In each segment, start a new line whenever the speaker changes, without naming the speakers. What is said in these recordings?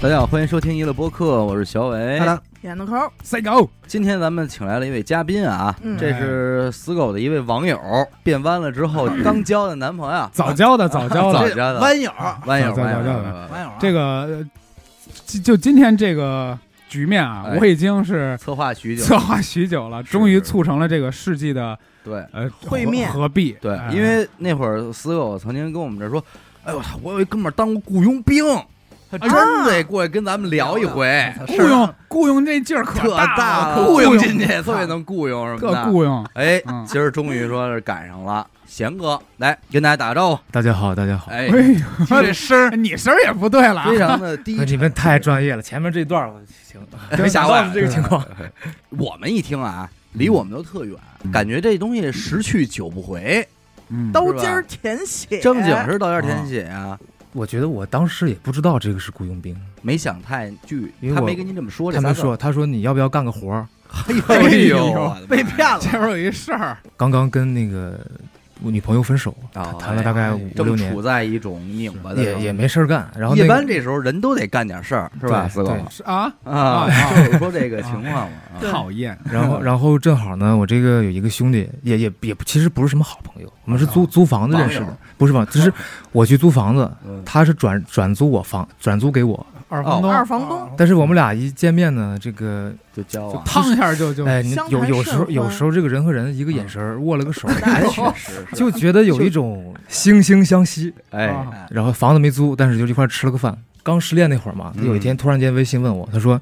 大家好，欢迎收听一乐播客，我是小伟。
好的
眼子抠，
塞狗，
今天咱们请来了一位嘉宾啊，
嗯
这是死狗的一位网友，
嗯
变弯了之后刚交的男朋友，
早教的，早教
啊早
的，
交的
弯友儿，
弯友，
早
弯
早
友
交的，
弯
啊
友儿，
这个呃就就今天这个局面啊
哎，
我已经是
策划许久，
策划许久了，
是
终于促成了这个世纪的
对
呃
会面
合合璧。
对
哎，
因为那会儿死狗曾经跟我们这说，哎呦我操，我有一哥们儿当过雇佣兵，他
哎
真得过来跟咱们聊一回，
雇
啊
佣雇佣这劲儿
特
可
大
大
了
了，
雇
雇
佣
佣
进去，特别能雇佣什么
特
的。
啊雇佣。
哎，
嗯
今儿终于说是赶上了，贤哥来跟大家打个招呼。
大家好，大家好。
哎
哎，呦，
听这声儿
你声儿也不对了啊，
非常的 低
那哎你们太专业了，前面这段儿我行，
沉，没吓
到
坏
是。这个情况。
我们一听啊，离我们都特远，
嗯
感觉这东西十去九不回，
嗯
刀尖儿舔血，
正经是刀尖舔血啊，
我觉得我当时也不知道这个是雇佣兵，
没想太具
因，为
他
我
没跟你这么说，
他
这仨
们
字
说，他说你要不要干个活儿？
儿，哎呦
哎呦
我的妈呀，
被骗 了
前面有一事儿，
刚刚跟那个我女朋友分手，
哦
谈了大概五六
正处
年，
在一种拧巴的时候
也也没事儿干。然后
一
那个
般这时候人都得干点事儿，是吧，
对
四狗
对
是啊，
啊
啊，
就是说这个情况嘛，啊
对
讨厌，
然后然后正好呢，我这个有一个兄弟，也也也不其实不是什么好朋友，我们是租租房子认识
网
的，不是吧？就是我去租房子，
嗯
他是转转租我房，转租给我，
二房东，
哦二房东
啊，
但是我们俩一见面呢，这个
就交
就
往。
烫一下就就
哎，你
相
有
谈
有
甚
时候有
欢嗯
时候这个人和人一个眼神儿握了个手，
那 确实是，
就觉得有一种惺惺相惜。
哎
啊，
然后房子没租，但是就一块儿吃了个饭。刚失恋那会儿嘛，他有一天突然间微信问我，他说：“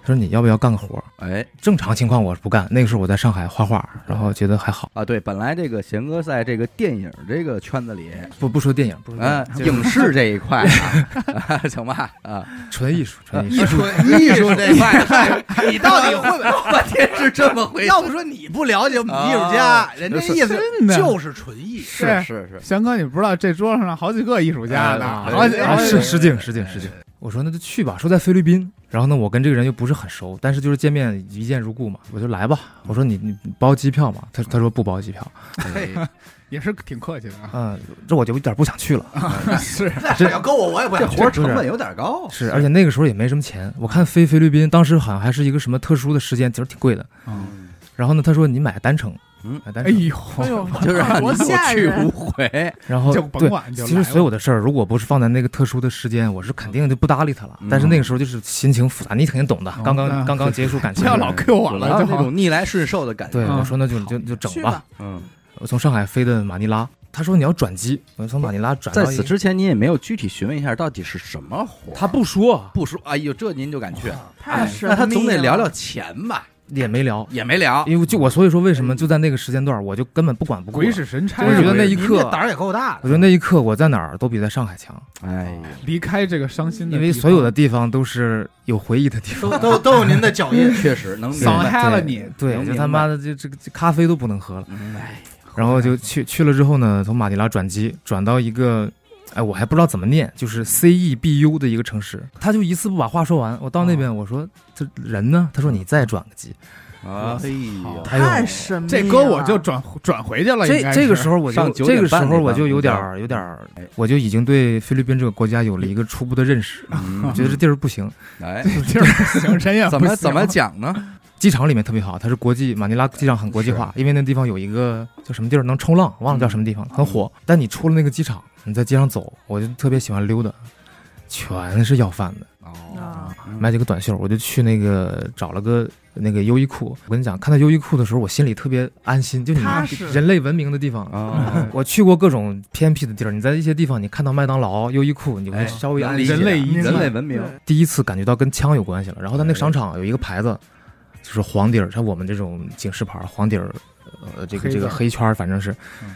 他说你要不要干个活儿
哎？”
正常情况我是不干，那个时候我在上海画画，然后觉得还好。
啊，对，本来这个贤哥在这个电影这个圈子里，
不不说电影，不说电
嗯
影，，
影视这一块 啊，行吧，啊，
纯艺术， 纯艺
艺
术。
术艺术这 块，你到底会不会？我天，是这么回事？
要不说你不了解我们艺术家
啊，
人家意思
真的
就是纯艺，
是是是，
哎翔哥，你不知道这桌上好几个艺术家呢，
哎
好几
哎
好
啊，
几
是失敬失敬失敬。我说那就去吧，说在菲律宾。然后呢，我跟这个人又不是很熟，但是就是见面一见如故嘛，我就来吧。我说你你你包机票嘛，他他说不包机票，
哎
也是挺客气的啊。
嗯，这我就有点不想去了。
哦 是，
这要搁我我也不
这
想
活儿成本有点高，啊
是，而且那个时候也没什么钱。我看飞菲律宾当时好像还是一个什么特殊的时间，其实挺贵的。
嗯
然后呢，他说你买单程，
嗯
买单
哦哎
程。
呦，
哎 呦，
就让你
多
有
吓
去
人
无 回。
然后
就甭
对，
管就来
其实所有的事儿，如果不是放在那个特殊的时间，我是肯定就不搭理他了。但是那个时候就是心情复杂，你肯定懂的。刚
嗯
刚刚刚结束感情
不，要老 Q 我
然后
了，就
那
好
种逆来顺受的感觉，
对
嗯
我说那就就就整
去
吧
吧。
嗯，
我从上海飞的马尼拉，他说你要转机，我从马尼拉转到
在
一
此之前，您也没有具体询问一下到底是什么活儿？
他不说，
不说，哎呦，这您就敢去？
太
哎
神
那
秘了。
他总得聊聊钱吧？
也没聊，
也没
啊
聊，
因为就我所以说为什么就在那个时间段，我就根本不管不顾
鬼
了。
使神差。
我觉得那一
你
刻
这胆儿也够大
我觉
的
得那一刻我在哪儿都比在上海强，
哎呀，
离开这个伤心的
因
地方，
为所有的地方都是有回忆的地
都
方。
都都有您的脚印。
确实能明
伤
白。
害了你，
对，就他妈的就这个这咖啡都不能喝了。
明白
然后就去去了之后呢，从马尼拉转机转到一个，哎，我还不知道怎么念，就是 C E B U 的一个城市。他就一次不把话说完。我到那边我说这人呢？他说你再转个机。
啊！哎呀，
哎呦
太神秘了。
这歌我就转转回去了。应
这
该是
这个时候我
上
就
九
这
点
个时
半
候
那
我就
班
有点
嗯
儿有点儿
哎，
我就已经对菲律宾这个国家有了一个初步的认识。我
嗯
觉得这地儿不行，
来，
地儿不 行，人也
怎
不
么
行
怎么讲呢？
机场里面特别好，它是国际马尼拉机场很国际化，因为那地方有一个叫什么地儿能冲浪，忘了叫什么地方了，很火。但你出了那个机场，你在街上走，我就特别喜欢溜达，全是要饭的，
哦
啊，
买几个短袖，我就去那个找了个那个优衣库。我跟你讲，看到优衣库的时候，我心里特别安心，就你
踏实
人类文明的地方。
啊，
我去过各种偏僻的地儿，你在一些地方，你看到麦当劳、优衣库，你会
哎
稍微
能
安
理
心
解
一点。
人类遗迹
人类文明，
对
第一次感觉到跟枪有关系了。然后
哎
他那个商场有一个牌子，就是黄底儿，像我们这种警示牌，黄底儿，呃，这个
黑字
这
儿
个黑圈儿，反正是
嗯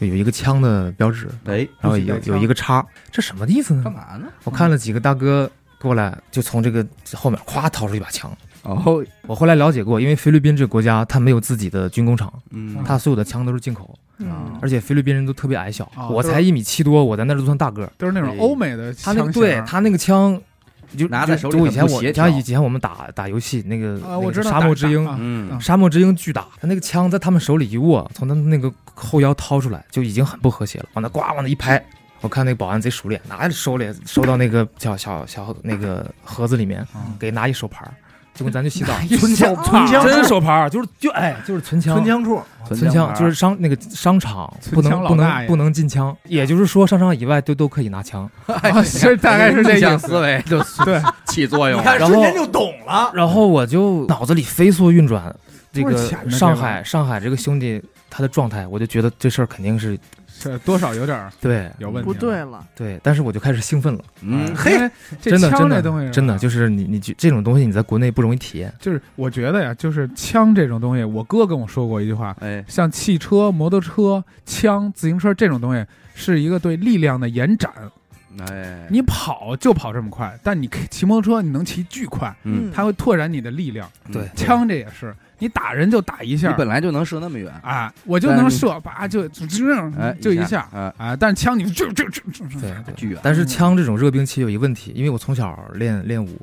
就有一个枪的标志，
哎，
然后
不许
有
带
有
枪
一个叉，这什么意思
干
呢？
嘛呢？
我看了几个大哥过来，就从这个后面咵掏出一把枪。
哦，
我后来了解过，因为菲律宾这个国家它没有自己的军工厂，
嗯，
它所有的枪都是进口，
嗯
而且菲律宾人都特别矮小，
哦
我
就是
才一米七多，我在那儿都算大个儿。
都是那种欧美的
他
枪
那
型
个
儿，
对他那个枪，就
拿在手里
就就
很
以前
不
我
协
以
调
前以前我们打打游戏那个
啊，
那
我
个
知道
沙漠之鹰，
打打
嗯
啊
沙漠之鹰巨大，他那个枪在他们手里一握，从他们那个后腰掏出来就已经很不和谐了，往那呱往那一拍，我看那个保安贼熟练，拿手里收到那个小小小那个盒子里面，
啊
给拿一手牌儿，就跟咱去洗澡，
纯枪，
纯枪
真手牌儿， 就是就哎就是存枪，
村枪处，
存枪就是商那个商场
存
不
枪
能
老
不
大
能
爷啊
不能进枪，也就是说商场以外都都可以拿枪。
是大概是这
逆向
意
思
思。
维 就
对，
起作
你
用
看
了。
然
瞬
后
间就懂了。
然后我就脑子里飞速运转这
多
个
少钱呢
上
这玩意
海
儿
上海这个兄弟他的状态，我就觉得这事儿肯定是
这多少有点儿
对
有问题。
不对，了，
对，但是我就开始兴奋了，
嗯，
嘿
因为这
真的
枪
真
这
的
东西是吧啊
真的就是你你这种东西你在国内不容易体验，
就是我觉得呀，就是枪这种东西，我哥跟我说过一句话，
哎，
像汽车、摩托车、枪、自行车这种东西，是一个对力量的延展。
哎，
你跑就跑这么快，但你骑摩托车你能骑巨快，
嗯，
它会拓展你的力量。
嗯
对
枪这也是，你打人就打一
你
下，
本来就能射那么远，
啊，我就能射，叭就就这
哎
样，，就一下
哎，
啊。但是枪你就就就就
对对。
巨远，
但
嗯
是枪这种热兵器有一个问题，因为我从小练练武，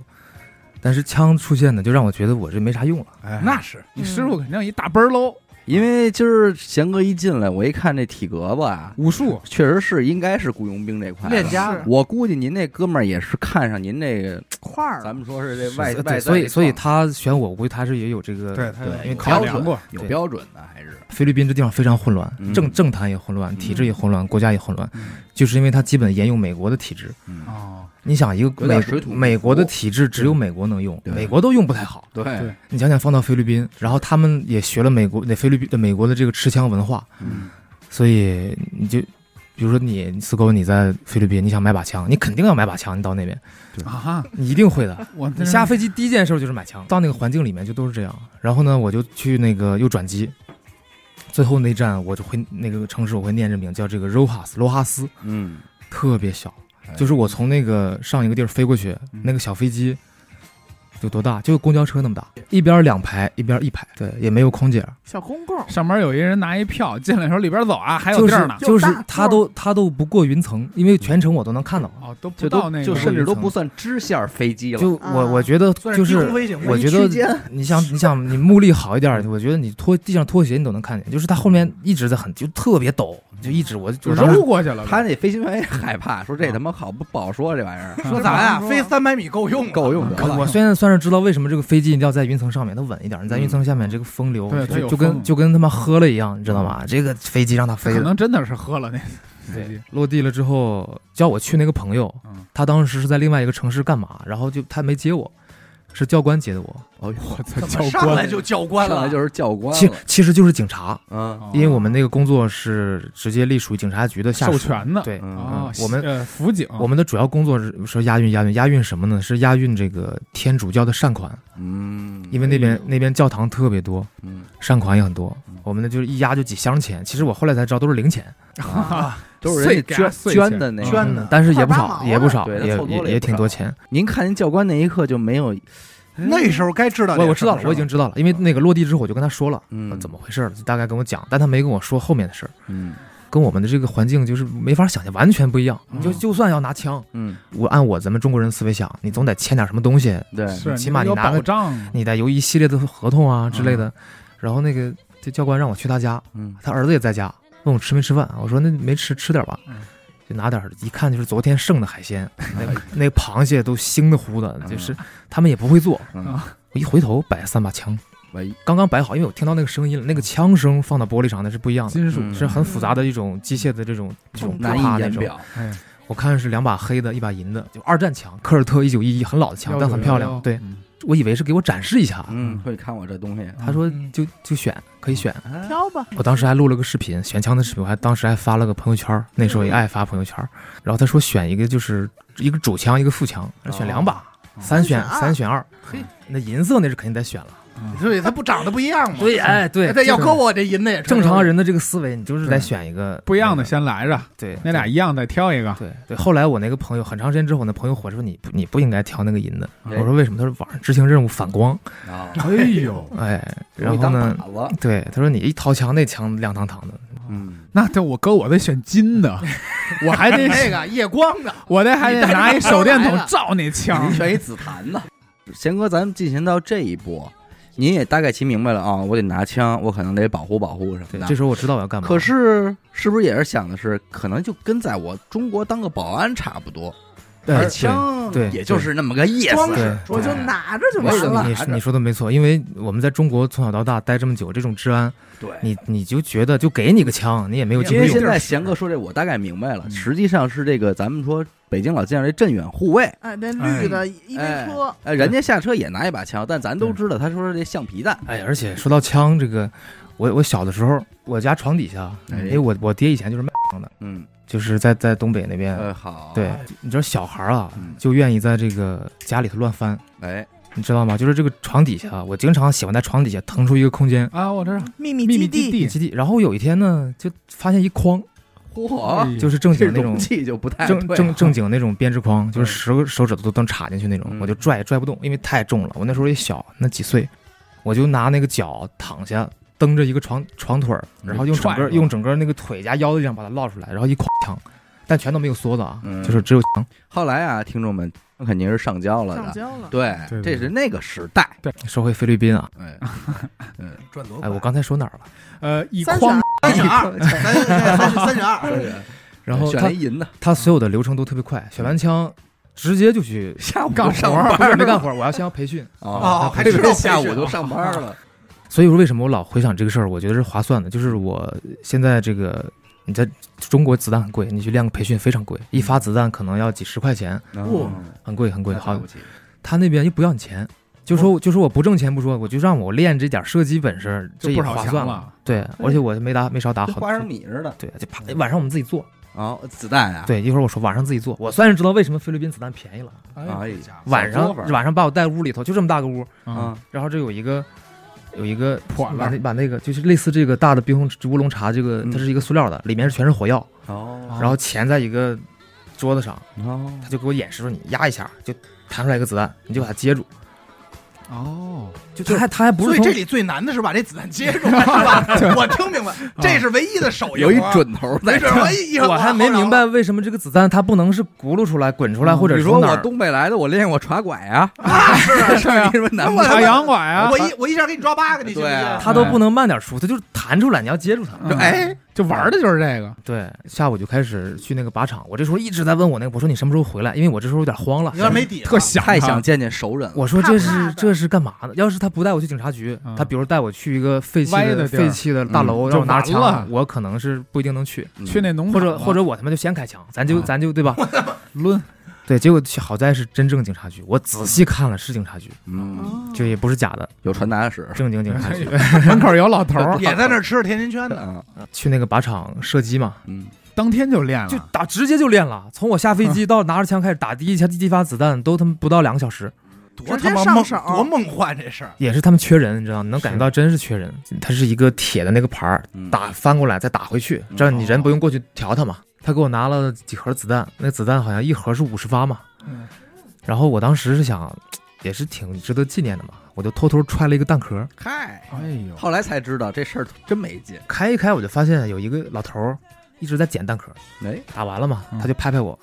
但是枪出现呢，就让我觉得我这没啥用了。
那是你师傅肯定一大奔儿喽，
因为今儿贤哥一进来，我一看这体格子啊，
武术
确实是应该是雇佣兵这块的
练家
是
子，
我估计您那哥们儿也是看上您这个，
块儿
咱
了，
们说是这外
对
外在这块儿，
所以所以他选我，我估计他是也有这个
对他有
因为
考
他
考
虑
量过，
有
对
标准的还是
菲律宾这地方非常混乱
嗯，
政政坛也混乱，体制也
嗯
混乱，国家也混乱，就是因为它基本沿用美国的体制。
嗯
哦，
你想，一个
有点
美
水土不服
美国的体制只有美国能用，
对
美国都用不太好。
对
对
你想想，放到菲律宾，然后他们也学了美国、那菲律宾、的美国的这个持枪文化，
嗯
所以你就，比如说你四狗，你在菲律宾，你想买把枪，你肯定要买把枪，你到那边，
啊，
你一定会的。
我
你下飞机第一件事就是买枪，到那个环境里面就都是这样。然后呢，我就去那个又转机，最后那一站我就会那个城市我会念着名叫这个 Rojas 罗哈斯，
嗯，
特别小
哎，
就是我从那个上一个地儿飞过去，
嗯
那个小飞机有多大？就公交车那么大，一边两排，一边一排，对，也没有空姐儿，
小公共，
上面有一人拿一票进来的时候里边走啊，还有
就
地儿
是
呢，
就是
有大
他都他都不过云层，因为全程我都能看到。
哦，都不
就
到
都
那个
就
是
甚至都不算支线飞
嗯
机了，
就我我觉得
算
就
低
是
空飞行吧。
我觉
一
得
区间
你想，你想，你目力好一点儿，我觉得你拖地上拖鞋你都能看见，就是它后面一直在很就特别陡，就一直我
就
就当时
揉过去了呗。
他那飞行员也害怕，说这他妈好不不好说这玩意 儿，
说咱呀，
嗯
飞三百米够用了，
够用得
我
了，
现在算是知道为什么这个飞机一定要在云层上面，它稳一点儿。你在云层下面这个风流
嗯对它有
就就跟
风
就跟他妈喝了一样，你知道吗？这个飞机让它飞
可
了，
能真的是喝了那飞机，
落地了之后叫我去那个朋友
嗯，
他当时是在另外一个城市干嘛，然后就他没接我，是教官接的我，
哦呦
我操，
怎
教
么上来
官
就教官
上来
了？
就是教
哦
官
其
了，
其实哦就是警察，
嗯
啊
因为我们那个工作是直接隶属于警察局的下
授
属，
权的，
对，
嗯，
哦，
我们
呃辅警，
我们的主要工作是说押运，押运，押运什么呢？是押运这个天主教的善款，
嗯，
因为那
哎
边
呦
那边教堂特别多，
嗯
善款也很多
嗯。
我们呢就是一押就几箱钱，其实我后来才知道都是零钱，
啊都是
碎
人家
给他
捐
碎
捐
钱嗯
的那个
捐的
嗯但是也不
二八
少，
毛啊
也不少，
对他
也
凑多了
也
也
也
不
挺多
少
钱。
您看您教官那一刻就没有，
那时候该知道这
我我
个
知
事儿
道
了，
了，我已经知道了，因为那个落地之后我就跟他说了，
嗯
呃怎么回事儿，就大概跟我讲，但他没跟我说后面的事儿，
嗯
跟我们的这个环境就是没法想象，完全不一样。你就
嗯
就算要拿枪，
嗯，
我按我咱们中国人思维想，你总得签点什么东西，
对，
是
嗯起码
有
你拿个嗯
保障，
你得有一系列的合同啊之类的。然后那个这教官让我去他家，
嗯
他儿子也在家，问我吃没吃饭，啊我说那没吃，吃点吧。
嗯
就拿点儿，一看就是昨天剩的海鲜，那 那螃蟹都腥的乎的，就是他们也不会做。
嗯，
我一回头摆三把枪，
喂，
刚刚摆好，因为我听到那个声音了，那个枪声放到玻璃上那是不一样的，
金属
嗯
是很复杂的一种机械的这种这种
难
啪
以
那
言
种。
表，
哎
我看是两把黑的，一把银的，就二战枪，科尔特一九一一很老的枪，但很漂亮。
191
对我以为是给我展示一下，
嗯，会看我这东 西，
他说就就选可以选，
啊
挑吧，
我当时还录了个视频，选枪的视频，我还当时还发了个朋友圈儿，那时候也爱发朋友圈儿。然后他说选一个就是一个主枪，一个副枪，选两把，三选
三选二
三选二。
嘿，
那银色那是肯定得选了。
对，它不长得不一样吗？
对，哎对，
对，要
就是
搁我这银的也
正常人的这个思维，你就是得选一个
不一样的
那个
先来着，
对，
那俩一样再挑一个，
对对。后来我那个朋友很长时间之后，我那朋友回说你不你不应该挑那个银的。
哎
我说为什么？他说晚上执行任务反光，
啊，
哎呦，
哎，
容
然
易
后
当
呢？
靶子，
对，他说你一掏枪，那枪亮堂堂的，
嗯，
那这我搁我得选金的， 我还得
那个夜光的，
我这还得拿一手电
你带着
筒
手
照那 枪
您，选一紫檀的。贤哥，咱们进行到这一步，您也大概其明白了啊，我得拿枪，我可能得保护保护什么
对，
的。
这时候我知道我要干嘛。
可是是不是也是想的是，可能就跟在我中国当个保安差不多，
对
而
哎对
枪
对
也就是那么个意
装
思。
对
饰，
对
我就拿着就
我
完
也这么
了。
你
拿着
你啊说的没错，因为我们在中国从小到大待这么久，这种治安，
对
你你就觉得就给你个枪，你也没有机
因
会
为现
用。
在贤哥说这，我大概明白了，
嗯
实际上是这个咱们说北京老见着这镇远护卫，
哎，那绿的一堆车，
哎，人家下车也拿一把枪，但咱都知道他说是这橡皮弹，
哎，而且说到枪这个，我我小的时候，我家床底下，
哎
因为我我爹以前就是卖枪的，
嗯，
就是在在东北那边，
呃，好，
对，你知道小孩儿啊，
嗯
就愿意在这个家里头乱翻，
哎，
你知道吗？就是这个床底下，我经常喜欢在床底下腾出一个空间
啊，我知道，
秘密
秘
基
密基
地，
地
基地，然后有一天呢，就发现一筐，
嚯，
哎
哦就是 正
这
经那
容
种。
器就不太
正
哎对嗯
正
了
正经那种编织筐，就是十个手指头都能插进去那种，
嗯
我就拽也拽不动，因为太重了。我那时候也小，那几岁，我就拿那个脚躺下，蹬着一个床床腿儿，然后用整
踹
个
过
用整个那个腿加腰的力量把它落出来，然后一哐枪，但全都没有缩的啊，
嗯
就是只有枪。
后来啊，听众们肯定是上交了
上
的，
交了。
对，
对
这是那个时代，
说回菲律宾啊，
哎，
转多
哦
哎，我刚才说哪儿了？
呃，一
三十二
筐，
三十二，咱现在三十
哎
三十二，
然后
选
他
了一银的，
他所有的流程都特别快，选完枪直接就去
下午
干
就
活
上
儿
班
不是
儿
没干活儿，我要先要培训。
啊，
哦还
这
知道
边下
培
午
训
就
啊
上班儿了，
所以说为什么我老回想这个事儿，我觉得是划算的。就是我现在这个你在中国子弹很贵，你去练个培训非常贵，一发子弹可能要几十块钱，
哦
很贵很贵。
那
好
对不，起
他那边又不要你钱。就说就说我不挣钱不说，我就让我练这点射击本事，这
就
也
不少
划
钱
算。
了。
对，而且我没打没少打
跟
好。
花生米似的，
对，就啪，晚上我们自己做。
啊，子弹啊，
对，一会儿我说晚上自己做，我算是知道为什么菲律宾子弹便宜了。
哎呀小
晚上
作坊
晚上把我带屋里头，就这么大个屋，
啊，
啊，
然后这有一个有一个
破
把
了
那，把那个就是类似这个大的冰红乌龙茶，这个
嗯
它是一个塑料的，里面是全是火药，
哦，
然后钳在一个桌子上，
哦，
哎
他就给我演示说你压一下就弹出来一个子弹，你就把它接住。
哦，
就他还他还不
所
是
以这
从
里最难的是把这子弹接 住，是吧？我听明白，这是啊唯一的手艺活
有一，准头
没
在这
准
儿。
我一
我还没明，白为什么这个子弹它不能是轱辘出来、滚出来，
嗯
或者
你
是
说
从哪
我
儿？
东北来的，我练过耍拐啊，
啊 是啊
是啊，你说南
我
方
他
打洋拐啊
我，一我一下给你抓八个，你信不
对
信？
啊
它都不能慢点出，它就是弹出来，你要接住它。
嗯
哎，
就玩的就是这个。
对，下午就开始去那个靶场，我这时候一直在问我那个，我说你什么时候回来？因为我这时候有点慌了
有，点没底了，
特想
太
他
想见见熟人了。
我说这
怕怕
是
的
这是干嘛的？要是他不带我去警察局，
嗯
他比如带我去一个废弃
歪的地儿
废弃的大楼，
嗯
让我拿着
就完了
枪，我可能是不一定能去，
嗯
去那
或
农场
者
了，
或者我他妈就先开枪，咱就
嗯
咱就对 吧？
抡，
对，结果好在是真正警察局，我仔细看了是警察局，
哦
嗯，
就也不是假的，
有传达室
正经警察局。
门口有老头儿，
也在那儿吃着甜甜圈呢。
啊，
去那个靶场射击嘛，
嗯，
当天就练
就
了，
打直接就练了，从我下飞
嗯
机到拿着枪开始打第一枪第一发子弹，都他妈不到两个小时，
多
直接
他妈
上
梦，
手
多梦幻这事儿！
也是他们缺人，你知道，你能感觉到真是缺人。它是一个铁的那个牌儿，
嗯
打翻过来再打回去，
嗯
这样你人不用过去调它嘛。他给我拿了几盒子弹，那子弹好像一盒是五十发嘛。
嗯
然后我当时是想，也是挺值得纪念的嘛，我就偷偷揣了一个弹壳，
嗨，
哎呦，
后来才知道这事儿真没劲。
开一开我就发现有一个老头儿一直在捡弹壳，
哎，
打完了嘛，
嗯
他就拍拍我，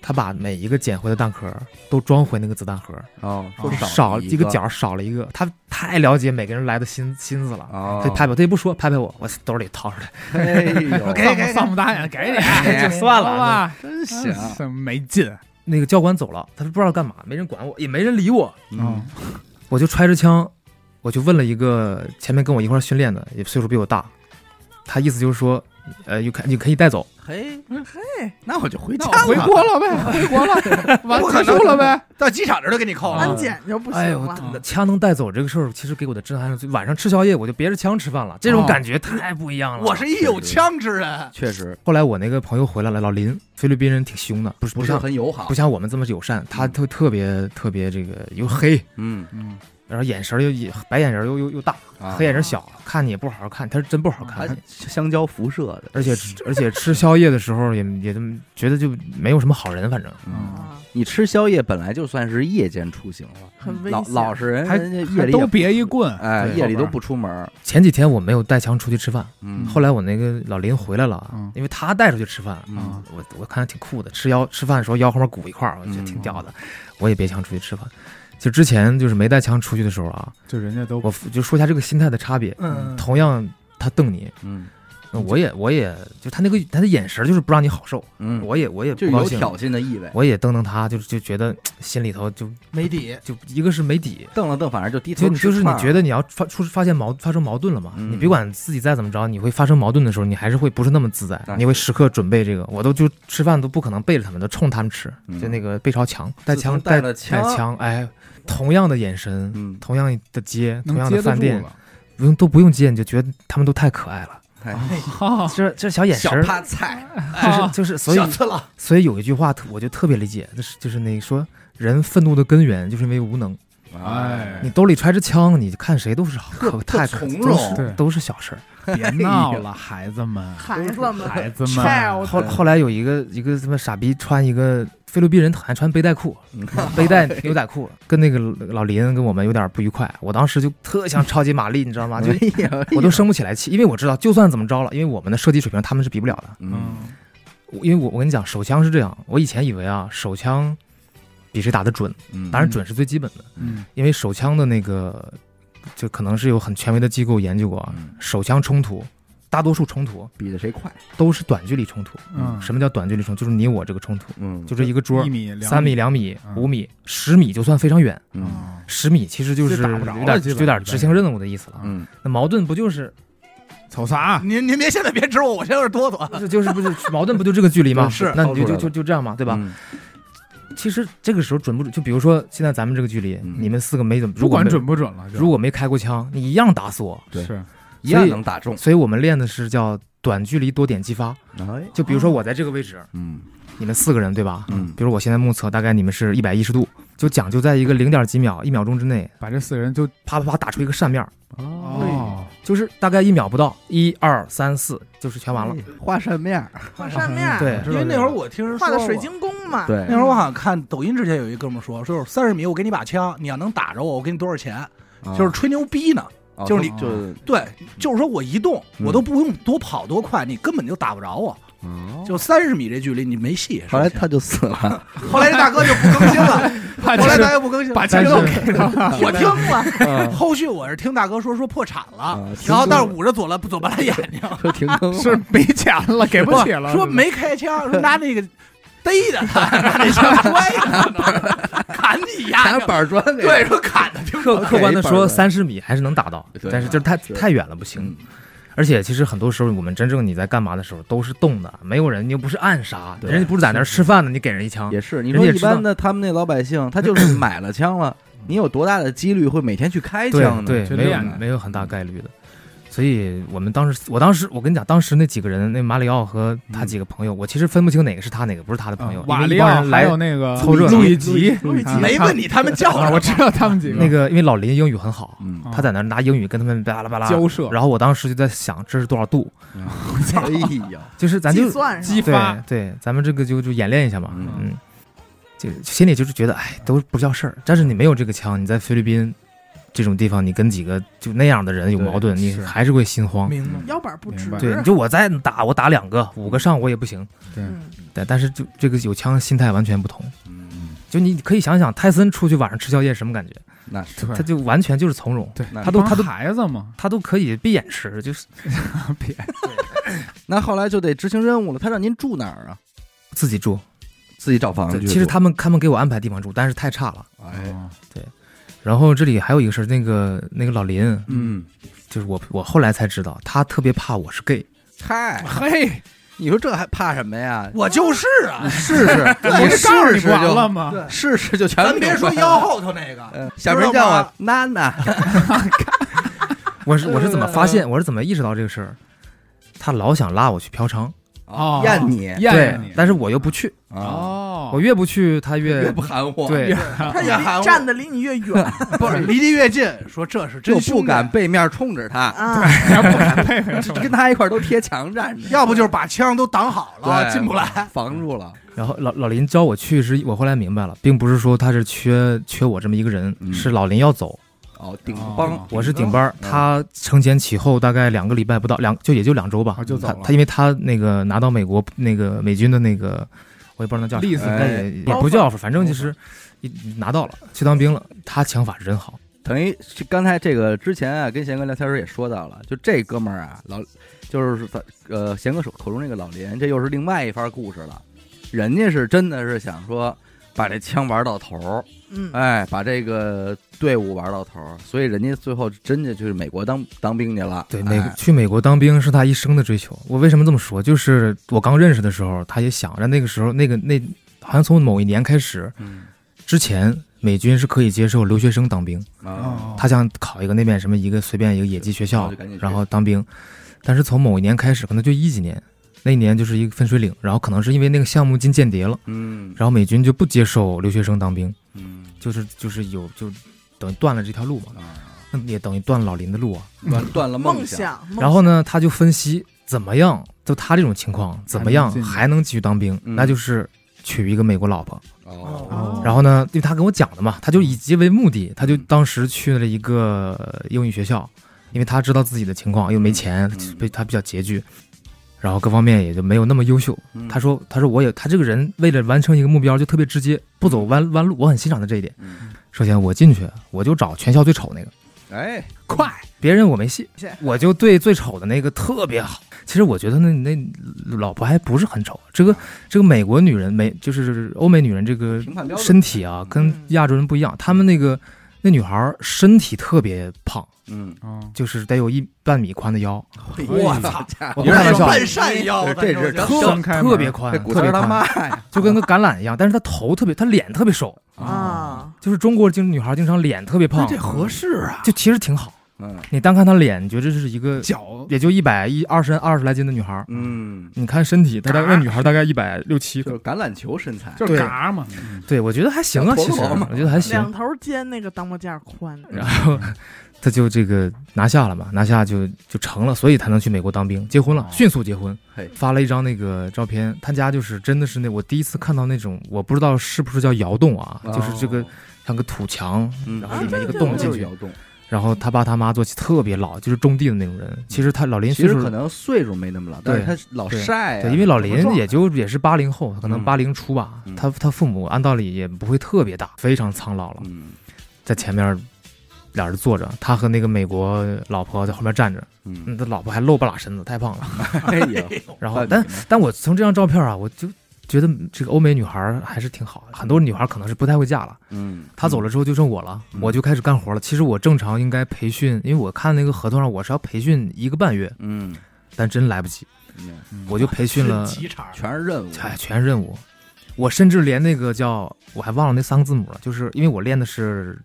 他把每一个捡回的弹壳都装回那个子弹盒，
哦，说
就
少
少
了
一个角少了一个，他太了解每个人来的心心思了。
哦，
他就拍拍，他也不说，拍拍我，我兜里掏出来，
哎 呦，
给
丧
给
不丧不打眼，给你，
哎
就 算了
好吧，
真行，
真没劲，
那个教官走了，他不知道干嘛，没人管我，也没人理我，
嗯，
我就揣着枪，我就问了一个前面跟我一块儿训练的，也岁数比我大，他意思就是说，呃，你可你可以带走。
嘿，
嘿，
那我就回家
那我回国了呗，回国了，完
不可
结
能
束了呗，
到机场这都给你扣
啊
了，
安检就不
哎呦，
行
我
了。
那枪能带走这个事儿，其实给我的震撼是最，晚上吃宵夜我就别着枪吃饭了，这
啊
种
哦
感觉太不一样了。
我是一有枪之人，
确实
后来我那个朋友回来了，老林，菲律宾人挺凶的，不是
不是
像
很友好
不，像我们这么友善，他特特别特别这个又黑，
嗯
嗯，
然后眼神儿又也白眼仁儿又又又大，
啊
黑，眼仁儿小，看你也不好好看，他是真不好看。
它
他
香蕉辐射的，
而且而且吃宵夜的时候也也这么觉得就没有什么好人，反正
嗯，
啊，
你吃宵夜本来就算是夜间出行了，
很危
老
险。
老实人
还
人家夜里也
都别一棍，
哎
对
夜里都不出门，
前几天我没有带枪出去吃饭，
嗯，
后来我那个老林回来了，
嗯
因为他带出去吃饭，
嗯
我我看着挺酷的，吃腰吃饭的时候腰后面鼓一块儿，我觉得
嗯
挺屌的，我也别想出去吃饭。其实之前就是没带枪出去的时候啊，
就人家都
我就说一下这个心态的差别。
嗯，
同样，他瞪你，
嗯
那我也我也就他那个他的眼神就是不让你好受，
嗯，
我也我也
就
不高
有
兴，
挑衅的意味，
我也瞪瞪他，就就觉得嘖心里头就
没底，
就一个是没底，
瞪了瞪，反正就低
就
头
你
吃
就是你
饭儿
觉得你要发出发现矛发生矛盾了嘛，
嗯
你别管自己再怎么着，你会发生矛盾的时候，你还是会不是那么自在
那，是
你会时刻准备这个，我都就吃饭都不可能背着他们，都冲他们吃，
嗯
就那个背朝墙，带
自从
枪
带
带
了
带
枪，
枪，哎，同样的眼神，
嗯，
同样的街，同
能
样
接
的
得
饭
住
店，
了
不用都不用接，你就觉得他们都太可爱了。
太哦
哈
这这小眼
小
神儿，
趴菜，
就是就是，所以
小次郎，
所以有一句话特，我就特别理解，就是就是那说人愤怒的根源就是因为无能。
哎
你兜里揣着枪，你看谁都是好可太可
从
都
容，
是
对
都是小事儿。
别闹了，孩子们，
孩子们，
孩子们，
child
后后来有一个一个他妈傻逼穿一个菲律宾人，还穿背带裤，
嗯
背带牛仔裤，跟那个老林跟我们有点不愉快。我当时就特想超级玛丽，你知道吗？就
哎呀，
我都生不起来气，因为我知道就算怎么着了，因为我们的射击水平他们是比不了的。
嗯，
我因为我我跟你讲，手枪是这样，我以前以为啊，手枪比谁打得准，
嗯
当然准是最基本的，
嗯，
因为手枪的那个就可能是有很权威的机构研究过啊，
嗯
手枪冲突，大多数冲突
比的谁快，
都是短距离冲突。
嗯
什么叫短距离冲突？就是你我这个冲突，
嗯，
就这一个桌
一，米两
三米、两米、
嗯
五米、十米就算非常远，
嗯
啊
十米其实就是
就打不着了
有点
基本
有点执行任务的意思了啊。
嗯，
那矛盾不 就是
瞅啥？啊
嗯
您您别现在别指我，我现在有点哆嗦。
就就是 不就矛盾不就这个距离吗？
是
那你就
掏出来
就
了
就就这样嘛，对
对
吧？？
嗯
其实这个时候准不准？就比如说现在咱们这个距离，
嗯
你们四个没怎么，
不
如果
管
没
准不准了，就
如果没开过枪，你一样打死我。
对
是
一样
所以
能打中，
所以我们练的是叫短距离多点击发。
哎，
就比
哦
如说我在这个位置，
嗯
你们四个人对吧？
嗯
比如我现在目测大概你们是一百一十度，就讲究在一个零点几秒、一秒钟之内，
把这四个人就
啪啪啪打出一个扇面儿，
哦，
就是大概一秒不到，一二三四，就是全完了。
哎，画扇面儿，
画扇面儿，
对
知道
因为
这
那
个
会儿我听人说
画的水
过
晶宫嘛。
对
那会儿我好像看抖音之前有一哥们儿说，说有三十米，我给你把枪，你要能打着我，我给你多少钱？就是吹牛逼呢。
啊
就是你
哦就
对，就是说我移动，
嗯
我都不用多跑多快，你根本就打不着我。
哦
就三十米这距离，你没戏。
后来
首先
他就死了，
后来这大哥就不更 新了，
怕
后来大哥不更新了，
把钱
大哥
都给他了，
我听了。
啊
后续我是听大哥说说破产了
啊，听
然后
说
但是
了
捂着左了左半拉眼睛，
说停更了
是没钱了，给不起了，
说没开枪，说拿那个逮着他，拿 那枪摔着他，砍你
拿
丫的，
板砖给
对，说砍他，听
客客观的
给一板
说，
儿
三十米还是能打到，
对
但是就是太
是
太远了不行。
嗯
而且其实很多时候，我们真正你在干嘛的时候都是动的，没有人，你又不是暗杀，
对
人家不是在那儿吃饭呢，你给人一枪，
也是，你
人
说
家也
一
知道
般的，他们那老百姓，他就是买了枪了，你有多大的几率会每天去开枪呢？
对，
去
对，没有
练呢
没有很大概率的。所以我们当时，我当时我跟你讲，当时那几个人，那马里奥和他几个朋友，我其实分不清哪个是他，哪个不是他的朋友。因为
嗯啊瓦
一
利
帮
奥
人
还
来
有那个
凑热闹
路易吉，
路易吉
啊
没问你他们叫
啊，
什
我
么，
知道他们几个
那个，因为老林英语很好，
嗯，
啊
他在那儿拿英语跟他们巴拉巴拉。
交涉，
然后我当时就在想，这是多少度？
哎呀，
就是咱就
计算上
激发
对对，咱们这个就就演练一下嘛，
嗯
嗯，就心里就是觉得，哎，都不叫事儿。但是你没有这个枪，你在菲律宾这种地方，你跟几个就那样的人有
对
矛盾，你
是
还是会心慌。
明白。
腰板不直
明白，
对，你就我再打，我打两个、五个上我也不行。
嗯，
对，但是就这个有枪心态完全不同。
嗯，
就你可以想想，泰森出去晚上吃宵夜什么感觉？
那是
对
他就完全就是从容，
对，
那
他都
帮
他都
孩子嘛，
他都可以闭眼吃，就是
别
那后来就得执行任务了。他让您住哪儿啊？
自己住。
自己找房子啊
对
去住。
其实他们他们给我安排地方住，但是太差了。
哎，
然后这里还有一个事儿，那个那个老林，
嗯，
就是我我后来才知道，他特别怕我是 gay。
嗨，
嘿，
你说这还怕什么呀？
我就是啊，
试试，
我
你
就告诉
试
你
试
不完了
就
吗？
试试就全
咱别说
明白
腰
了。
后头那个，
嗯小名叫
知道
我
吧
娜娜，
我是我是怎么发现？我是怎么意识到这个事儿？他老想拉我去嫖娼，
哦
验哎你
验着
对
你，
但是我又不去，
啊，
哦，
我越不去 他
越
越
不含糊，
对
越
他
也含
离
糊
站的离你越远
不是离得越近，说这是
就
真
不
凶
敢
敢，
背面冲着他，
啊，
不 敢配合
就跟他一块儿都贴墙站 着，
要不就是把枪都挡好了，
对
哦进不来。
防住了。
然后老老林招我去，是我后来明白了，并不是说他是缺缺我这么一个人，
嗯
是老林要走，
哦，顶
哦
帮，
我是顶班儿。他承前启后大概两个礼拜不到，两就也就两周吧
啊，就走
他
了
他因为他那个拿到美国那个美军的那个，我也不知道那叫啥
例子
但也也
哎
不叫，反正就是一拿到了去当兵了。他想法是真好，
等于是刚才这个之前啊，跟贤哥聊天时候也说到了，就这哥们儿啊，老就是咱呃贤哥手口中这个老林，这又是另外一番故事了。人家是真的是想说把这枪玩到头儿，
嗯，
哎，把这个队伍玩到头儿，所以人家最后真的就是美国当当兵去了。
对，美、
哎、
去美国当兵是他一生的追求。我为什么这么说？就是我刚认识的时候，他也想着那个时候，那个那好像从某一年开始
嗯
之前，美军是可以接受留学生当兵。
啊，
哦
他想考一个那边什么一个随便一个野鸡学
然
校
后哦就赶紧，去
哦然后当兵。但是从某一年开始，可能就一几年，那一年就是一个分水岭，然后可能是因为那个项目进间谍了，
嗯，
然后美军就不接受留学生当兵，
嗯
就是就是有就等于断了这条路嘛，
啊，
那也等于断了老林的路啊。
断断了
梦
想，
想，梦
然后呢，他就分析怎么样，就他这种情况怎么样
还能进去
还能继续当兵，
嗯
那就是娶一个美国老婆。
哦，嗯
然后呢，因为他跟我讲的嘛，他就以结为目的，他就当时去了一个呃英语学校，因为他知道自己的情况又没钱
嗯，
被他比较拮据，然后各方面也就没有那么优秀。
嗯
他，说：“他说我也他这个人为了完成一个目标就特别直接，不走弯弯路，我很欣赏他这一点。
嗯
首先我进去我就找全校最丑那个，
哎，
快，
别人我没戏
是，
我就对最丑的那个特别好。其实我觉得那那老婆还不是很丑，这个这个美国女人美就是欧美女人这个
评判标准嗯
身体啊跟亚洲人不一样，她们那个那女孩儿身体特别胖，
嗯，
啊，
就是得有一半米宽的腰，
我操，
家伙
我不开玩笑，
半山腰，
这是
咱就
特
哎
特
张开门
特别宽
这，骨
特
头
别
他妈
宽，
呀，
就跟个橄榄一样，但是她头特别，她脸特别瘦，
啊，
就是中国经女孩儿经常脸特别胖
这，合适啊，
就其实挺好。
嗯
你单看她脸，你觉得这是一个
脚
也就一百一二十二十来斤的女孩儿，
嗯，
你看身体，她大概那女孩大概一百六七
就，是橄榄球身材，
就是嘎嘛，
对我觉得还行啊，
头
其实
头嘛
我觉得还行呃
两。头尖那个当磨架宽，
然后她就这个拿下了嘛，拿下就就成了，所以她能去美国当兵，结婚了
哦，
迅速结婚
嘿，
发了一张那个照片，她家就是真的是那我第一次看到那种，我不知道是不是叫窑洞啊，
哦
就是这个像个土墙，
嗯，
然
然
后
后
里
里面
面一
一
个
个
洞
洞
进
进
去
去，
然后她爸她妈做起特别老，就是种地的那种人。其实她老林
嗯其
岁
实
数
可能岁数没那么老，但
对
是他老
对
晒啊，
对，因为老
什
林
么状态
也就也是八零后，可能
嗯
八零初吧。
嗯
他他父母按道理也不会特别大，非常苍老了，
嗯
在前面俩人坐着，他和那个美国老婆在后面站着。
嗯，
嗯，他老婆还露半拉身子，太胖了。
哎 呀，到
然后，
底
但
呢
但我从这张照片啊，我就觉得这个欧美女孩还是挺好的。很多女孩可能是不太会嫁了，
嗯，
她走了之后就剩我了，
嗯
我就开始干活了。其实我正常应该培训，因为我看那个合同上我是要培训一个半月，
嗯，
但真来不及，
嗯，
我就培训了
是急茬儿，
全是任务，
哎，全是任务。我甚至连那个叫我还忘了那三个字母了，就是因为我练的是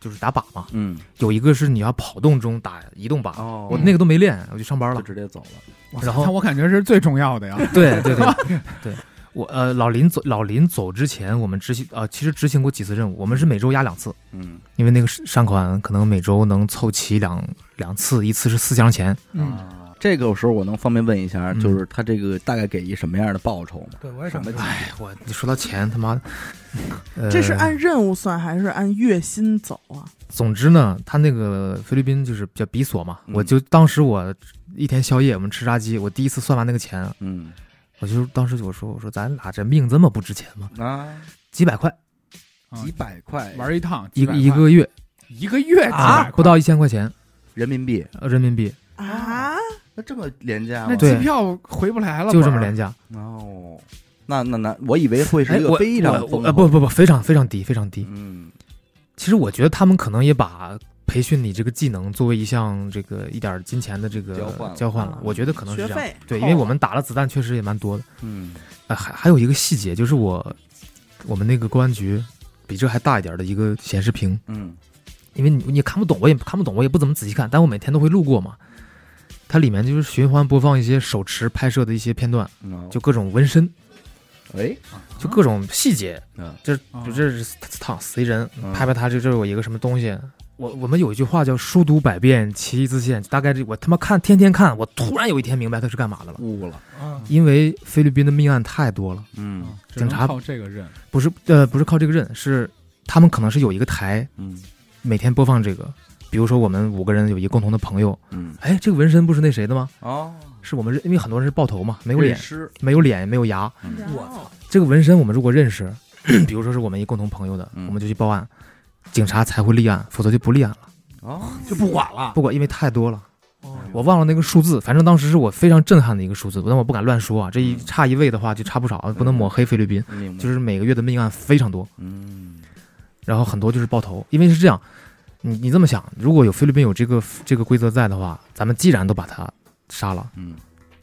就是打靶嘛，
嗯，
有一个是你要跑动中打移动靶，
哦
我那个都没练，我就上班
就
了。
直接走了，
然后
那我感觉是最重要的呀，
对对对对，我呃老林走老林走之前，我们执行呃其实执行过几次任务，我们是每周压两次，
嗯
因为那个善款可能每周能凑齐两两次，一次是四箱钱，
嗯，
啊，这个时候我能方便问一下，
嗯
就是他这个大概给一什么样的报酬吗？
对，我也
什
想
么
知道
级
哎我你说到钱他妈的，呃
这是按任务算还是按月薪走啊？
总之呢，他那个菲律宾就是叫比索嘛，
嗯
我就当时我一天宵夜，我们吃炸鸡，我第一次算完那个钱，
嗯
我就当时我说我说咱俩这命这么不值钱吗？
啊，
几百块
啊
几百块
玩一趟
一
几
个
百
一
块啊
个月
一个月几百块
不到一千块钱
人民币，
呃人民币，
啊，
那这么廉价吗？
那
对
机票回不来了，
就这么
本儿
廉价。
哦，那那那，我以为会是
哎，
一
我
个非常
我
丰
呃
厚
不不不，非常非常低非常低。
嗯
其实我觉得他们可能也把培训你这个技能作为一项这个一点金钱的这个
交换了啊
交换了，我觉得可能是
学
这样。
费
对，
扣
因为
了
我们打了子弹确实也蛮多的。
嗯
呃，还还有一个细节，就是我我们那个公安局比这还大一点的一个显示屏，
嗯
因为你你看不懂，我也看不懂，我也不怎么仔细看，但我每天都会路过嘛。它里面就是循环播放一些手持拍摄的一些片段，
嗯，
就各种纹身，
哎，
就各种细节，
嗯
就是
啊
就这是躺死一人，
嗯
拍拍他这这有一个什么东西。我我们有一句话叫“书读百遍，其义自现”，大概这我他妈看天天看，我突然有一天明白他是干嘛的了，
悟了，
啊，
因为菲律宾的命案太多了。
嗯
哦只
警
能
察
靠这个认，
不是呃不是靠这个认，是他们可能是有一个台
嗯
每天播放这个。比如说我们五个人有一个共同的朋友，
嗯，
哎，这个纹身不是那谁的吗？
哦，
是我们认，因为很多人是爆头嘛，没有
律
脸，
师，
没有脸，也没有牙。
然
我
后
这个纹身我们如果认识，比如说是我们一共同朋友的，
嗯
我们就去报案。警察才会立案，否则就不立案了。
哦，
就不管了。
不管，因为太多了。
哦
我忘了那个数字，反正当时是我非常震撼的一个数字，但我不敢乱说啊，这一差一位的话就差不少，啊不能抹黑菲律宾。
明白
就是每个月的命案非常多，
嗯，
然后很多就是爆头，因为是这样，你你这么想，如果有菲律宾有这个这个规则在的话，咱们既然都把他杀了，
嗯，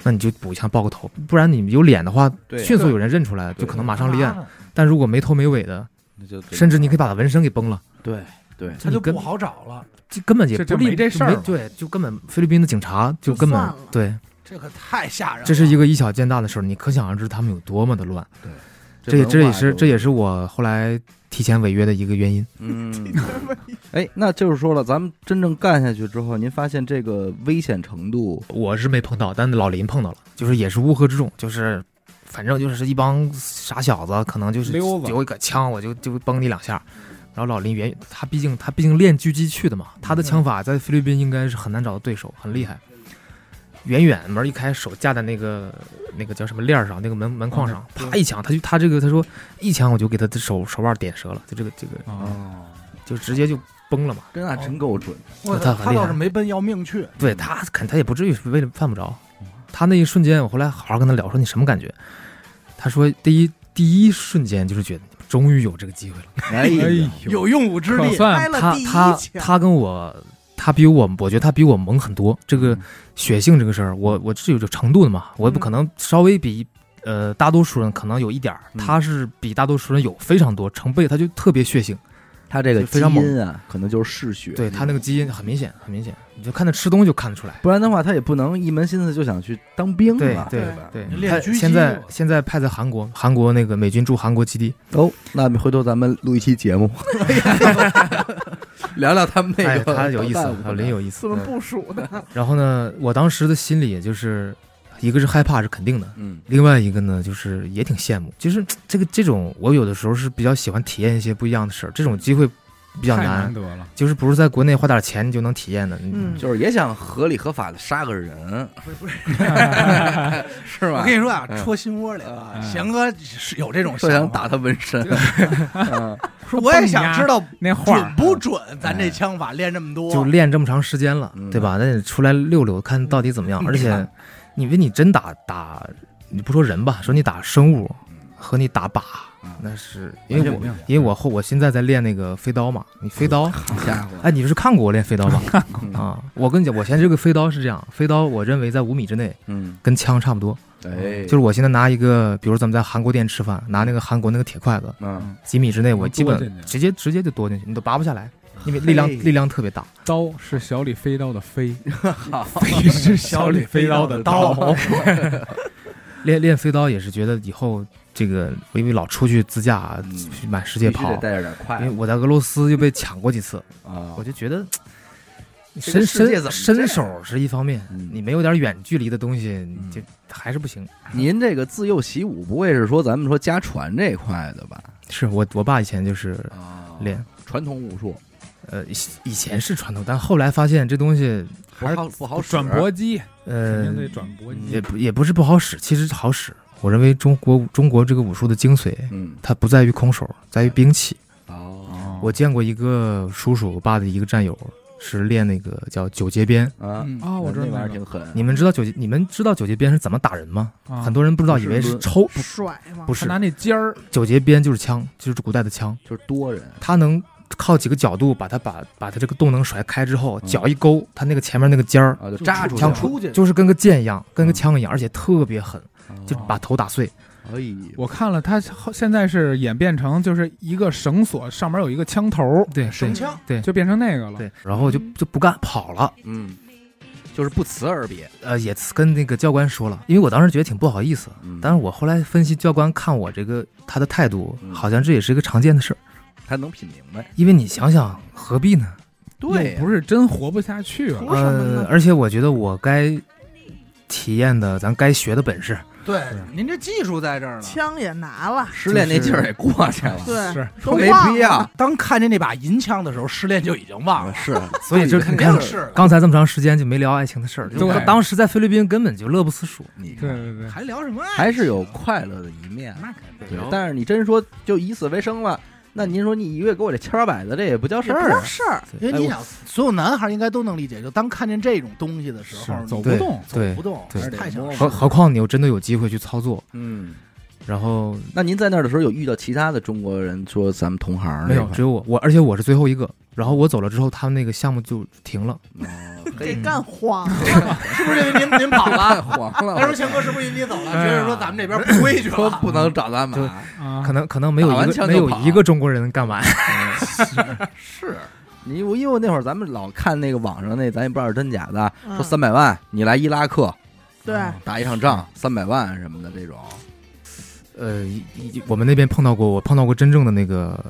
那你就补一枪爆个头，不然你有脸的话，
对，啊
迅速有人认出来，
对
就可能马上立案。但如果没头没尾的，
那就对
甚至你可以把他纹身给崩了，
对对，
他就
你根
不好找了，
这根本也
这
不
就
立
没这事儿
就
了
对，就根本菲律宾的警察就根
就
本
算了
对，
这可太吓人了。
这是一个以小见大的事儿，你可想而知他们有多么的乱。这也
文化
这也是
就
这也是我后来提前违约的一个原因。
嗯，哎，那就是说了，咱们真正干下去之后，您发现这个危险程度，
我是没碰到，但老林碰到了，就是也是乌合之众，就是反正就是一帮傻小子，可能就是
溜子
有一个枪，我就就崩你两下。然后老林原他毕竟他毕竟练狙击去的嘛，他的枪法在菲律宾应该是很难找到对手，很厉害。远远门一开，手架在那个那个叫什么链儿上，那个门门框上，
嗯
啪一枪，他就他这个他说一枪我就给他的手手腕点折了，就这个这个
啊，
哦，
就直接就崩了嘛。
真啊，真够准，
我
他
操，
很
他
厉
倒
害
是没奔要命去，
对他肯他也不至于是为了犯不着。他那一瞬间，我后来好好跟他聊，说你什么感觉？他说第一第一瞬间就是觉得终于有这个机会了。
哎
哎
呀，
呦，
有用武之
可
地。
开
算
了
他
第一
他
枪，
他跟我他比我我觉得他比我猛很多。这个血性这个事儿，我我是有这程度的嘛，
嗯
我也不可能稍微比。呃，大多数人可能有一点儿，
嗯
他是比大多数人有非常多成倍，他就特别血性，
他这个
就
基
非常猛
因啊，可能就是嗜血，
对他那个基因很明显，很明显，你就看他吃东西就看得出来。
不然的话，他也不能一门心思就想去当兵啊
对
了，
对
吧？
对，
练
他
狙击
现在
我
现在派在韩国，韩国那个美军驻韩国基地，
哦，那回头咱们录一期节目， 聊聊他们那
哎，
个导弹武器，
他有意思，老林有意思
怎。么部署的？
然后呢，我当时的心里也就是，一个是害怕是肯定的，
嗯，
另外一个呢就是也挺羡慕。其实这个这种，我有的时候是比较喜欢体验一些不一样的事儿，这种机会比较
太
难，
难得了，
就是不是在国内花点钱你就能体验的。
嗯
就是也想合理合法的杀个人， 是
我
吧
跟？你说啊，
嗯
戳心窝里了。
嗯
贤哥是有这种
就
想
想
法
打，他纹身， 嗯
说
我也想知
道
道
那画
准
儿
不准，咱
哎
这枪法练这么多，
就练这么长时间了，
嗯
对吧？那你出来溜溜，看到底怎么样。
嗯
而且，你为你真打打，你不说人吧，说你打生物和你打靶
嗯，
那是因
完
为
全
我
不一样
因为我后我现在在练那个飞刀嘛，你飞刀，
好家伙，
哎，你是看过我练飞刀吧？
嗯
啊，我跟你讲，我现在这个飞刀是这样，飞刀我认为在五米之内，
嗯，
跟枪差不多。
哎，
就是我现在拿一个，比如咱们在韩国店吃饭，拿那个韩国那个铁筷子，
嗯，
几米之内我
能
基
剁
本
进去
直接直接就剁进去，你都拔不下来，因为力量
嘿
力量特别大。
刀是小李飞刀的飞，飞是小李飞刀的刀，
练练飞刀也是觉得以后这个，我因为老出去自驾啊
嗯
去满世
必
界
须
跑
得，带着点快
因为我在俄罗斯又被抢过几次，
啊
我，就觉得
这
身
个世界怎
身
么
身手是一方面，
嗯
你没有点远距离的东西，你就还是不行。
您这个自幼习武，不会是说咱们说家传这一块的吧？
是我我爸以前就是
啊
练，
传统武术
呃，以以前是传统，但后来发现这东西，
不好不好使
转搏机肯
呃
定，得转搏
也
机，
不也不是不好使，其实好使。我认为中国中国这个武术的精髓，
嗯，
它不在于空手，在于兵器。
哦，
我见过一个叔叔，我爸的一个战友是练那个叫九节鞭。
啊，
嗯
啊，我知道
那玩意
那
儿
个
挺狠，
你们知道九节，你们知道九节鞭是怎么打人吗？
啊
很多人不知道，以为
不是抡
是抽，不
甩吗？
不
他
是
拿那尖儿
九节鞭就是枪，就是古代的枪，
就是多人，
它能靠几个角度把它把把它这个洞能甩开之后，
嗯
脚一勾，它那个前面那个尖儿
啊，就扎出去
枪
了，
出去
就是跟个箭一样，跟个
嗯
枪一样，而且特别狠，就
哦
把头打碎。
哎呦，
我看了，它后现在是演变成就是一个绳索上面有一个枪头，
对，
神枪，
对
就变成那个了。
对，然后就就不干跑了。
嗯，就是不辞而别，
呃，也跟那个教官说了，因为我当时觉得挺不好意思，
嗯
但是我后来分析教官看我这个他的态度
嗯，
好像这也是一个常见的事儿。
他能品明白，
因为你想想，何必呢？
对
又
呀，
不是真活不下去了。
图什么呢
呃，而且我觉得我该体验的，咱该学的本事，
对，您这技术在这儿呢。
枪也拿了，
失恋那劲儿也过去了，
对，
是
说
都
没
忘
必
了。
要，
当看见那把银枪的时候，失恋就已经忘了，
是，
所以就是
肯
你
定
看
是了
刚才这么长时间就没聊爱情的事儿，就
对
我当时在菲律宾根本就乐不思蜀。
你
对
看
对对，
还聊什么爱情？啊
还是有快乐的一面，
那肯定
对，但是你真说就以此为生了，那您说你一月给我这千八百的，这也不叫事
也不
儿
叫
啊。
事儿，
因
哎
为你想，所有男孩应该都能理解，就当看见这种东西的时候，
是
你
走不
对
动，
走
对
不，动，
对
还是太想
何何况你又真的有机会去操作，
嗯，
然后
那您在那儿的时候有遇到其他的中国人说咱们同行儿这
没有，
块
只有我，我而且我是最后一个。然后我走了之后，他们那个项目就停了。
儿？哦
给
嘿
嗯
干慌了。
是不是因为您您跑
太
了？
黄了，
他说强哥是不是因为你走了？
哎呀
觉得说咱们这边不规矩
说
了，
不能找咱
就
买。
啊
可能可能没有
打完
一
枪
个没
就
有
跑
一个中国人敢玩，
是你，我因为我那会儿咱们老看那个网上那，咱也不知道是真假的，
嗯
说三百万你来伊拉克
对，
嗯
打一场仗，三百万什么的这种。
呃，一一我们那边碰到过，我碰到过真正的那个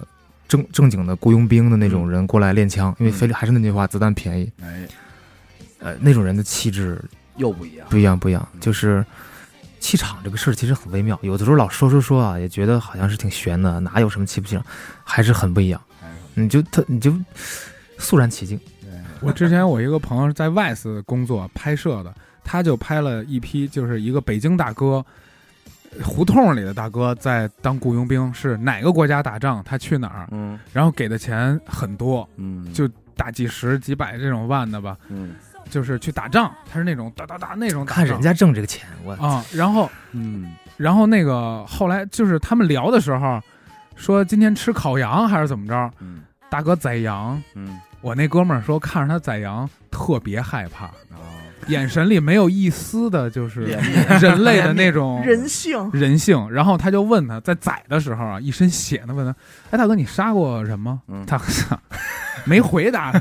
正正经的雇佣兵的那种人过来练枪，因为菲律还是那句话，子弹便宜。
哎，
呃，那种人的气质
又不一样。
不一样，不一样
嗯，
就是气场这个事儿其实很微妙，有的时候老说说说啊，也觉得好像是挺悬的，哪有什么气不气场，还是很不一样。你就他你就肃然起敬，
我之前我一个朋友是在 VICE 工作拍摄的，他就拍了一批，就是一个北京大哥，胡同里的大哥在当雇佣兵，是哪个国家打仗他去哪儿，
嗯
然后给的钱很多，
嗯，
就大几十几百这种万的吧，
嗯
就是去打仗，他是那种哒哒哒那种打
看
仗
人家挣这个钱，我
啊、然后
嗯，
然后那个后来就是他们聊的时候，说今天吃烤羊还是怎么着，
嗯
大哥宰羊，
嗯，
我那哥们儿说看着他宰羊特别害怕。
然后
眼神里没有一丝的，就是
脸
人类的那种
人性
人性。然后他就问他，在宰的时候啊，一身血呢，问他：“哎，大哥，你杀过人吗？”
嗯
他没回答，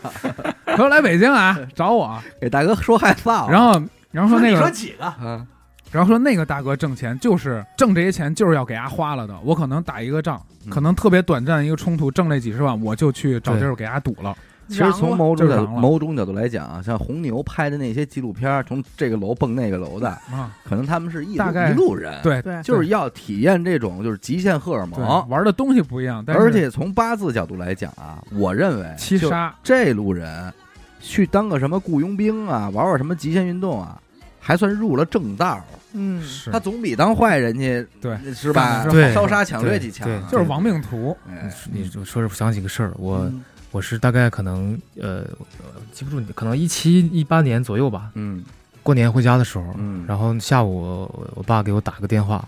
他说来北京啊，找我。
给大哥说害啊臊，
然后，然后说那
你说
个，
几 个？
啊，
然后说那个大哥挣钱就是挣这些钱就是要给他花了的。我可能打一个仗，
嗯
可能特别短暂一个冲突挣这几十万，我就去找地儿给他堵了。
其实从
嚷了
某种角度
就是狼了
某种角度来讲啊，像红牛拍的那些纪录片儿，从这个楼蹦那个楼的，
啊，
可能他们是一
大
路
概
一路人，，
对，
对
就是要体验这种就是极限荷尔
对
蒙。
玩的东西不一样，但是
哦而且从八字角度来讲啊，我认为
七
就
杀
这路人去当个什么雇佣兵啊，玩玩什么极限运动啊，还算入了正道儿。
嗯，
是
他总比当坏人去
对
是吧？
对
烧杀抢掠几强啊
对，对
就是亡命 徒。
哎。
你就说是想起个事儿，我、
嗯
我是大概可能呃呃记不住你，可能一七一八年左右吧，
嗯
过年回家的时候，
嗯，
然后下午我我爸给我打个电话，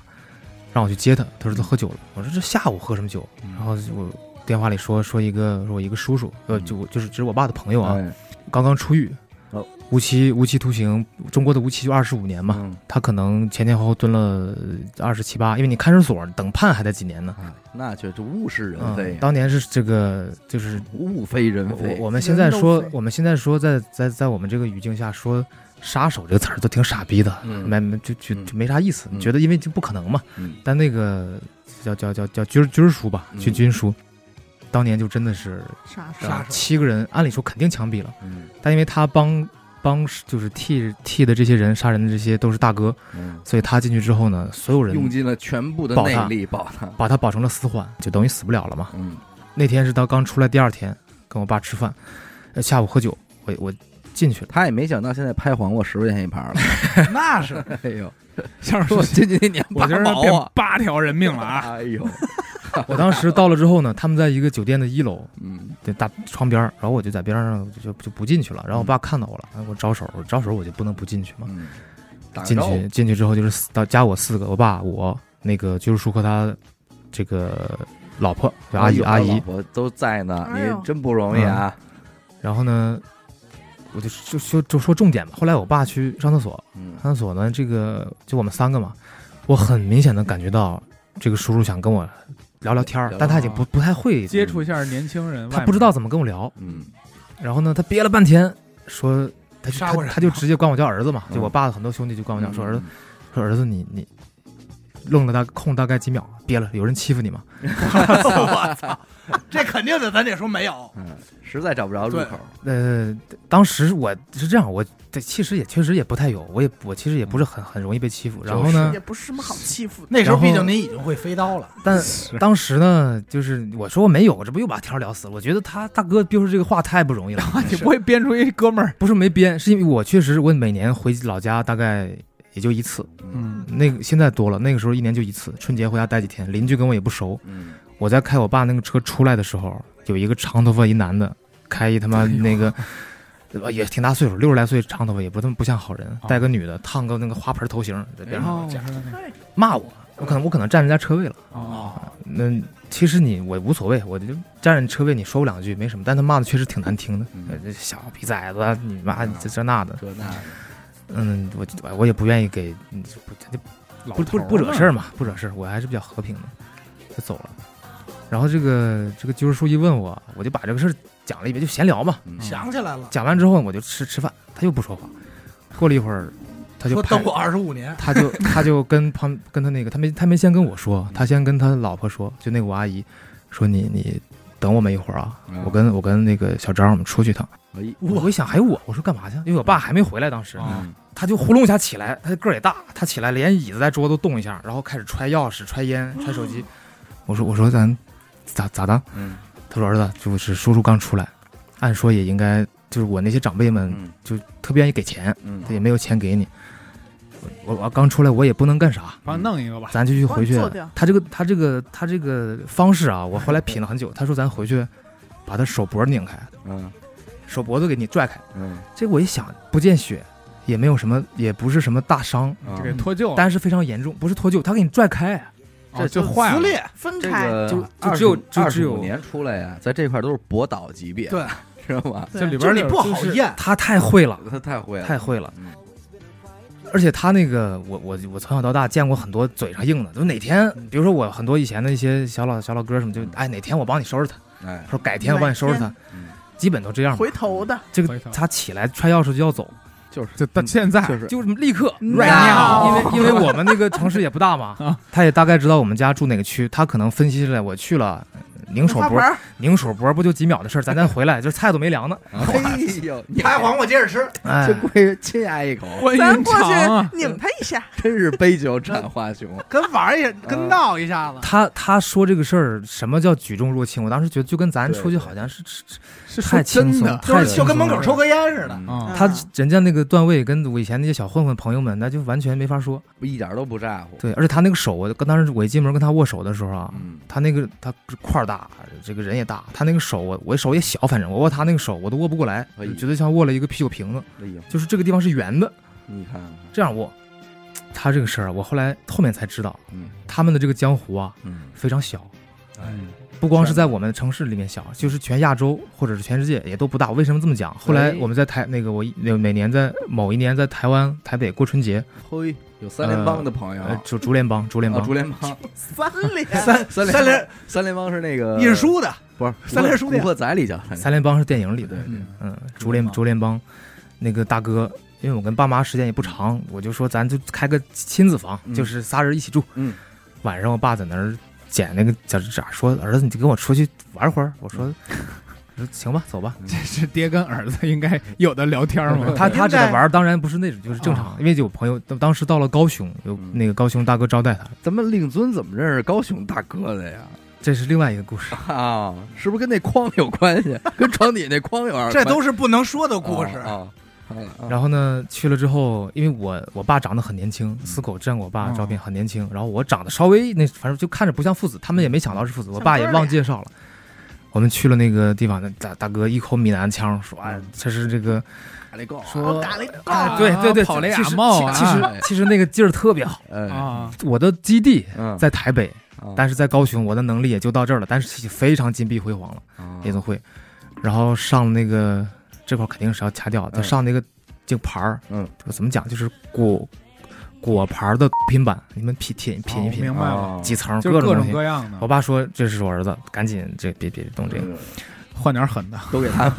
让我去接他，他说他喝酒了，我说这下午喝什么酒？
嗯
然后我电话里说说一个说我一个叔叔，呃
嗯
就就是就是我爸的朋友啊，
哎
刚刚出狱
哦，
无期无期徒刑，中国的无期就二十五年嘛，
嗯
他可能前前后后蹲了二十七八，因为你看守所等判还得几年呢。
哎那就就物是人非
嗯，
呀，
当年是这个，就是
物非人
嗯我
非。
我们现在说
人都，废
我们现在说在，在在我们这个语境下说“杀手”这个词儿都挺傻逼的，
嗯
没没就就
嗯
就没啥意思。
嗯
觉得因为就不可能嘛。
嗯
但那个叫叫叫叫军军叔吧，
嗯
军军叔，当年就真的是
啥
呃
杀
啥
手
七个人，按理说肯定枪毙了，
嗯
但因为他帮帮就是替替的这些人杀人的这些都是大哥，
嗯，
所以他进去之后呢，所有人
用尽了全部的
保
内
他
力保他。
把他保成了死缓，就等于死不了了嘛。
嗯
那天是他刚出来第二天，跟我爸吃饭，呃下午喝酒，我我进去了。
他也没想到现在拍黄瓜十块钱一盘了。
那 是
哎呦，
像是
说
说
今年一年
我
八
今儿
毛
变
啊，
八条人命了 啊！
哎呦，
我当时到了之后呢，他们在一个酒店的一楼
嗯
的大窗边儿，然后我就在边上就就就不进去了。然后我爸看到我了，哎我招手，我招手我就不能不进去嘛。
嗯，打个
进
招呼
去进去之后就是四到加我四个，我爸我那个就是叔和他这个老婆就
哎
阿姨阿姨，
我都在呢，
哎呦
你真不容易啊。
然后呢，我就就就就说重点吧。后来我爸去上厕所，
嗯
上厕所呢，这个就我们三个嘛，我很明显的感觉到这个叔叔想跟我聊聊天儿
聊，啊
但他已经不不太会，
接触一下年轻人，
他不知道怎么跟我聊。
嗯
然后呢，他憋了半天，说他就
杀过
他
人
他就直接管我叫儿子嘛，
嗯
就我爸的很多兄弟就管我叫说儿子，
嗯，
说儿子你你。愣了大空大概几秒，憋了，有人欺负你吗？
我操，这肯定的，咱得说没有。
嗯，实在找不着入口。
呃，当时我是这样，我这其实也确实也不太有，我也我其实也不是很很容易被欺负。然后呢
也，不是什么好欺负的。
那时候
然后
毕竟您已经会飞刀了，
但当时呢，就是我说我没有，这不又把天儿聊死了。我觉得他大哥憋出这个话太不容易了，
你不会编出一哥们儿，
不是没编，是因为我确实我每年回老家大概也就一次，
嗯
嗯
那个现在多了，那个时候一年就一次，春节回家待几天，邻居跟我也不熟，
嗯
我在开我爸那个车出来的时候，有一个长头发一男的开一他妈
哎呦
那个。呃也挺大岁数，六十来岁，长头发也不他妈不像好人，
哦
带个女的，烫个那个花盆头型，在边上
哦，我知道那个
骂我，我可能我可能占人家车位了。
哦，
那其实你我无所谓，我就占着你车位，你说我两句没什么，但他骂的确实挺难听的，
嗯
呃这小逼崽子，你妈
嗯
这这那的，
这那的
嗯，我我也不愿意给，嗯不就
老
不不
头儿啊
不惹
呢
事儿嘛，不惹事儿，我还是比较和平的，就走了。然后这个这个军事书记问我，我就把这个事儿讲了一遍，就闲聊嘛。
嗯
想起来了，
讲完之后我就吃吃饭，他又不说话。过了一会儿，他就
说
拍
等我二十五年，
他就他就跟旁跟他那个他没他没先跟我说，他先跟他老婆说，就那个我阿姨说你你等我们一会儿啊
嗯，
我跟我跟那个小张我们出去一趟。
哎
我一想还有我，我说干嘛去？因为我爸还没回来，当
嗯
时
啊
他就呼隆一下起来，他个儿也大，他起来连椅子带桌子都动一下，然后开始揣钥匙、揣烟、揣手机。我说我说咱咋咋的？
嗯
他说儿子就是叔叔刚出来，按说也应该就是我那些长辈们
嗯
就特别愿意给钱，
嗯
他也没有钱给你。我我我刚出来我也不能干啥，
帮我弄一个吧。
咱就去回去
帮你做掉。
他这个他这个他这个方式啊，我后来品了很久。他说咱回去把他手脖拧开，
嗯
手脖子给你拽开。
嗯
这我一想，不见血，也没有什么，也不是什么大伤，
啊
就给脱臼了，
但是非常严重，不是脱臼，他给你拽开，啊
哦
这
就坏
撕
了，
裂，
分
这
开，
个
就就
二十
只有就
二
只
十
有
五年出来呀，在这块都是博导级别，
对，
知道吧？
对
这里
就
边
是你
儿
不
就
好
是
验，
他太会了，
他太会了，
太会了。
嗯
而且他那个，我我我从小到大见过很多嘴上硬的，就哪天，比如说我很多以前的一些小老小老哥什么，就哎哪天我帮你收拾他，
哎，
说改天我帮你收拾他
嗯，
基本都这样吧。
回头的，
这
回
个
头
他起来揣钥匙就要走，
就是
就到现在
就是
就是立刻
Right
now
因为因为我们那个城市也不大嘛
啊，
他也大概知道我们家住哪个区，他可能分析出来我去了呃拧手
花盆
脖，
儿
拧手脖不就几秒的事儿，咱再回来就是菜都没凉呢。
哎呦，你
开黄瓜接着 吃，
哎
这，贵人亲挨一口，
关
咱
云
过
长啊，
去拧他一下，
真是杯酒斩花熊。
跟玩儿一下，
嗯
跟闹一下子，
他他说这个事儿什么叫举重若轻，我当时觉得就跟咱
对
出去好像是是是
是
太
说
轻
真
松，
的
就
太
是就跟门口抽
个。
根烟似的，
嗯，
啊，
他
嗯
人家那个段位跟我以前那些小混混朋友们，那就完全没法说。
一点都不在乎。
对，而且他那个手，我跟当时我一进门跟他握手的时候啊，
嗯，
他那个他块儿大，这个人也大，他那个手我我手也小，反正我握他那个手我都握不过来，
哎
我觉得像握了一个啤酒瓶子，
哎呦，
就是这个地方是圆的，
你看看，
这样握。他这个事儿，啊我后来后面才知道，
嗯
他们的这个江湖啊
嗯，
非常小，
哎，
不光是在我们城市里面小，就是全亚洲或者是全世界也都不大。我为什么这么讲？后来我们在台那个我一那每年在某一年在台湾台北过春节，
嘿，有三联帮的朋友，
呃，就竹联帮，竹联
啊，
帮，
哎竹联帮，
三连，
三 三
三
联
联
三联帮是那
嗯
个
印，书的，
不是
三联书店
古惑仔里叫三联
三联帮是电影里的
对，对
嗯
嗯，
竹
竹
联
联
帮
竹联帮那个大哥，因为我跟爸妈时间也不长，我就说咱就开个亲子房，
嗯
就是仨人一起住。
嗯，
晚上我爸在那儿捡那个脚趾甲，说儿子你就跟我出去玩会儿。我说，
嗯
我说行吧，走吧。
这是爹跟儿子应该有的聊天吗？
嗯
啊
他他
应
这个
该
玩儿当然不是那种，就是正常，因为有朋友当当时到了高雄，有
嗯
那个高雄大哥招待他，
咱们令尊怎么认识高雄大哥的呀？
这是另外一个故事。
啊，是不是跟那框有关 系？跟床底那框有
啊
点关系？
这都是不能说的故
哦
事，
啊，啊
然后呢，去了之后，因为我我爸长得很年轻，
嗯
死狗镇我
哦
爸照片很年轻，然后我长得稍微那反正就看着不像父子，他们也没想到是父子，我爸也忘介绍了。我们去了那个地方，那大大哥一口闽南腔说：“
嗯
哎，这是这个
打那够啊，
说
我打了一
啊
杠，
对对对，
跑了
其实
俩帽啊
其其实其实那个劲儿特别好。
哎，
啊，
我的基地
嗯，
在台北，
哦
但是在高雄，我的能力也就到这儿了，但是非常金碧辉煌了
哦
哦
夜总会。然后上那个这块儿肯定是要掐掉，
嗯
他上那个这个牌儿，
嗯，
怎么讲，就是果果盘儿的拼板，你们品品品一
哦
品
明，白了
啊
几层
就是
种
各
东
种
西。
各样的哦
我，爸说这是我儿子，赶紧这别别动
嗯
这个。
嗯
换点狠的，
都给他们，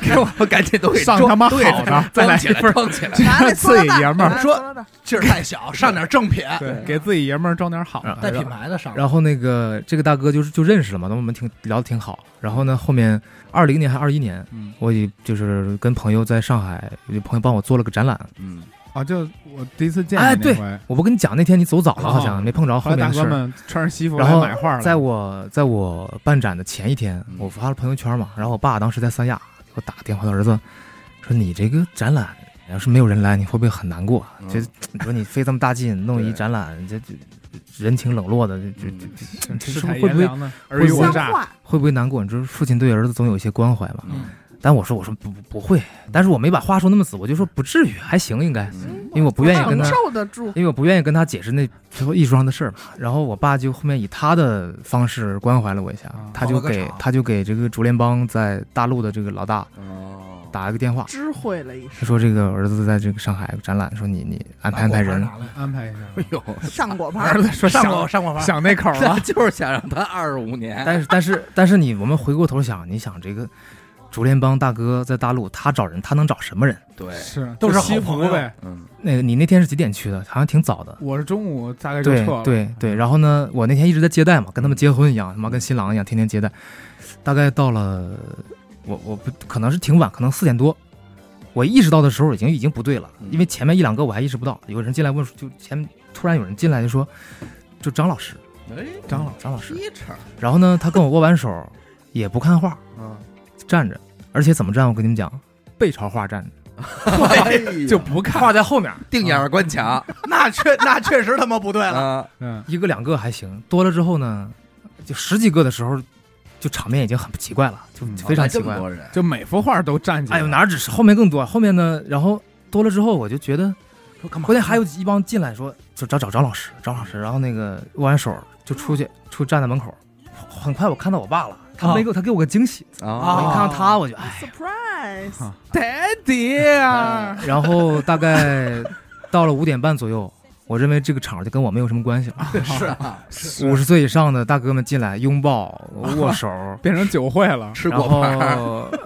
给我赶紧都给
上
装
他妈
都给
好的
装
再来
起
一
来
份儿
装起来。
拿那塑料
自己
袋
爷们
拿
儿
那
说
塑料袋
劲儿太小，上点正品，
对，给自己爷们儿装点好
嗯
的，
带品牌的上，
然后那个这个大哥就是就认识了嘛，那我们挺聊的挺好。然后呢，后面二零年还二一年，
嗯
我也就是跟朋友在上海，有朋友帮我做了个展览。
嗯，
啊，就我第一次见你
哎
那
对
回
我不跟你讲，那天你走早了，好
哦
像没碰着
啊后
后
来
面
大
的事
哥
儿。
们穿着西服
然
来
后
买画了，
在我在我办展的前一天
嗯，
我发了朋友圈嘛，然后我爸当时在三亚，给我打电话，他儿子说：“你这个展览要是没有人来，你会不会很难过？
嗯
就你说你费这么大劲弄一
对
展览，这这人情冷落的，就就
嗯
挺
是
惨
会不会
炎凉的尔虞
不
我
会
像
诈，
话，
会不会难过？你就是父亲对儿子总有一些关怀嘛。
嗯
但我说我说不不不会，但是我没把话说那么死，我就说不至于，还行应该，
嗯
因为我不愿意跟
承
他
受得住。
因为我不愿意跟他解释那最后艺术上的事儿嘛。然后我爸就后面以他的方式关怀了我一下，
啊
他就
捧了个
给
场
他就给这个竹联帮在大陆的这个老大
哦，
打了个电话，
知会了一
他
声，
说这个儿子在这个上海展览，说你你安排安排人。
安排一下。
嗯哎
上果盘
儿
儿，
子说
上
想
过上过房，
想那口
他
了，
就是想让他二十五年，
但是但是但是你我们回过头想，你想这个竹联帮大哥在大陆，他找人他能找什么人？
对，
是
都是
就
好
西服
朋友
呗。
嗯
那个你那天是几点去的？好像挺早的。
我是中午大概就
对
撤了，嗯
对对，然后呢，我那天一直在接待嘛，跟他们结婚一样，他妈跟新郎一样，天天接待。大概到了，我我不可能是挺晚，可能四点多，我意识到的时候已经已经不对了，
嗯
因为前面一两个我还意识不到，有人进来问，就前面突然有人进来就说，就张老师，
哎，
张老张老师，
，teacher，
然后呢，他跟我握完手，也不看画，
嗯，
站着，而且怎么站？我跟你们讲，背朝画站着，
哎嗯呀
就不看，
画在后面，
定眼儿观墙
那确那确实他妈不对了。
啊，
嗯，
一个两个还行，多了之后呢，就十几个的时候，就场面已经很奇怪了，就
嗯
非常奇
这么
怪。
多人，
就每幅画都站起来，
哎呦，哪只是后面更多，后面呢，然后多了之后，我就觉得
说干嘛？
关键还有一帮进来说就找找张老师，张老师，然后那个握完手就出去，出去站在门口，很快我看到我爸了，他没给我他给我个惊喜，我一
啊
看到他我就 哎，
，surprise，
，Daddy 啊，
然后大概到了五点半左右。我认为这个场就跟我没有什么关系了。
是
五十岁以上的大哥们进来拥抱、握手，
变成酒会了，
吃
然
果
后
盘儿，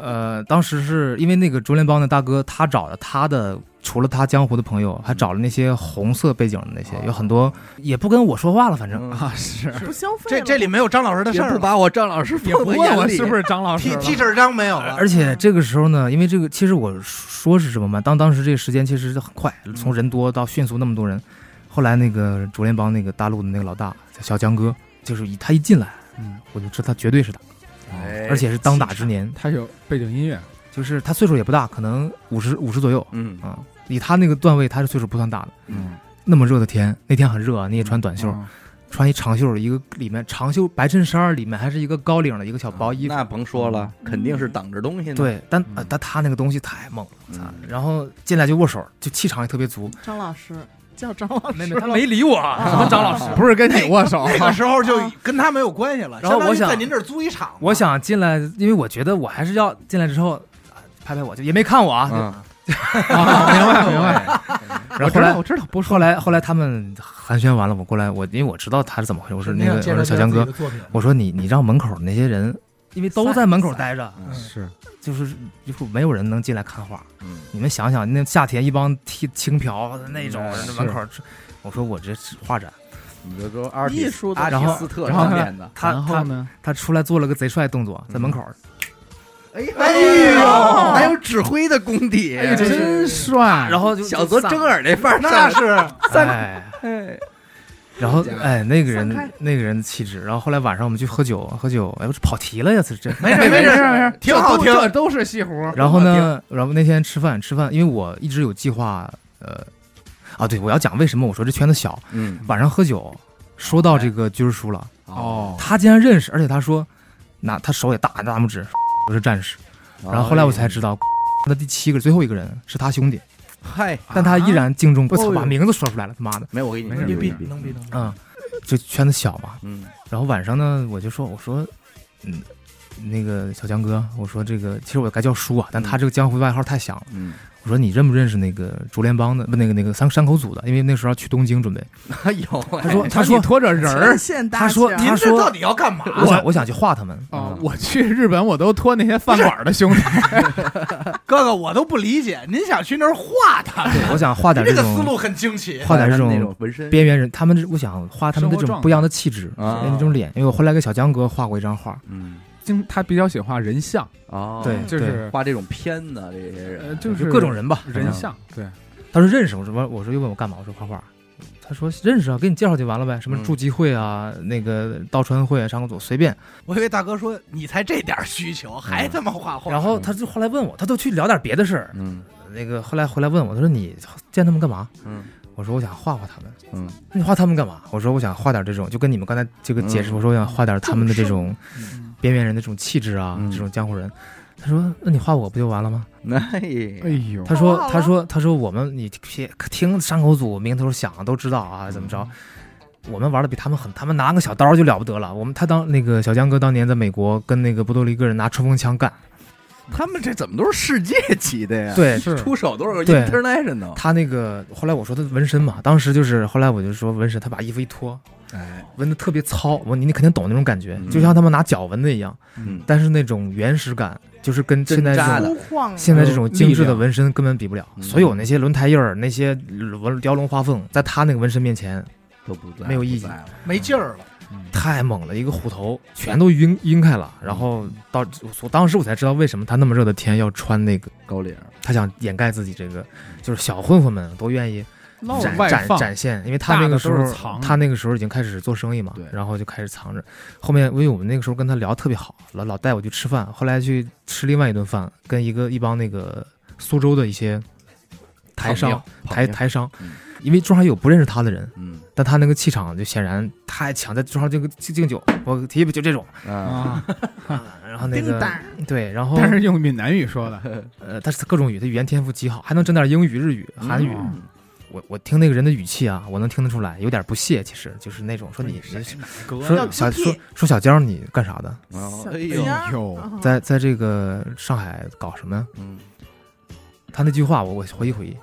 呃，当时是因为那个竹联帮的大哥，他找了他的除了他江湖的朋友，还找了那些红色背景的那些，有很多也不跟我说话了，反
嗯
正。
啊，是
不消费
这
了
这里没有张老师的
也
事
不
儿吧
把我张老师
也
放
不
在
问
眼
我
里，
是不是张老师
？T
了
T 恤章没有了，
而且这个时候呢，因为这个其实我说是什么嘛，当当时这个时间其实很快，
嗯
从人多到迅速那么多人。后来那个竹联帮那个大陆的那个老大叫小江哥，就是一他一进来，
嗯，
我就知道他绝对是他，
哎
而且是当打之年，
他有背景音乐，
就是他岁数也不大，可能五十五十左右
嗯
啊、以他那个段位，他是岁数不算大的。
嗯，
那么热的天，那天很热啊，你也穿短袖，
嗯
穿一长袖，一个里面长袖白衬衫，里面还是一个高领的一个小薄衣服。
那甭说了，肯定是挡着东西呢，，
对，但、
嗯
呃但他那个东西太猛了，操
嗯！
然后进来就握手，就气场也特别 足。啊
张老师叫张老师
没
了，
没，他没理我，什么张老师？
不是跟你握手，
那个时候就跟他没有关系了。
然后
相当于
我想
在您这儿租一场嘛，
我想进来，因为我觉得我还是要进来之后啊拍拍我，就也没看我啊。
嗯，
啊明白明白。
然后
我知
后来
道我知道，不说
后来后来他们寒暄完了，我过来，我因为我知道他是怎么回事，我说那个我说小江哥，，我说你你让门口那些人，因为都在门口待着，
嗯
是
就是就是没有人能进来看画。
嗯
你们想想，那夏天一帮剃青瓢的那种
嗯
人在
是
门口吃，我说我这是画展，
你就说阿尔
艺
比
术
阿
的
然
尔
后
比斯特
然后
上
他
面的，
他
然后
他
呢？
他出来做了个贼帅动作，在门口，
哎
哎
呦
还有指挥的功底，嗯
哎，真帅！
然后就
小泽征，尔那范儿
那
上
是
就散了哎，
哎，
然后
散开
哎那个人
散开
那个人的气质，然后后来晚上我们去喝酒喝酒，哎我这跑题了呀，这这。
没事
没
没
事
事
没事，
挺好听
这都是西湖。
然后呢，然后那天吃饭吃饭，因为我一直有计划，呃，啊对，我要讲为什么我说这圈子小，
嗯
晚上喝酒说到这个军叔了。
哦，
他竟然认识，而且他说，拿他手也大大拇指，不是战士。
哎哦
然后后来我才知道，他的第七个最后一个人是他兄弟，
嗨，
但他依然敬重。我操，
哦呦
把名字说出来了，他妈的，
没有我给你
没事
牛逼
逼能逼能逼，
嗯，这圈子小嘛。
嗯
然后晚上呢，我就说，我说，嗯，那个小江哥，我说这个其实我该叫叔啊，但他这个江湖外号太响了。
嗯，
我说你认不认识那个竹联帮的，不那个那个山山口组的？因为那时候要去东京准备。
哎呦，
他说他
你
说嗯
拖着人儿
前线大
他说
将
他
您这到
说
底要干嘛？
我想我想去画他们。
啊
嗯！
我去日本，我都托那些饭馆的兄弟，
哥哥，我都不理解，您想去那儿画他，
对，我想画点
这
这
个思
种
路很惊奇。
画点这
哎那
种
种纹身
边缘人，他们这我想画他们那
生
种
活状
不一样的气质，哎
啊
那种脸。因为我后来给小江哥画过一张画，
嗯
经他比较喜欢画人像，
哦，
对，
就是
画这种片子这些
呃，
人，
就是
对各种人吧。
人像，嗯对，
他说认识我说我说又问我干嘛，我说画画。他说认识啊，给你介绍就完了呗，什么
嗯
筑基会啊，那个道川会、啊，上古组随便。
我以为大哥说你才这点需求，还他妈画画，
嗯然后他就后来问我，他都去聊点别的事儿。
嗯
那个后来回来问我，他说你见他们干嘛？
嗯，
我说我想画画他们。
嗯，
那你画他们干嘛？我说我想画点这种，就跟你们刚才这个解释，
嗯
我说我想画点他们的这种
嗯
边缘人的这种气质啊，
嗯
这种江湖人。他说：“那你画我不就完了吗
那、？”
哎
嗯
呦，
他说
好啊：“好啊
他说他说我们你听听山口组名头响都知道
嗯
啊，怎么着？我们玩的比他们狠，他们拿个小刀就了不得了。我们他当那个小江哥当年在美国跟那个波多黎各人拿冲锋枪干，
他们这怎么都是世界级的呀？，
对
是
出手都是
对
international。
他那个后来我说他纹身嘛，当时就是后来我就说纹身，他把衣服一脱，
哎，
纹的特别糙，我你你肯定懂那种感觉
嗯，
就像他们拿脚纹的一样，
嗯，
但是那种原始感就是跟现在
针
这
扎
种
的
粗犷
现在这种精致
力
的
量
纹身根本比不了，
嗯
所有那些轮胎印儿、那些纹雕龙画凤，在他那个纹身面前
都不在
没有意义
不在了
没劲儿了。
太猛了，一个虎头全都晕晕开了，然后到我当时我才知道为什么他那么热的天要穿那个，
高领，
他想掩盖自己这个，就是小混混们都愿意
露
展
外
展
放，
展现，因为他那个时
大的都
候
是藏，
他那个时候已经开始做生意嘛
对，
然后就开始藏着。后面因为我们那个时候跟他聊得特别好，老老带我去吃饭，后来去吃另外一顿饭，跟一个一帮那个苏州的一些台商
跑庙
台
跑庙
台商
嗯，
因为桌上有不认识他的人，
嗯
但他那个气场就显然太强，在桌上这个敬敬酒，我提一杯酒这种，
啊，
啊，
然后那
叮
个
当，
对，然后
但是用闽南语说的，
呃，但是他各种语，他语言天赋极好，还能整点英语、日语、韩语。哦
嗯
我我听那个人的语气啊，我能听得出来，有点不屑，其实就是那种说你你
说
说小说说小江你干啥的，
哦
小
哎呦，
哎呦，
在在这个上海搞什么呀？
嗯，
他那句话我我回忆回忆，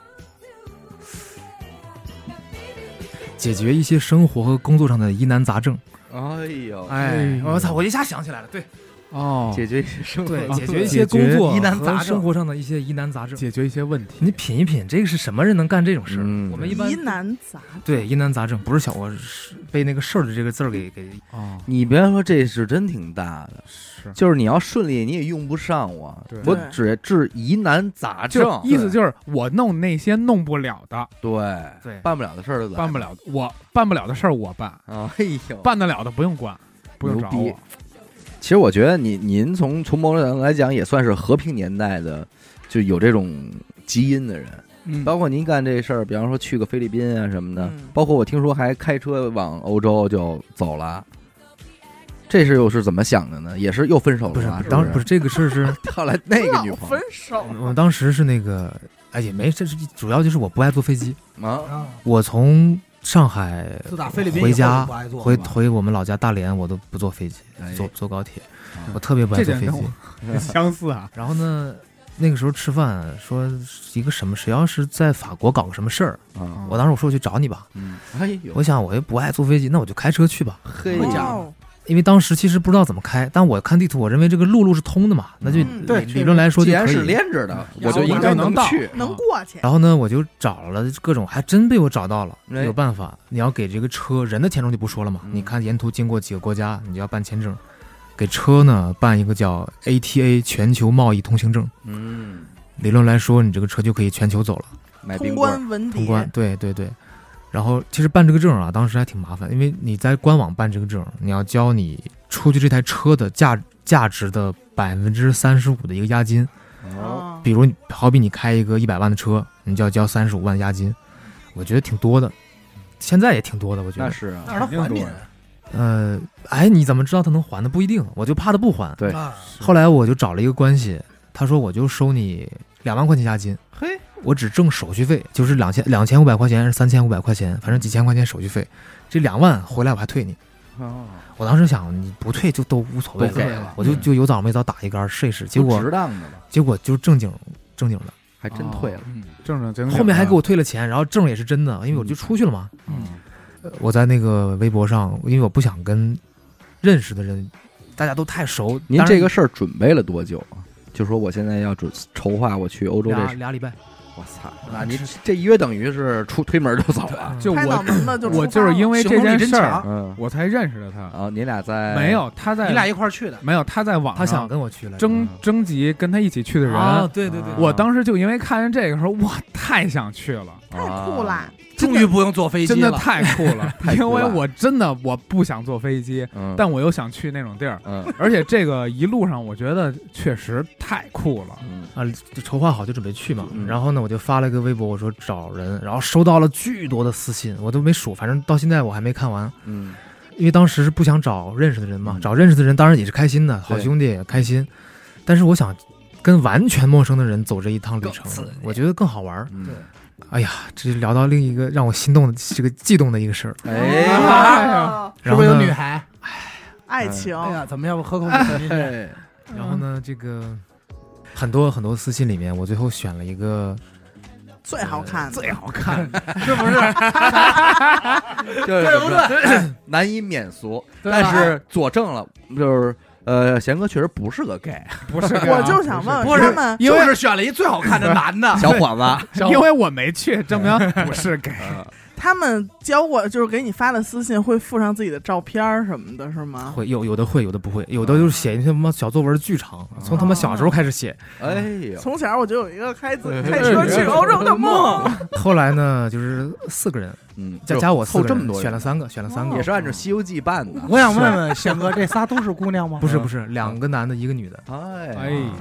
解决一些生活和工作上的疑难杂症。
哎呦，
哎，我操！我一下想起来了，对
哦，
解决一些生活
对，
方
哎解
面
决一
解
些工
决
作
疑难杂症
和生活上的一些疑难杂症。
解决一些问题，
你品一品，这个是什么人能干这种事儿？
嗯
我们一般
疑难杂，
对疑难杂症不是小我是被那个“事儿”的这个字儿给给
哦，
你别说，这是真挺大的，
是，
就是你要顺利，你也用不上我
对，
我只治疑难杂症，
就意思就是我弄那些弄不了的、
对
对
办不了的事儿就来
办不了的，我办不了的事儿我办，
啊，哎呦，
办得了的不用管，不用找
牛
我
逼。其实我觉得你您从从某种角度来讲，也算是和平年代的就有这种基因的人，
嗯
包括您干这事儿，比方说去个菲律宾啊什么的，
嗯
包括我听说还开车往欧洲就走了。这是又是怎么想的呢？也是又分手了
不是
吧？
当
啊是
不是这个事儿是
后来那个女
老
朋
分手，
我当时是那个，哎，也没，这是主要就是我不爱坐飞机。
友啊，
啊，
我从上海
自打菲律宾
回
以后
家
就不爱做
回
了吧
回我们老家大连，我都不坐飞机，
哎
坐坐高铁
啊，
我特别不爱
这
坐
点
飞
跟
机。
哎
我相似啊，
然后呢，那个时候吃饭说一个什么，谁要是在法国搞个什么事儿，
啊，
我当时我说我去找你吧。
嗯，哎呦
哦我，想我又不爱坐飞机，那我就开车去吧。
嘿
我
呀，
讲
哦
因为当时其实不知道怎么开，但我看地图，我认为这个路路是通的嘛，那就
嗯
对
理理论来说
既
就
然
可
是
以。
连着的，
嗯
我就应该
然后我就能
去。
能过去，
然后呢，我就找了各种，还真被我找到了。
哎
有办法，你要给这个车人的签证就不说了嘛，
嗯
你看沿途经过几个国家，你就要办签证。给车呢办一个叫 ATA 全球贸易通行证，
嗯，
理论来说，你这个车就可以全球走了，
买
通
冰棍儿，
关文
通
哎
牒，
关。对对对。然后其实办这个证啊，当时还挺麻烦，因为你在官网办这个证，你要交你出去这台车的价价值的百分之三十五的一个押金。
哦，
啊
比如你好比你开一个一百万的车，你就要交三十五万押金，我觉得挺多的，现在也挺多的，我觉
那
得。
是啊，
但是他还
肯定
你
多
呃，哎，你怎么知道他能还呢？不一定，我就怕他不还。
对
啊，
后来我就找了一个关系，他说我就收你两万块钱押金，
嘿，
我只挣手续费，就是两千两千五百块钱还是三千五百块钱，反正几千块钱手续费，这两万回来我还退你。
哦，
我当时想，你不退就都无所谓
都给了
我就
嗯
就有枣没枣打一杆试一试。结
都
果
值当的吧，
结果就正经正经的，
还真退了。
嗯，
哦正正经经的。
后面还给我退了钱，然后证也是真的，因为我就出去了嘛。
啊嗯
呃我在那个微博上，因为我不想跟认识的人，大家都太熟。
您
当然
这个事儿准备了多久啊？就说我现在要准筹划我去欧洲这
俩
事，
俩礼拜，
我操，那您这一约等于是出推门啊就走
嗯
了。
就
拍脑
我
门了就
我
出发
就是因
了
为这件事
行动力真
儿，
强
嗯，
我才认识了他。
然后你俩在
没有他在，
你俩一块儿去的，
没有他在网
他
上
想跟我去了。
征
嗯
征集跟他一起去的人，
啊，对对对，
啊，
我当时就因为看见这个时候，哇，太想去了，
太酷了，
终于不用坐飞机
真的
了。
太酷了
太酷
因为
了
我真的我不想坐飞机，
嗯，
但我又想去那种地儿，
嗯
而且这个一路上我觉得确实太酷了。
嗯
啊，就筹划好就准备去嘛。
嗯
然后呢，我就发了一个微博，我说找人，然后收到了巨多的私信，我都没数，反正到现在我还没看完，
嗯
因为当时是不想找认识的人嘛
嗯，
找认识的人当然也是开心的，好兄弟也开心，但是我想跟完全陌生的人走这一趟旅程
更刺激，
我觉得更好玩儿。
嗯，
哎呀，这就聊到另一个让我心动的这个悸动的一个事儿，
哎呀，
哦
是
然
不
后
是有
呢
女孩？
爱情，
哎呀，咱们要不喝口 水？
哎
然后呢，这个很多很多私信里面，我最后选了一个
最好看的，
最好看，
是不是？
就是
对不对？
难以免俗，
对吧
啊
但是佐证了，就是呃，贤哥确实不是个 gay。
不是啊这样，
我就想问
不
问
是
他们，
因
就
为
是选了一最好看的男的
小伙子，
小
因为我没去，证明不是 gay。
他们教过，就是给你发的私信会附上自己的照片儿什么的，是吗？
会有有的会，有的不会，有的就是写一些他妈小作文巨
哦
长，从他妈小时候开始写，
哎 呦，
从小我就有一个开自
哎
开车去欧洲 的梦，
后来呢就是四个人，
嗯，
加
就
加我四
凑
个
这
人
么多人，
选了三个，选了三个，
哦
也是按照《西游记》办的，
我想问问宪哥，这仨都是姑娘吗？
不是不是两个男的，一个女的。
哎
哎
呀，
呦，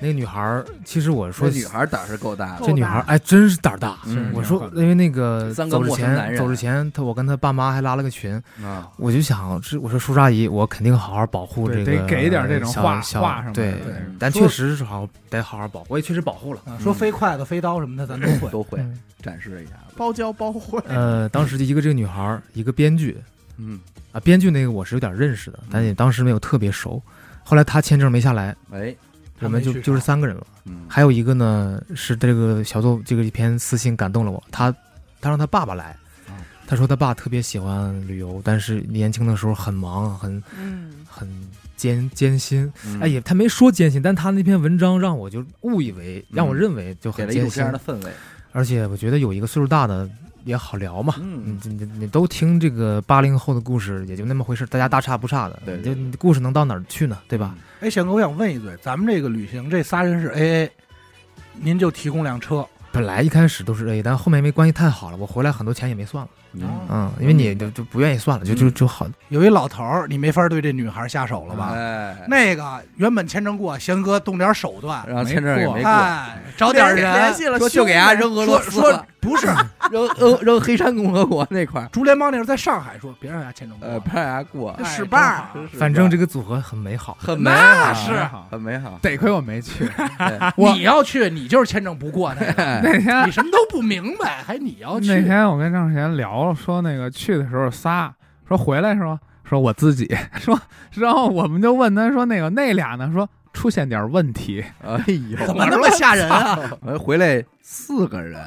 那个女孩儿，其实我
说
说
女孩胆儿是够大的，
这女孩儿哎，真是胆儿大。
嗯
我说，因为那个
三个
走之
陌生男
前，
人
走之前，她我跟她爸妈还拉了个群，
啊，
我就想，这我说叔叔阿姨，我肯定好好保护这
对
个，
得给点这种
小
话
小
话什么的
对
对，
但
说
确实是好得好好保，我也确实保护了。
啊，说飞筷子、飞刀什么的，咱都会。
都会
嗯
展示一下子，
包教包会，
呃，当时就一个这个女孩儿，一个编剧
嗯，
啊，编剧那个我是有点认识的，但也当时没有特别熟。后来她签证没下来，
哎，
她
我们
没
就
去啊
就是
上
三个人了。
嗯，
还有一个呢，是这个小作这个一篇私信感动了我，他他让他爸爸来
啊，
他说他爸特别喜欢旅游，但是年轻的时候很忙，很
嗯，
很艰艰辛。
嗯
哎，也他没说艰辛，但他那篇文章让我就误以为，
嗯
让我认为就
给
很
了一
艰
种
辛
这。样的氛围，
而且我觉得有一个岁数大的也好聊嘛。你
嗯，
你你你都听这个八零后的故事，也就那么回事，大家大差不差的。
对
你
对
就你故事能到哪儿去呢？对吧？
哎，宪哥，我想问一嘴，咱们这个旅行这仨人是 A A，您就提供辆车，
本来一开始都是 A，但后面因为关系太好了，我回来很多钱也没算了。
嗯，
嗯，因为你就就不愿意算了，就
嗯
就就好。
有一老头儿，你没法对这女孩下手了吧？
哎，
那个原本签证过，贤哥动点手段，
然后签证也没过，啊
哎，找点
联
人
系了
说
兄弟，
就给人家扔俄罗
说
斯
说
了，
不是
扔扔扔黑山共和国那块儿，
竹联帮那是在上海说，别让人家签证
呃，
过，
不让人家过，
哎
使绊儿，
真好
反正这个组合很美好，
很美好，
那是
好
很美好，
得亏我没去。我
啊你要去，你就是签证不过那个，
哎
那天
你什么都不明白，还你
哦
要
那
去，
天我跟张世贤聊了，说那个去的时候仨，说回来说说我自己， 说然后我们就问他说那个那俩呢，说出现点问题，
哎呦，
怎么那么吓人啊？
我回来四个人，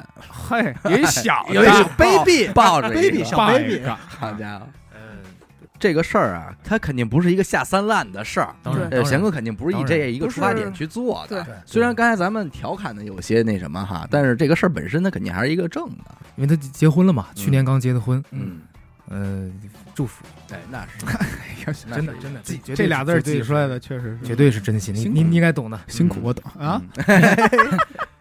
哎
嘿，有一哎小
有一
的
小 baby
抱着一个
baby 小
抱一
baby，
个，
好家伙，这个事儿啊，它肯定不是一个下三滥的事儿。
当然，
对
呃，
当
贤
然
哥肯定不是以这一个出发点去做的。
对
对
虽然刚才咱们调侃的有些那什么哈，但是这个事儿本身它肯定还是一个正的。
因为他结婚了嘛，去年刚结的婚，
嗯，
嗯，祝福，
对，那 是那
真的
是
真的，绝对
这俩字儿
绝对
挤
是
出来的确实是
绝对是真心，你
辛苦
你你应该懂的。
辛苦，我懂啊。，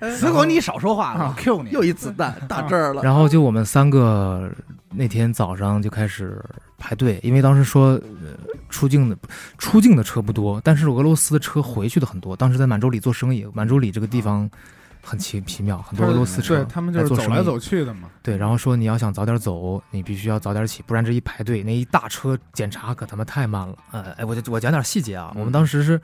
嗯
死狗你少说话了，
啊
我 Q 你
又。一子弹打这 儿了。
然后就我们三个那天早上就开始排队，因为当时说、呃、出境的出境的车不多，但是俄罗斯的车回去的很多。当时在满洲里做生意，满洲里这个地方很奇奇妙，很多俄罗斯车
对他们就是
做
走
生
来
意
走去的嘛，
对，然后说你要想早点走，你必须要早点起，不然这一排队那一大车检查可他妈太慢了。呃，哎，我就我讲点细节啊，
嗯
我们当时是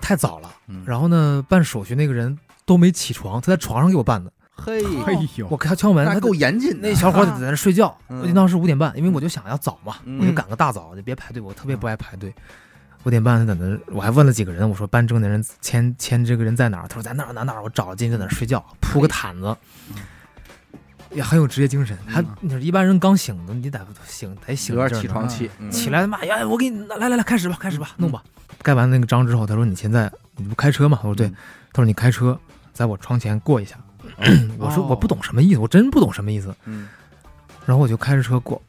太早了，
嗯
然后呢办手续那个人都没起床，他在床上给我办的，
嘿，
哦
哎呦
我，给他敲门，
那
他
够严谨的
那小伙子在那睡觉，
嗯
我就当时五点半，因为我就想要早嘛，
嗯
我就赶个大早，就别排队，我特别不爱排队。五点半他在那，我还问了几个人，我说办证的人签签这个人在哪儿？他说在哪儿哪儿哪儿，我找了进去在那儿睡觉，铺
哎
个毯子，
嗯
也很有职业精神。还
嗯
你说一般人刚醒的，你得醒得醒
有点起
一阵儿呢
床嗯气，嗯
起来妈呀，我给你来来来，开始吧，开始吧，弄吧。盖完那个章之后，他说你现在你不开车吗？我说对，
嗯
他说你开车在我窗前过一下。 我说
哦
我不懂什么意思，我真不懂什么意思。
嗯
然后我就开着车过，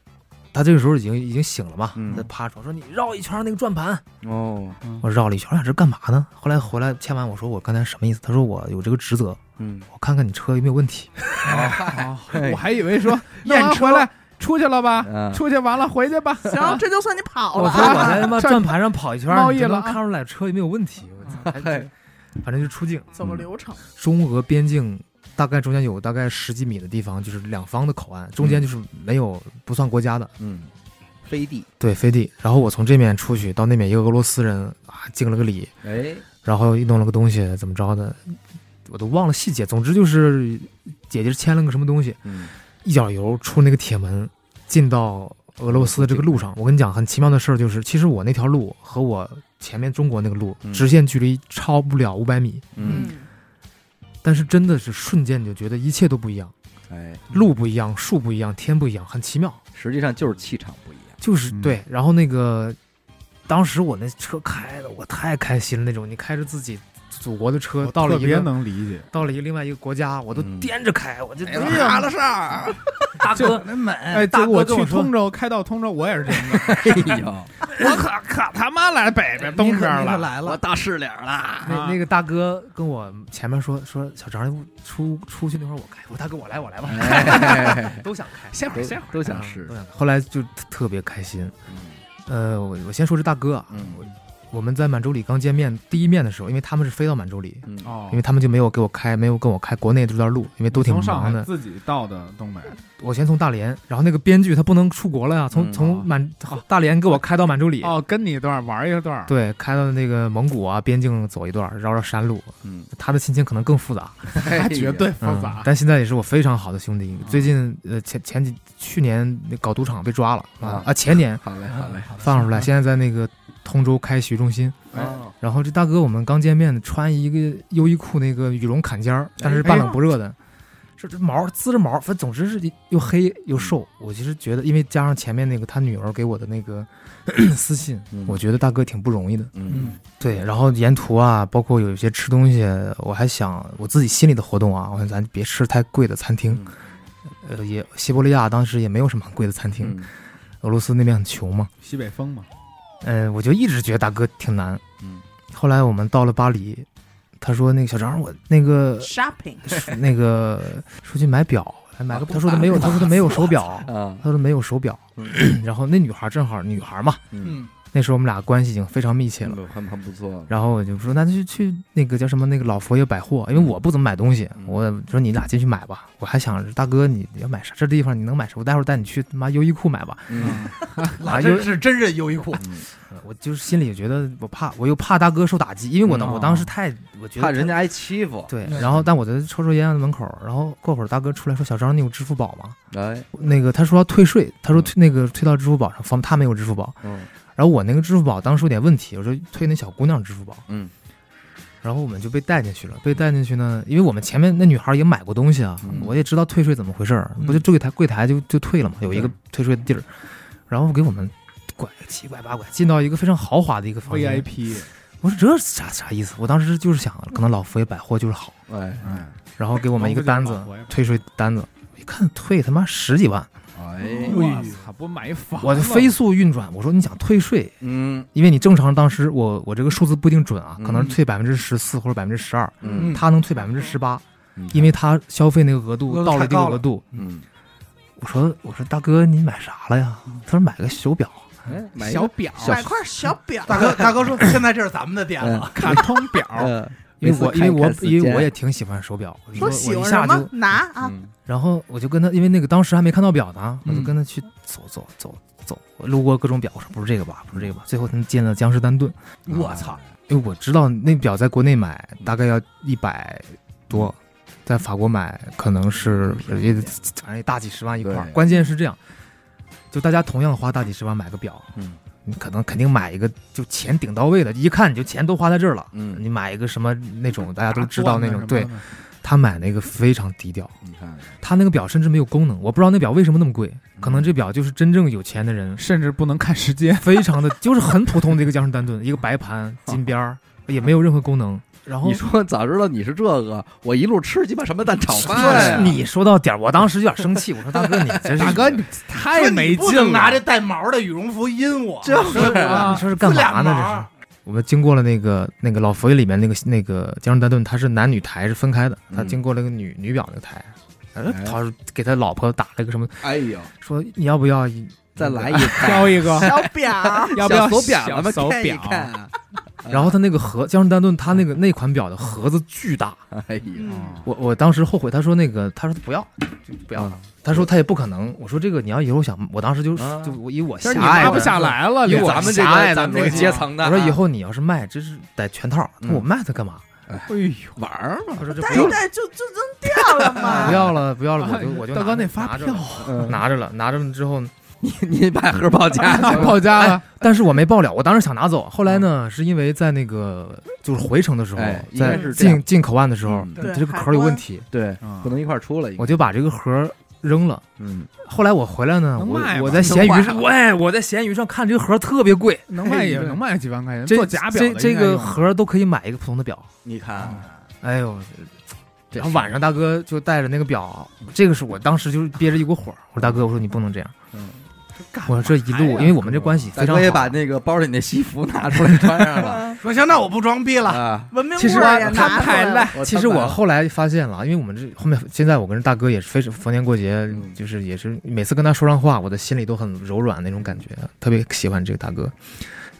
他这个时候已经已经醒了嘛，
嗯
他趴着我说你绕一圈那个转盘，
哦，
我绕了一圈，我想这干嘛呢？后来回来签完，我说我刚才什么意思？他说我有这个职责，
嗯，
我看看你车有没有问题。
啊，我还以为 说验车来出去了吧，
嗯
啊出去完了回去吧。
行，这就算你跑
我
了
说我
啊。
在他 妈转盘上跑一圈，
贸易
你就
了
能
啊
看出来车有没有问题。我操，还
嘿
反正就出境，
走个流程，
中俄边境大概中间有大概十几米的地方，就是两方的口岸，中间就是没有不算国家的，
嗯，飞地，
对飞地。然后我从这面出去到那边，一个俄罗斯人啊敬了个礼，
哎，
然后又弄了个东西，怎么着的，我都忘了细节。总之就是姐姐签了个什么东西，
嗯，
一脚油出那个铁门，进到俄罗斯的这个
嗯
路上。我跟你讲，很奇妙的事儿就是，其实我那条路和我前面中国那个路
嗯
直线距离超不了五百米，
嗯，，
但是真的是瞬间你就觉得一切都不一样，
哎，
嗯
路不一样，树不一样，天不一样，很奇妙。
实际上就是气场不一样。
就是
嗯
对，然后那个，当时我那车开的我太开心了那种，你开着自己祖国的车
我
到了
特
一
别
个
能理解，
到了一个另外一个国家，我都
嗯
颠着开，我就
哎呀，大的事儿！
大哥，
那美，
哎，
大
结
哥
果
跟我
去
说
通州，开到通州，我也是这样的，
哎呦，
我可可他妈来北边
你
东
可
边
你可
了，
来
我
了，
大势脸啦！
那那个大哥跟我前面说说小张出出去那会儿我开，我说大哥我来我来吧，
哎，
都想开，
歇会儿
都
歇会儿。
都
都
想试
都。想开。后来就特特别开心，呃，我我先说这大哥啊，
嗯
我我们在满洲里刚见面第一面的时候，因为他们是飞到满洲里，
嗯，
哦
因为他们就没有给我开，没有跟我开国内这段路，因为都挺
从上
忙
海
的。
自己到的东北，
我先从大连，然后那个编剧他不能出国了呀，从、
嗯
从满、大连给我开到满洲里，
哦，跟你一段儿玩一段儿，
对，开到那个蒙古啊边境走一段，绕绕山路，
嗯，
他的心情可能更 复杂。
哎
他
呀
绝对复
嗯
杂，。
但现在也是我非常好的兄
啊
弟。最近呃前前几去年那搞赌场被抓了
啊
啊，前年
好嘞，好嘞。
放出来，现在在那个通州开洗浴中心。
哎
哦，
然后这大哥我们刚见面，穿一个优衣库那个羽绒坎肩
哎
儿，但是半冷不热的，这这毛滋着毛，反正总之是又黑又瘦。
嗯
我其实觉得，因为加上前面那个他女儿给我的那个 私信
嗯，
我觉得大哥挺不容易的。
嗯，
对，然后沿途啊，包括有一些吃东西，我还想我自己心里的活动啊，我想咱别吃太贵的餐
嗯
厅。呃，也西伯利亚当时也没有什么很贵的餐厅，
嗯
俄罗斯那边很穷嘛。
西北风嘛，
呃，我就一直觉得大哥挺难。
嗯，
后来我们到了巴黎，他说那个小张，我 那个
嗯 shopping，
那个说去买表，还买个，他说他没有，他说他没有手表，
啊，
他说没有手表。 然后那女孩正好女孩嘛，
嗯，
嗯，
那时候我们俩关系已经非常密切了。
很很不错。
然后我就说，那就去那个叫什么那个老佛爷百货，因为我不怎么买东西
嗯，
我说你俩进去买吧。我还想着大哥你要买啥？这地方你能买啥？我待会儿带你去他妈优衣库买吧。
嗯
啊
那真是真是优衣库，
我就是心里觉得我怕，我又怕大哥受打击，因为我当
嗯
我当时太我觉得
哦怕
太
人家挨欺负。
对，
嗯
然后但我在抽抽烟的门口，然后过会儿大哥出来说：“小张，你有支付宝吗
哎，？”
那个他说要退税，他说退那个退到支付宝上，方他没有支付宝。
嗯
然后我那个支付宝当时有点问题，我说退那小姑娘支付宝，
嗯
然后我们就被带进去了。被带进去呢，因为我们前面那女孩也买过东西啊，
嗯
我也知道退税怎么回事儿，
嗯
不就柜台柜台就就退了嘛，有一个
对
退税的地儿，然后给我们拐七拐八拐进到一个非常豪华的一个房间。
，VIP，
我说这是啥啥意思？我当时就是想，可能老佛爷百货就是好。
哎
哎，
然后给我们一个单子
老佛爷，
退税单子，一看退他妈十几万，
哎，
我操，不买房了，
我就飞速运转。我说你想退税，
嗯
因为你正常当时我我这个数字不一定准啊，
嗯
可能退百分之十四或者百分之十二，
嗯，
他能退百分之十八，
嗯
因为他消费那个额
额
度
度
到了一定
太高
额度。
嗯，
我说我说大哥你买啥了呀？他说买个手表，
哎，买一
小
个
表，
买块小表，
大哥大哥说现在这是咱们的店了，
卡通表，
呃，
因为
每次
我因
看
为
一
我
看时
因为我
间
也挺喜欢手表，我
说
我
喜
一
欢
下
什
就
么拿啊，
嗯
然后我就跟他，因为那个当时还没看到表呢，我
嗯
就跟他去走走走走，我路过各种表，我说不是这个吧，不是这个吧。最后他们进了江诗丹顿，
我操，
因为我知道那表在国内买大概要一百多，
嗯
在法国买可能是也得反正也大几十万一块儿。
对
关键是这样，就大家同样花大几十万买个表，
嗯
你可能肯定买一个就钱顶到位的，一看你就钱都花在这儿了。
嗯，
你买一个什么那种大家 都知道那种，对
什么的
他买那个非常低调。
你看，
他那个表甚至没有功能，我不知道那表为什么那么贵，可
嗯
能这表就是真正有钱的人，
甚至不能看时间，
非常的就是很普通的一个江诗丹顿，一个白盘金边儿，也没有任何功能。然后
你说早知道你是这个，我一路吃鸡巴什么蛋炒
对
饭呀，
你说到点儿，我当时有点生气，我说大哥你真是
大哥你
说
太
你
没
不
劲了，
能拿这带毛的羽绒服阴我，
就是
你说是干嘛
自
呢？
俩
这
毛
是
儿。
我们经过了那个那个老佛爷里面那个那个江诗丹顿，他是男女台是分开的，他
嗯
经过了个女女表那个台，哎
哎
他是给他老婆打了个什么，
哎呦，
说你要不要一
再来一
挑
个，
一个，
小 表
要不要
手表？咱们
手
看一
表？
看啊。
然后他那个盒，江诗丹顿他那个那款表的盒子巨大，
哎呦，
嗯
我我当时后悔，他说那个他说他不要，就不
不
要，他说他也不可能，我说这个你要以后想，我当时就
啊
就我以我
就
狭
是你
隘
拿
的
不下来了，
因为
刘
我
咱们这
狭
个
隘的
咱们这个
逻辑
阶层的啊，
我说以后你要是卖，这是得全套。他
嗯
说我卖它干嘛？
哎呦，
玩儿嘛，
他说这
戴
不
一
用，
戴就就扔掉了
不
嘛。
要了，不要了，我就我就
啊大哥
拿
那发票
嗯
拿着了，拿着了之 后，
你你把荷包
哎
夹
拿
上，
到家了，
但是我没报了，我当时想拿走，后来
嗯
呢，是因为在那个就是回程的时候
哎，应该
在
是这样
进进口岸的时候，
嗯
对
这个壳有问题，
对，不能一块儿出了，
我就把这个盒扔了。
嗯，
后来我回来呢，
能
我
卖吗
我在闲鱼上，
能
喂，我在闲鱼上看这个盒特别贵，
能卖也能卖几万块钱，
这
哎做假表
这
的
这
应该有
个盒都可以买一个普通的表。
你看啊
哎呦，
这
然后晚上大哥就带着那个表，这个是我当时就是憋着一股火，我说大哥，我说你不能这样，我说这一路，因为我们
哎
这关系非
大
常好
哥，也把那个包里那西服拿出来穿上 了
嗯
说行，那我不装逼了，
啊，
文明
其实
味儿也
我
拿出来了，
我
其实我后来发现了，因为我们这后面现在我跟大哥也是非常逢年过节
嗯，
就是也是每次跟他说上话，我的心里都很柔软那种感觉，特别喜欢这个大哥。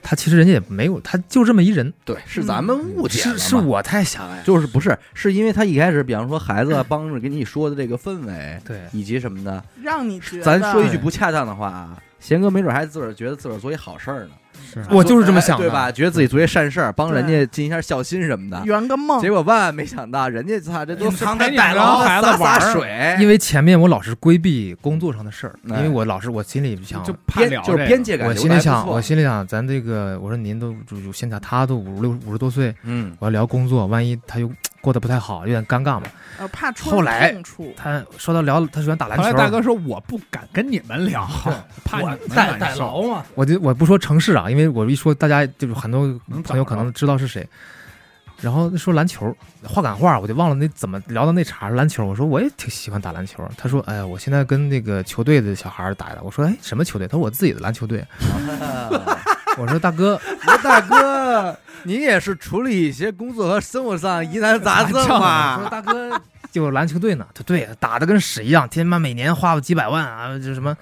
他其实人家也没有，他就这么一人，
对，是咱们误解了嘛
是
哎
是我太狭隘了。
就是不是，是因为他一开始，比方说孩子啊帮着给你说的这个氛围，
对，
以及什么的，
让你觉得。
咱说一句不恰当的话啊，贤哥没准还自个儿觉得自个儿做一好事儿呢，
是
我就是这么想的
对吧？觉得自己做一善事儿，帮人家尽一下孝心什么的。
圆个梦，
结果万万没想到，人家操，这都
隐藏
在
在
逮
逮
着
牢，
孩子
洒
玩
洒
儿
啊水，
因为前面我老是规避工作上的事儿，因
哎
为我老是我心里想
就怕
边
聊
就是边界感
我
留得
心
还
里
不错，
想，我心里想，咱这个，我说您都就就现在他都五十六五十多岁，
嗯，
我要聊工作，万一他又过得不太好，有点尴尬嘛。
呃，怕戳
后来
痛处。
他说到聊，他喜欢打篮
后来
球，啊
大哥说我不敢跟你们聊，怕你
我
们
逮
难
逮
受。
牢嘛，
我就我不说城市啊，因为我一说大家就是很多
能
朋友可能知道是谁。然后说篮球，话赶话，我就忘了那怎么聊到那茬儿篮球。我说我也挺喜欢打篮球。他说，哎呀，我现在跟那个球队的小孩儿打的。我说，哎，什么球队？他说我自己的篮球队。 我说大哥，
我大哥，你也是处理一些工作和生活上疑难杂症
啊
我
嘛？
说大哥，就篮球队呢，他对打的跟屎一样，天妈每年花个几百万啊，这什么，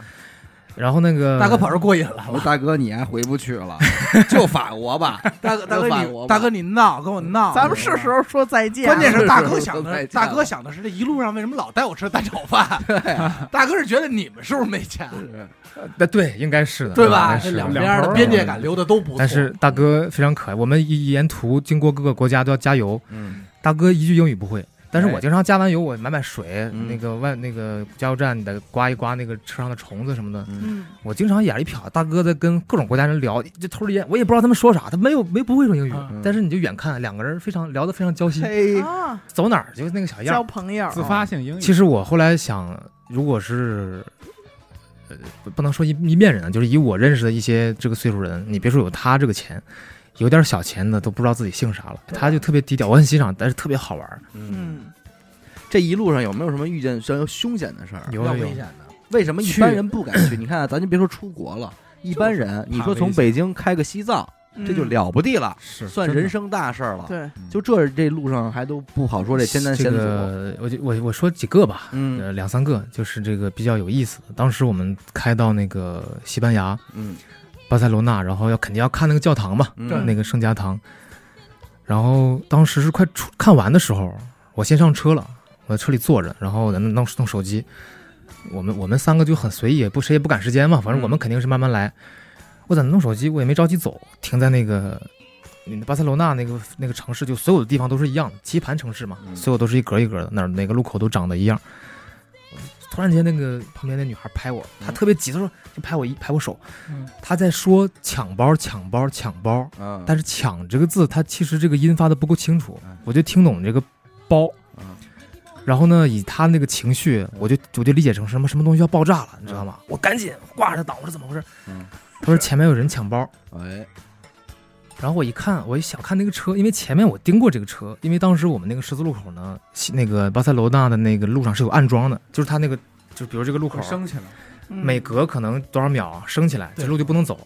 然后那个
大哥跑这儿过瘾了。
我说大哥，你还回不去了，就法国吧，
大哥，大哥
就反
你，
我吧
大哥你闹，跟我
嗯
闹。
咱们是时候说再见了。啊
关键是 大哥
是
想
再
的，
见
大哥
了
想的是这一路上为什么老带我吃蛋炒 饭？
啊
大哥是觉得你们是不是没钱，
对对，应该是的，
对
应
吧？
该
这
是
两
的
边
边儿
头
的
儿
边界
的
感留的都不错。
啊但是大哥非常可爱，我们一沿途经过各个国家都要加油。
嗯，
大哥一句英语不会，但是
哎
我经常加完油，我买买水，
嗯
那个外那个加油站得刮一刮那个车上的虫子什么的。
嗯，
我经常眼一瞟，大哥在跟各种国家人聊，这抽着烟，我也不知道他们说啥，他没有没不会说英语，
嗯
但是你就远看两个人非常聊得非常交心，
嘿，
啊，
走哪儿就那个小样
交
儿。
朋友，
自发性英语
其实我后来想，如果是。呃，不不能说一一面人啊，就是以我认识的一些这个岁数人，你别说有他这个钱，有点小钱的都不知道自己姓啥了，他就特别低调，我很欣赏，但是特别好玩儿。
嗯，
嗯，
这一路上有没有什么遇见什么凶险的事儿？
有
要
有
危
有
险，的，
为什么一
去
般人不敢去？你看 啊，咱就别说出国了，一般人，你说从北京开个西藏，
嗯
这就了不地了，
是
算人生大事儿了。
嗯对，
就这这路上还都不好说这艰难险
这
阻。
个我就我我说几个吧，
嗯
呃，两三个，就是这个比较有意思的。当时我们开到那个西班牙
嗯
巴塞罗那，然后要肯定要看那个教堂嘛，
嗯，
那个圣家堂。然后当时是快出看完的时候，我先上车了，我在车里坐着，然后在那弄弄手机。我们我们三个就很随意，也不谁也不赶时间嘛，反
嗯
正我们肯定是慢慢来。我在那弄手机，我也没着急走，停在那个嗯巴塞罗那那个那个城市，就所有的地方都是一样的，棋盘城市嘛，
嗯
所有都是一格一格的，哪儿哪个路口都长得一样。突然间，那个旁边那女孩拍我，她
嗯
特别急，她说就拍我一拍我手
嗯，
她在说抢包抢包抢包，
嗯，
但是“抢”这个字，它其实这个音发的不够清楚，我就听懂这个“包
嗯”。
然后呢，以他那个情绪，我就我就理解成什么什么东西要爆炸了，你知道吗？嗯我赶紧挂上档，我说怎么回事？
嗯
他说前面有人抢包。
哎，
然后我一看，我一想看那个车，因为前面我盯过这个车，因为当时我们那个十字路口呢，西那个巴塞罗那的那个路上是有暗桩的，就是他那个，就比如这个路口
会升起来，
嗯
每隔可能多少秒升起来，这
对
路就不能走。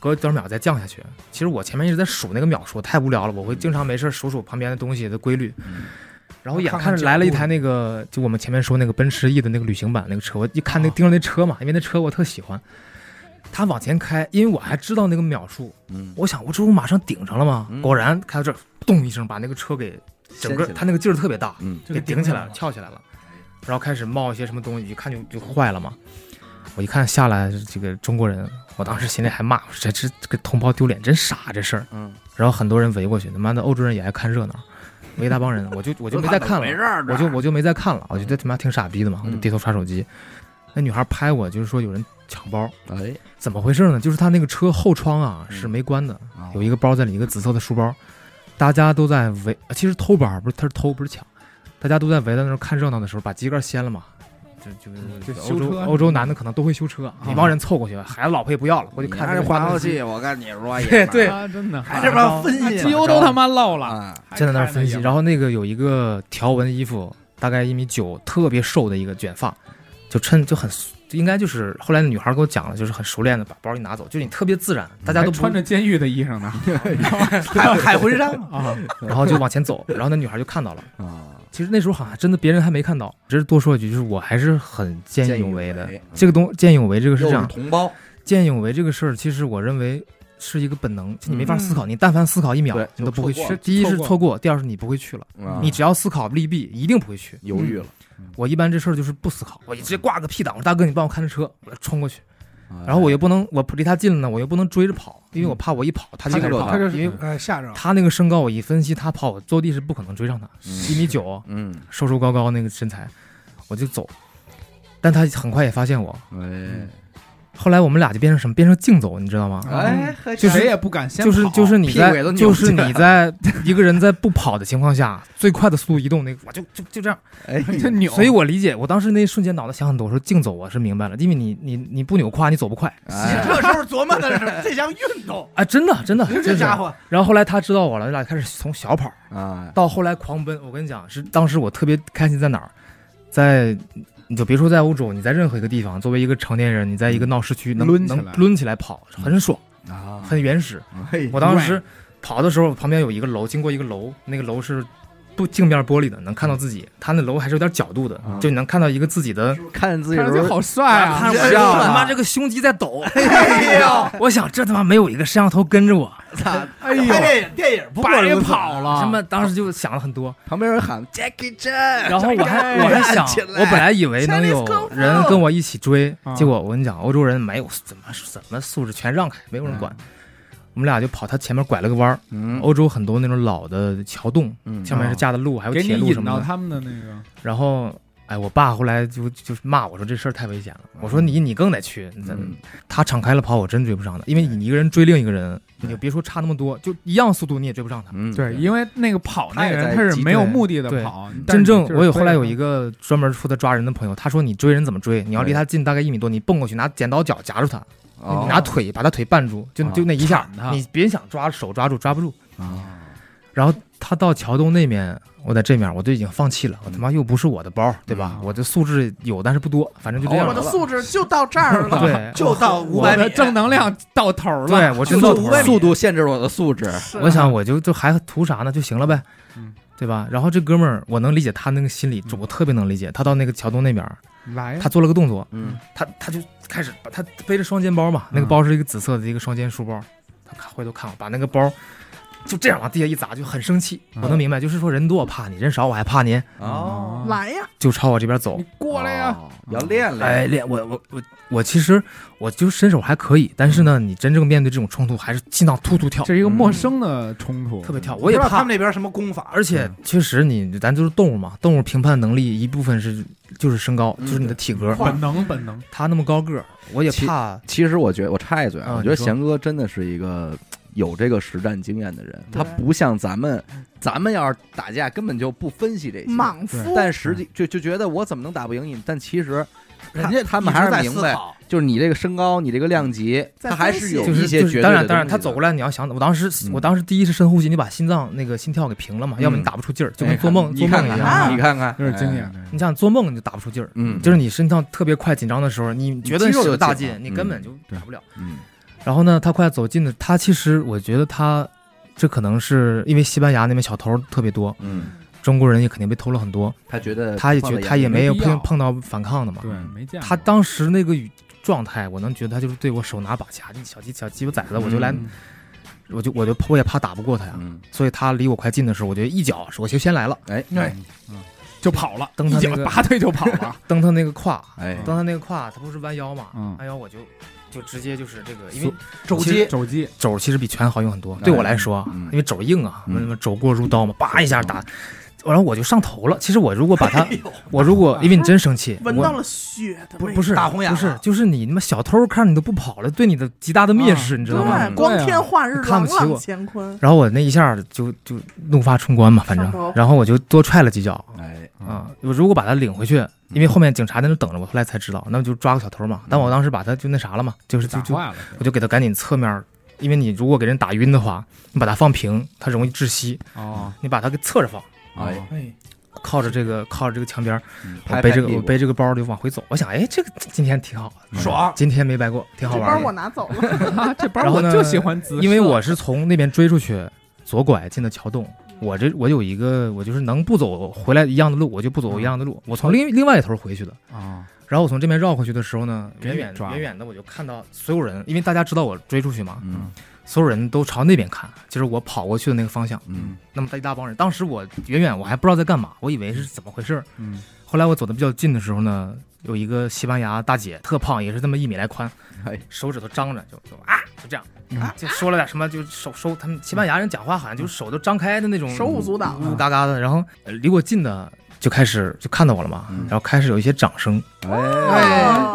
隔多少秒再降下去。其实我前面一直在数那个秒数，太无聊了，我会经常没事数数旁边的东西的规律。
嗯
然后眼
看看
看着
脚
来了一
步
台那个，就我们前面说那个奔驰 E 的那个旅行版那个车，我一看那
啊
盯着那车嘛，因为那车我特喜欢。他往前开，因为我还知道那个秒数，
嗯，
我想我这不马上顶上了吗
嗯？
果然开到这儿，咚一声把那个车给整个
掀起来
它那个劲儿特别大，
嗯
给顶起来了，翘起来了，然后开始冒一些什么东西，一看就就坏了嘛。我一看下来，这个中国人，我当时心里还骂，我说这这这个同胞丢脸，真傻这事儿。
嗯，
然后很多人围过去，他妈的欧洲人也爱看热闹，围一大帮人，我就我就没再看了
没，事儿，
我就我就没再看了，我觉得他妈挺傻逼的嘛，我就
嗯
低头刷手机。那女孩拍我，就是说有人抢包，
哎，
怎么回事呢？就是他那个车后窗啊
嗯
是没关的，
啊
有一个包在里，一个紫色的书包，大家都在围，呃其实偷包儿不是，他是偷不是抢，大家都在围在那儿看热闹的时候，把机盖掀了嘛，就就
就
欧
修
洲
车
欧洲男的可能都会修车，一帮人凑过去，孩子老婆也不要了，过去
你
看这
还
个
是
花
化
灯
火
戏，
器，我跟 你说，
对对
啊，真的，
还是帮分析
机油都他妈漏了，
啊，
站在那儿分析，然
后
后那个有一个条纹衣服，大概一米九，特别瘦的一个卷发，就趁就很。应该就是后来那女孩给我讲了，就是很熟练的把包一拿走，就是你特别自然，大家都不
穿着监狱的衣裳呢
海海魂衫 嘛，
啊，
然后就往前走，然后那女孩就看到了。
啊，
其实那时候好像真的别人还没看到，只是多说一句，就是我还是很见义勇为
见义勇
的。
为嗯
这个东见义勇为这个是
又
这
是
样，
同胞，
见义勇为这个事儿，其实我认为是一个本能，就你没法
嗯
思考，你但凡思考一秒
对，
你
就
都不会
错
去
过。
第一是
错过
错过，第二是你不会去了。
啊
你只要思考利弊，一定不会去。
犹豫了，
我一般这事儿就是不思考，我直接挂个 P 档，我说大哥你帮我看着车，我冲过去。嗯
啊
然后我又不能，我离他近了呢，我又不能追着跑，因为我怕我一跑他就
嗯他
开始
就
跑
他，
就
因为
哎，吓着了，
他那个身高，我一分析他跑，我坐地是不可能追上他，一米九。
嗯，
瘦瘦高高那个身材，我就走。但他很快也发现我，嗯
哎
后来我们俩就变成什么？变成竞走，你知道吗？
哎，和
就是谁也不敢先
就是
跑
就是你
屁股也都扭
在就
起来
是你在一个人在不跑的情况下， 最快的速度移动那个，我就就 就这样。
哎，
就扭，
所以我理解，我当时那一瞬间脑子想很多，我说竞走我是明白了，因为你你你不扭胯，你走不快。
哎
这时候琢磨的是这项运 动，
啊，真的真的，
这
真是
家。伙
然后后来他知道我了，我俩开始从小跑
啊，
到后来狂奔。我跟你讲，是当时我特别开心在哪儿，在你就别说在欧洲，你在任何一个地方，作为一个成年人，你在一个闹市区能
抡起来
能抡起来跑，很爽，
啊哎
很原始。
嘿
我当时跑的时候，旁边有一个楼，经过一个楼，那个楼是不镜面玻璃的，能看到自己。他那楼还是有点角度的
啊，
就你能看到一个自己的。
看自己
看着就好帅啊
看，
这
我
样啊
他妈这个胸肌在抖，哎呦！ 我想这他妈没有一个摄像头跟着我，
哎呦，
拍电影电影不过
白
如此
跑了，
他妈当时就想了很多。
旁边有人喊 Jackie Chan，
然后我还我还想，我本来以为能有
Chinese
人跟我一起追
啊，
结果我跟你讲，欧洲人没有怎么怎么素质全让开，没有人管。
嗯
我们俩就跑，他前面拐了个弯儿。
嗯
欧洲很多那种老的桥洞，
嗯
上哦面是架的路，还有
啊给你
铁路什
引
么
到
的。
他们的那个，
然后，哎，我爸后来就就是骂我说这事儿太危险了。
嗯
我说你你更得去，你怎么
嗯
他敞开了跑，我真追不上他，因为你一个人追另一个人，你就别说差那么多，就一样速度你也追不上他。
嗯
对，因为那个跑那个
他也
人
在
他是
急
没有
对
目的的
对
跑，但
真
是
正
你就是
我有后来有
追
一个专门负责抓人的朋友，他说你追人怎么追？你要离他近大概一米多，你蹦过去拿剪刀脚夹住他，
哦
你拿腿把他腿绊住，就
啊
就那一下
铲他，
你别想抓手抓住抓不住。
啊
然后他到桥洞那面，我在这面我就已经放弃了，我他妈又不是我的包，对吧？
嗯
我的素质有，但是不多，反正就这样
我的
哦
了。
素质就到 这儿了。
对，
就到
我
五百
的
米，
正能 量到头了，
对我真
速
到
度
头了。
速度限制了我的素质，
是
我想我就就还图啥呢就行了呗，
嗯
对吧？然后这哥们儿，我能理解他那个心理，
嗯哎
我特别能理解。他到那个桥洞那边儿，
来呀
他做了个动作，
嗯
他他就开始把他背着双肩包嘛，那个包是一个紫色的一个双肩书包，他看回头看我，把那个包就这样往地下一砸，就很生气。
嗯
我能明白，就是说人多我怕你，人少我还怕您，
哦，
来呀，
就朝我这边走
你。过来呀，
哦，要练
嗯
哎，
练，
练我我我我其实我就身手还可以，但是呢，你真正面对这种冲突，还是尽量突突跳，
这是一个陌生的冲
哦
突，
嗯特别跳。我
我
也
也不知道他
怕
们，那边什么功法，
而且确实你咱就是动物嘛，动物评判能力一部分是就是身高，
嗯
就是你的体格。
本能本 能，
他那么高个儿，我也
其
怕。
其实我觉得，我插一嘴啊，
啊
我觉得
你说
贤哥真的是一个有这个实战经验的人，他
对
不像咱们，咱们要是打架根本就不分析这些，
莽夫，
但实际就就觉得我怎么能打不赢你们？但其实
人
他
家
他们还
一直在
是明
思
白，
考，
就是你这个身高，你这个量级，
嗯在
他还
分
是
析
有
就
一
是
些
就
绝对的
是，当然当然，
东西
他
的
走过来，你要想，我当时
嗯
我当时第一是深呼吸，你把心脏那个心跳给平了嘛，要么你打不出劲儿，就跟做梦
你
做
哎看
梦
看啊
一
你
样。
看看，
有点经
哎
验。。
你想做梦你就打不出劲儿，
嗯
就是你心跳特别快紧张的时候，你觉得
肌肉
使
就
大
紧了
劲，你根本就打
嗯
不了。
嗯，
然然后呢，他快走近的，他其实我觉得他这可能是因为西班牙那边小偷特别多，
嗯，
中国人也肯定被偷了很多，
他觉得
嗯他也觉
放在
得
眼
他也
里
没有
没必要
碰碰到反抗的嘛。
对，没见过
他当时那个语状态，我能觉得他就是对我手拿把掐，你小鸡小鸡巴崽子，我就来，
嗯
我就我就我也怕打不过他呀。
嗯，
所以他离我快近的时候，我就一脚，我就先来了，
哎
哎
就跑了，
蹬嗯
一
他那
脚
个，
拔腿就跑了
蹬他那个胯，
哎，
蹬他那个胯，他不是弯腰嘛，
嗯
弯腰我就就直接就是这个，因为
肘
其实
击
肘击
肘其实比拳好用很多，
哎
对我来说啊，
嗯
因为肘硬啊，
嗯
那么肘过如刀嘛，叭一下打，然后我就上头了。其实我如果把
哎
他，我如果因为你真生气，
闻到
我
了血的
不
味道，
不是
大红眼
不是
了
就是你他妈小偷看你都不跑了，对你的极大的蔑视，你知道吗？
对，光天化日，
看
朗
不起我
朗乾坤。
然后我那一下就就怒发冲冠嘛，反
上头
正，然后我就多踹了几脚
哎，
啊。我如果把他领回去，因为后面警察在那等着我，后来才知道，那就抓个小偷嘛。但我当时把他就那啥了嘛，就是就
打
就
坏了，
我就给他赶紧侧面儿，因为你如果给人打晕的话，你把他放平，他容易窒息，
哦，
你把他给侧着放，
哎，
哎，
靠着这个靠着这个墙边儿，
嗯
我
拍
背
拍
这个
屁
我
股
背这个包就往回走。我想，哎，这个今天挺好的，
爽，
今天没白过，挺好
这
玩
包
的
我。拿走了，
啊这包
然后
我
呢
就喜欢紫，
因为我是从那边追出去，左拐进的桥洞。我这我有一个，我就是能不走回来一样的路，我就不走一样的路。我从另另外一头回去的，
啊，
然后我从这边绕回去的时候呢，
给
远
你
远
抓了
远远的我就看到所有人，因为大家知道我追出去嘛，
嗯
所有人都朝那边看，就是我跑过去的那个方向。
嗯
那么一大帮人，当时我远远我还不知道在干嘛，我以为是怎么回事儿。
嗯，
后来我走的比较近的时候呢，有一个西班牙大姐，特胖，也是这么一米来宽，
哎
手指头张着，就就啊，就这样，
嗯
就说了点什么，就手手，他们西班牙人讲话好像就是手都张开的那种，
手舞足蹈。
呜嘎嘎的。然后呃离我近的就开始就看到我了嘛，
嗯
然后开始有一些掌声，
哎，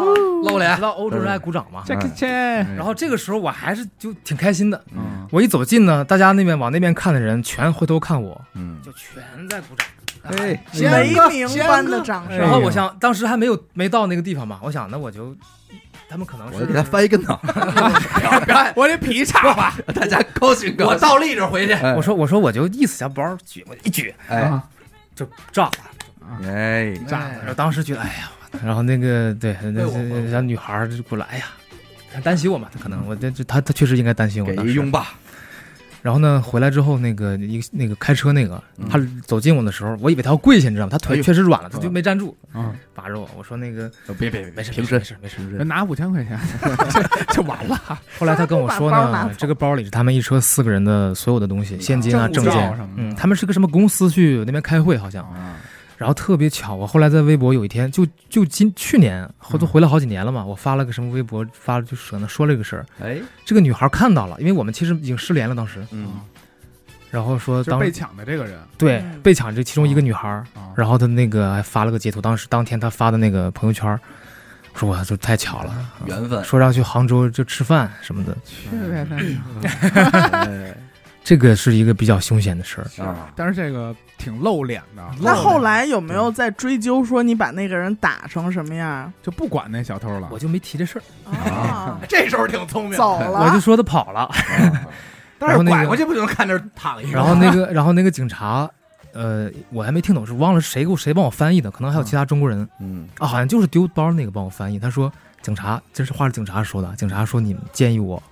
哦
露脸，知道欧洲人爱鼓掌嘛。
这个这，
哎然后这个时候我还是就挺开心的，
嗯，
我一走近呢，大家那边往那边看的人全回头看我，
嗯，
就全在鼓掌。
哎，
雷鸣般的掌
哎
然后
呦
声，
我想，当时还没有没到那个地方嘛，我想那我就，他们可能
我
是
就给他翻一跟头，
哎
我这劈叉吧，
大家高兴高
我
兴。
倒立着回去，
哎
我说我说我就意思想包举我一举
哎
就炸了，
哎，
啊炸了
然后当时觉得哎呀， 然后那个对那
哎我
那小女孩儿就过来，哎呀，很担心我嘛，她可能我这这她她确实应该担心我
给
当
一
时
拥。抱，
然后呢，回来之后那个一个那个开车那个
嗯，
他走近我的时候，我以为他要跪下，你知道吗？他
哎
腿
呦
确实软了，他就没站住，
嗯，
把着我，我说那个
别别
没事
平
没
身
事没事没事。
平
人
身，
拿五千块钱 就完了，
后来他跟我说
他就把包拿
呢
走，
这个包里是他们一车四个人的所有的东西，现金啊、证
证物照什
件
么，的
嗯，他们是个什么公司去那边开会好像，
啊，
然后特别巧，我后来在微博有一天，就就今去年，后都回来好几年了嘛，
嗯
我发了个什么微博，发了就是可能说了这个事儿，
哎，
这个女孩看到了，因为我们其实已经失联了当时，
嗯，
然后说
就是
当
被抢的这个人
对
嗯
被抢这其中一个女孩儿，
啊，
然后她那个还发了个截图，当时当天她发的那个朋友圈儿，我说我就太巧了，啊
缘分，
说要去杭州就吃饭什么的，
去呗， 太
啊
哎
这个是一个比较凶险的事儿。
啊，
但是这个挺露脸的，
那后来有没有在追究说你把那个人打成什么样
就不管那小偷了
我，就没提这事儿，
啊？
这时候挺聪明，
走了，
我就说她跑了，
但
然后
是
那个
拐过去不就能看那儿躺一个？
然后那个，然后那个警察，呃，我还没听懂，是忘了谁给我谁帮我翻译的，可能还有其他中国人、
嗯，
啊，好像就是丢包那个帮我翻译。他说，警察，这是话是警察说的，警察说你们建议我，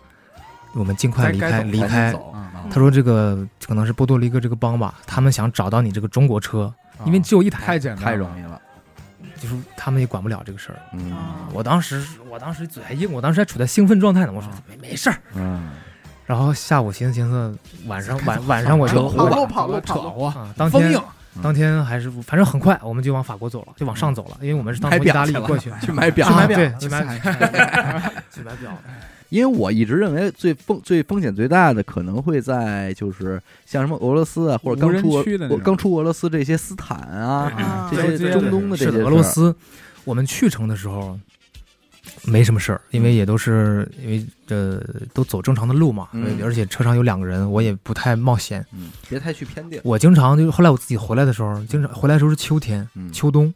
我们尽快离
该
开
走
离
赶紧
开。
走，
啊
他说这个可能是波多黎各这个帮吧，他们想找到你这个中国车，因为只有一
太
台，
简单，
太容易，了，
就是他们也管不了这个事儿。
嗯
我当时，我当时嘴还硬，我当时还处在兴奋状态呢，我说
啊
没没事儿。
嗯，
然后下午寻思寻思，晚上晚晚上我
啊
就
跑路跑
了
路
扯
跑路，
啊，
啊，当
封
天
印
当天还是反正很快，我们就往法国走了，就往上走了，因为我们是当
嗯买
从意
表
大利
去了
过去，
去买表
啊
去买
表
对，去买
下
去买表，
因为我一直认为最风最风险最大的可能会在就是像什么俄罗斯啊，或者刚出
无人区的那
俄
种
刚出俄罗斯这些斯坦啊，
啊
这些中东的这
是
些
的，俄罗斯，我们去程的时候没什么事儿，因为也都是因为这都走正常的路嘛，
嗯
而且车上有两个人，我也不太冒险。
嗯，别太去偏见，
我经常就是后来我自己回来的时候，经常回来的时候是秋天，
嗯，
秋冬。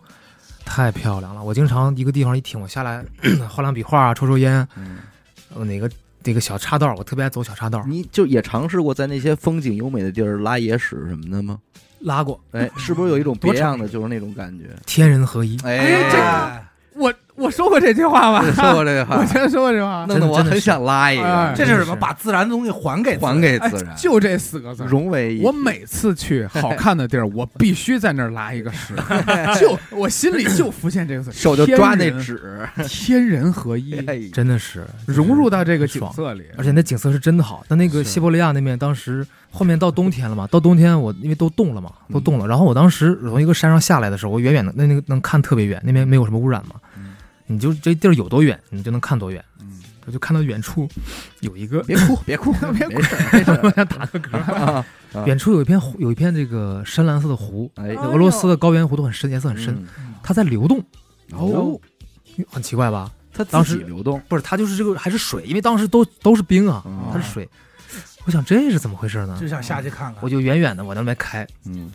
太漂亮了！我经常一个地方一停，我下来 画两笔画啊，抽抽烟，
嗯
呃哪个哪个小岔道，我特别爱走小岔道，
你就也尝试过在那些风景优美的地儿拉野屎什么的吗？
拉过
哎，是不是有一种
多
别样的，
尝试
就是那种感觉？
天人合一。
哎
哎
这
这
我我说过这句话吧？
说过这个话
我， 真说过这话。
弄得我很想拉一个
哎，
这是什么？
是
把自然的东西还给自然
还给
哎
自然，，
就这四个字儿。
融为一体。
我每次去好看的地儿，我必须在那儿拉一个屎，就我心里就浮现这个字，
手就抓那
天人，
纸，
天人合一，
哎
真的是
融入到这个景色里。
而且那景色是真的好。但那个
是
西伯利亚那面，当时后面到冬天了嘛，到冬天我因为都冻了嘛，都
嗯
冻了。然后我当时从一个山上下来的时候，我远远的那那个能看特别远，那边没有什么污染嘛
嗯，
你就这地儿有多远，你就能看多远。
嗯
我就看到远处有一个，
别哭，别 哭，别哭，没事没事
我想 打个嗝。
啊啊
远处有一片湖，有一片这个深蓝色的湖，
哎
哦
俄罗斯的高原湖都很深，颜色很深，
嗯
它在流动，
哦，
很奇怪吧？
它自
当
己
时
流动，
不是，它就是这个还是水，因为当时都都是冰啊，
嗯
它是水。我想这是怎么回事呢
就？想下去看看。
我就远远的往那边开，
嗯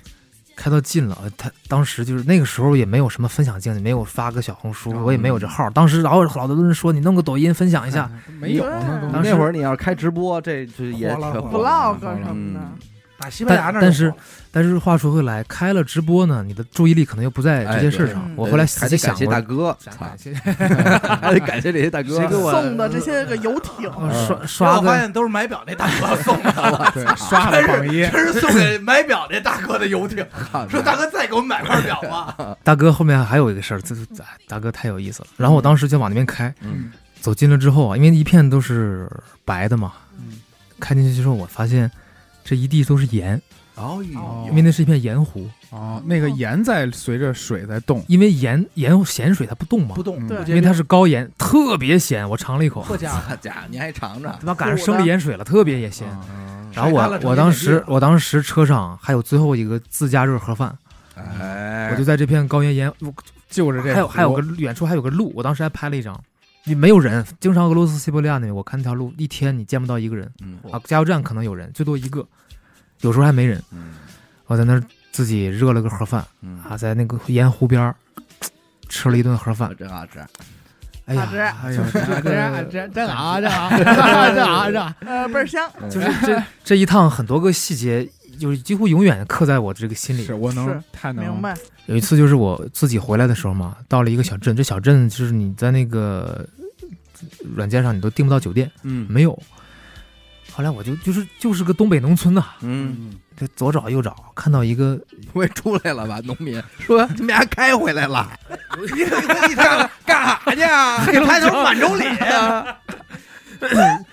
开到近了，呃他当时就是那个时候也没有什么分享经济，没有发个小红书，
哦
嗯
我也没有这号。当时然后好多人说你弄个抖音分享一
嗯
下，
嗯没有呢，
对
都
当时
那会儿你要是开直播，这就也
火了
挺
火
火的
vlog 什么的
嗯，
打西班牙那儿
但但是但是话说回来，开了直播呢，你的注意力可能又不在这
哎
件事上。
对
嗯
我后来
还
仔
得
细想
感谢
过
大，哥，
想
操
感谢
还得感谢这些大哥，
谁给我
送的这些个游艇，
嗯
刷刷
我发
个
现都是买表那大哥送 的，
对刷了榜一，
真是送给买表那大哥的 游艇，
操
说大哥再给我买块表吧。
大哥后面还有一个事儿，这这哎大哥太有意思了。然后我当时就往那边开，
嗯
走近了之后啊，因为一片都是白的嘛，
嗯
开进去之后我发现这一地都是盐，
哦
哦
因为那是一片盐湖。
哦，那个盐在随着水在动，
因为盐盐咸水它不动嘛，
不动，
嗯
对
因为它是高盐，特别咸。我尝了一口，
破家伙，
好家伙，你还尝尝
他，妈赶上生理盐水了，特别也咸。
嗯
啊
然后
晒干了
我
成
我当
眼
时
睛
我当时车上还有最后一个自家热盒饭，
哎，
我就在这片高原盐，我
就是这
还有还有个远处还有个路，我当时还拍了一张。你没有人，经常俄罗斯西伯利亚那边，我看那条路一天你见不到一个人
嗯
啊，加油站可能有人，最多一个，有时候还没人。
嗯
我在那儿自己热了个盒饭
嗯，
啊，在那个盐湖边儿吃了一顿盒饭
好，真好吃，
哎呀
好吃，
哎呀，这
这
个
这这 啊这啊这啊这啊，
呃，倍儿香。
就是这这一趟很多个细节，就是几乎永远刻在我这个心里
是。我能
是
太能
明白，
有一次就是我自己回来的时候嘛，到了一个小镇，这小镇就是你在那个软件上你都订不到酒店，
嗯
没有。后来我就就是就是个东北农村呐、
嗯，
嗯，
这左找右找，看到一个
不会出来了吧？农民说你们家开回来了，你干干啥去啊？
这抬头满洲里，
干啥去？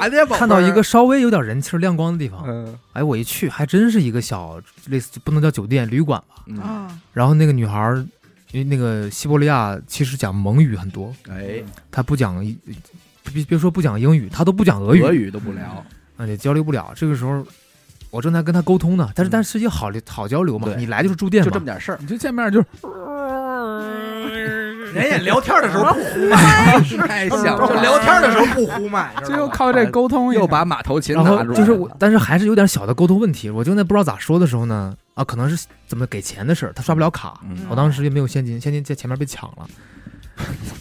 宝贝儿
看到一个，稍微有点人气儿亮光的地
啊
方，
嗯
哎，我一去还真是一个小类似不能叫酒店旅馆吧。
嗯，
啊，
然后那个女孩儿，因为那个西伯利亚其实讲蒙语很多，
哎，
他不讲，别别说不讲英语，他都不讲俄语，
俄语都不聊，
啊，也交流不了。这个时候，我正在跟他沟通呢，但是但是也好好交流嘛，
嗯对
你来就是住店嘛，
就这么点事 儿。
你这见面就是
人也聊天 的时候不胡
啊
太像
就
了，
聊天的时候不胡卖，知
最
道
后
吗
靠这沟通一 下
又把马头琴
然
拿
后
出来了，
就是我，但是还是有点小的沟通问题，我就那不知道咋说的时候呢，啊，可能是怎么给钱的事儿，他刷不了卡，
嗯
我当时也没有现金，现金在前面被抢了，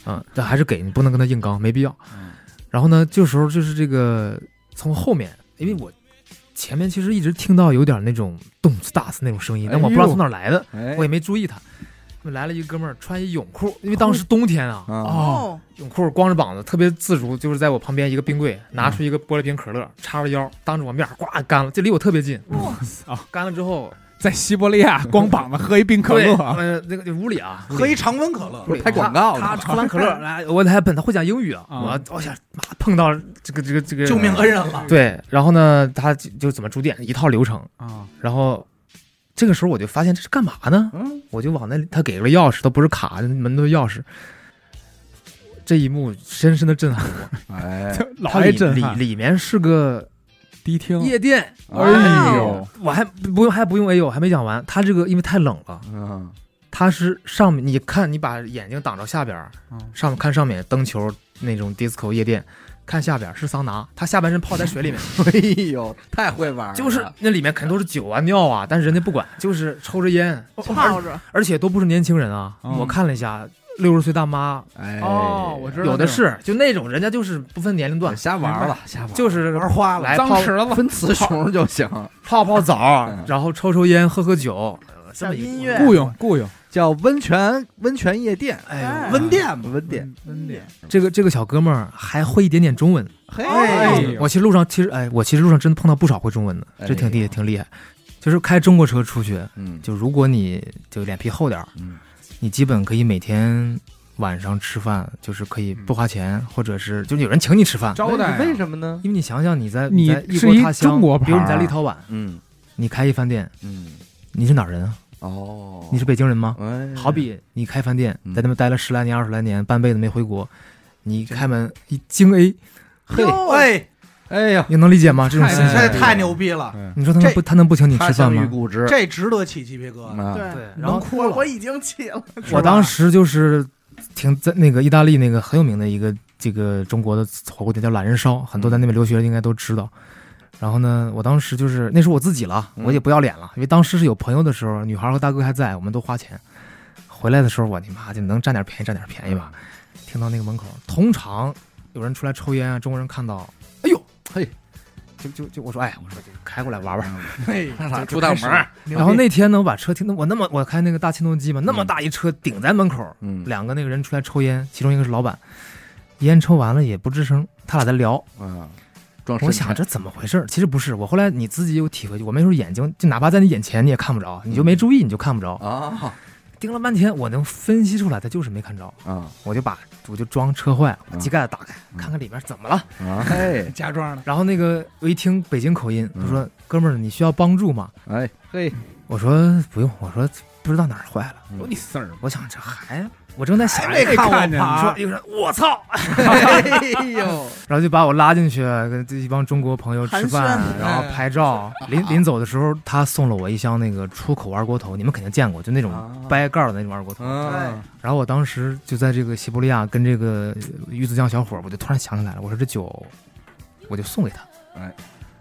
嗯，但还是给你，不能跟他硬刚，没必要。
嗯
然后呢，这时候就是这个从后面，因为我前面其实一直听到有点那种动次打次那种声音，但我不知道从哪儿来的，
哎
我也没注意他。来了一个哥们儿，穿一泳裤，因为当时冬天啊，
啊，
哦，
哦，
泳裤光着膀子，特别自如，就是在我旁边一个冰柜，拿出一个玻璃瓶可乐，叉着腰，当着我面，呱干了，就离我特别近，
哇
干了之后，
在西伯利亚光膀子喝一冰可
对
乐，啊
呃，那个屋里啊，
喝一常温可乐
屋，里
拍广告
他
呢，
抽完可乐，来，我还本他会讲英语啊，
啊
我我想妈碰到这个这个这个
救命啊恩人了。
对，然后呢，他就就怎么住店一套流程，
啊，
然后这个时候我就发现这是干嘛呢？
嗯，
我就往那里，他给了钥匙，都不是卡，门都是钥匙。这一幕深深的震撼，
哎，
就老
它
爱
里
震
里
撼，
里面是个
迪厅，
夜店，
哎
哇
呦，
我还不用还不用，哎呦，还没讲完，它这个因为太冷了，
嗯，
它是上面你看你把眼睛挡着下边儿，
嗯
上面看上面灯球那种 disco 夜店，看下边儿是桑拿，他下半身泡在水里面，
嗯
哎呦，太会玩儿了，
就是那里面肯定都是酒啊尿啊，但是人家不管，就是抽着烟，
泡着，
而且都不是年轻人啊，
嗯
我看了一下，六十岁大妈
哎，
哦我知道
有的是，就那种人家就是不分年龄段，
瞎玩儿了，瞎玩儿，
就是
玩花了，
来
脏
泡
池子，
分雌雄就行，
泡泡澡
嗯，
然后抽抽烟，喝喝酒，呃
这么一个
小音乐
雇佣雇佣，
叫温泉温泉夜店，
哎呦，温店嘛，
嗯温
嗯
店，
真的，
这个这个小哥们儿还会一点点中文。
嘿
哎
嗯
呦
我其实路上其实哎，我其实路上真的碰到不少会中文的，这挺
哎
厉挺厉害。就是开中国车出去，
嗯
就如果你就脸皮厚点儿，
嗯
你基本可以每天晚上吃饭，就是可以
嗯
不花钱，或者是就是有人请你吃饭。
招待啊
为什么呢？
因为你想想，你在
你
在异
是
国
一
他乡，
中国牌
比如你在
儿
立陶宛，
嗯
你开一饭店，
嗯
你是哪儿人啊？
哦，
你是北京人吗？
哎
好比你开饭店
嗯，
在那边待了十来年、二十来年，半辈子没回国，你开门一京 A，
嘿，
哟
哎，
哦哎呀，
你能理解吗？这种
太
心
这
情
太
哎，
太牛逼了，
嗯
你说他能不他能不请你
他
吃
乡
饭
遇
吗？
故知，
这值得起鸡皮疙瘩。
啊
对，
然后
哭
我
了
我已经起了，
我当时就是挺在那个意大利那个很有名的一个这个中国的火锅店叫懒人烧，很多在那边留学的应该都知道。然后呢，我当时就是那是我自己了，
嗯
我也不要脸了，因为当时是有朋友的时候，女孩和大哥还在，我们都花钱。回来的时候，我你妈就能占点便宜占点便宜吧。听到那个门口，通常有人出来抽烟啊，中国人看到，哎呦，
嘿，
就就就我说，哎，我说就开过来玩玩。
嘿，
哎，
出趟门儿然后那天呢，我把车停，我那么我开那个大气动机嘛，那么大一车顶在门口，
嗯
两个那个人出来抽烟，其中一个是老板，烟抽完了也不吱声，他俩在聊。
啊，装
我
神
想
态
这怎么回事儿？其实不是，我后来你自己有体会，我那时候眼睛就哪怕在你眼前你也看不着，你就没注意你就看不着，
啊
盯了半天，我能分析出来他就是没看着，
啊
我就把我就装车坏了，把
嗯
机盖子打开，
嗯
看看里面怎么了。
啊，嘿
假装的，
然后那个我一听北京口音，他
嗯
说：“哥们儿，你需要帮助吗
哎嘿，？”
我说：“不用。”我说：“不知道哪儿坏了。
嗯
有你事儿吗？”
我想这还，我正在想
还
这个
没看
看
我
见
你
爬
说，有人我 操，
哎呦，
啊然后就把我拉进去，跟这一帮中国朋友吃饭
寒，
暄
然后拍照。临临走的时候，他送了我一箱那个出口二锅头，你们肯定见过，就那种
啊
掰盖儿的那种二锅头。
嗯
然后我当时就在这个西伯利亚跟这个呃鱼子酱小伙儿，我就突然想起来了，我说这酒，我就送给他。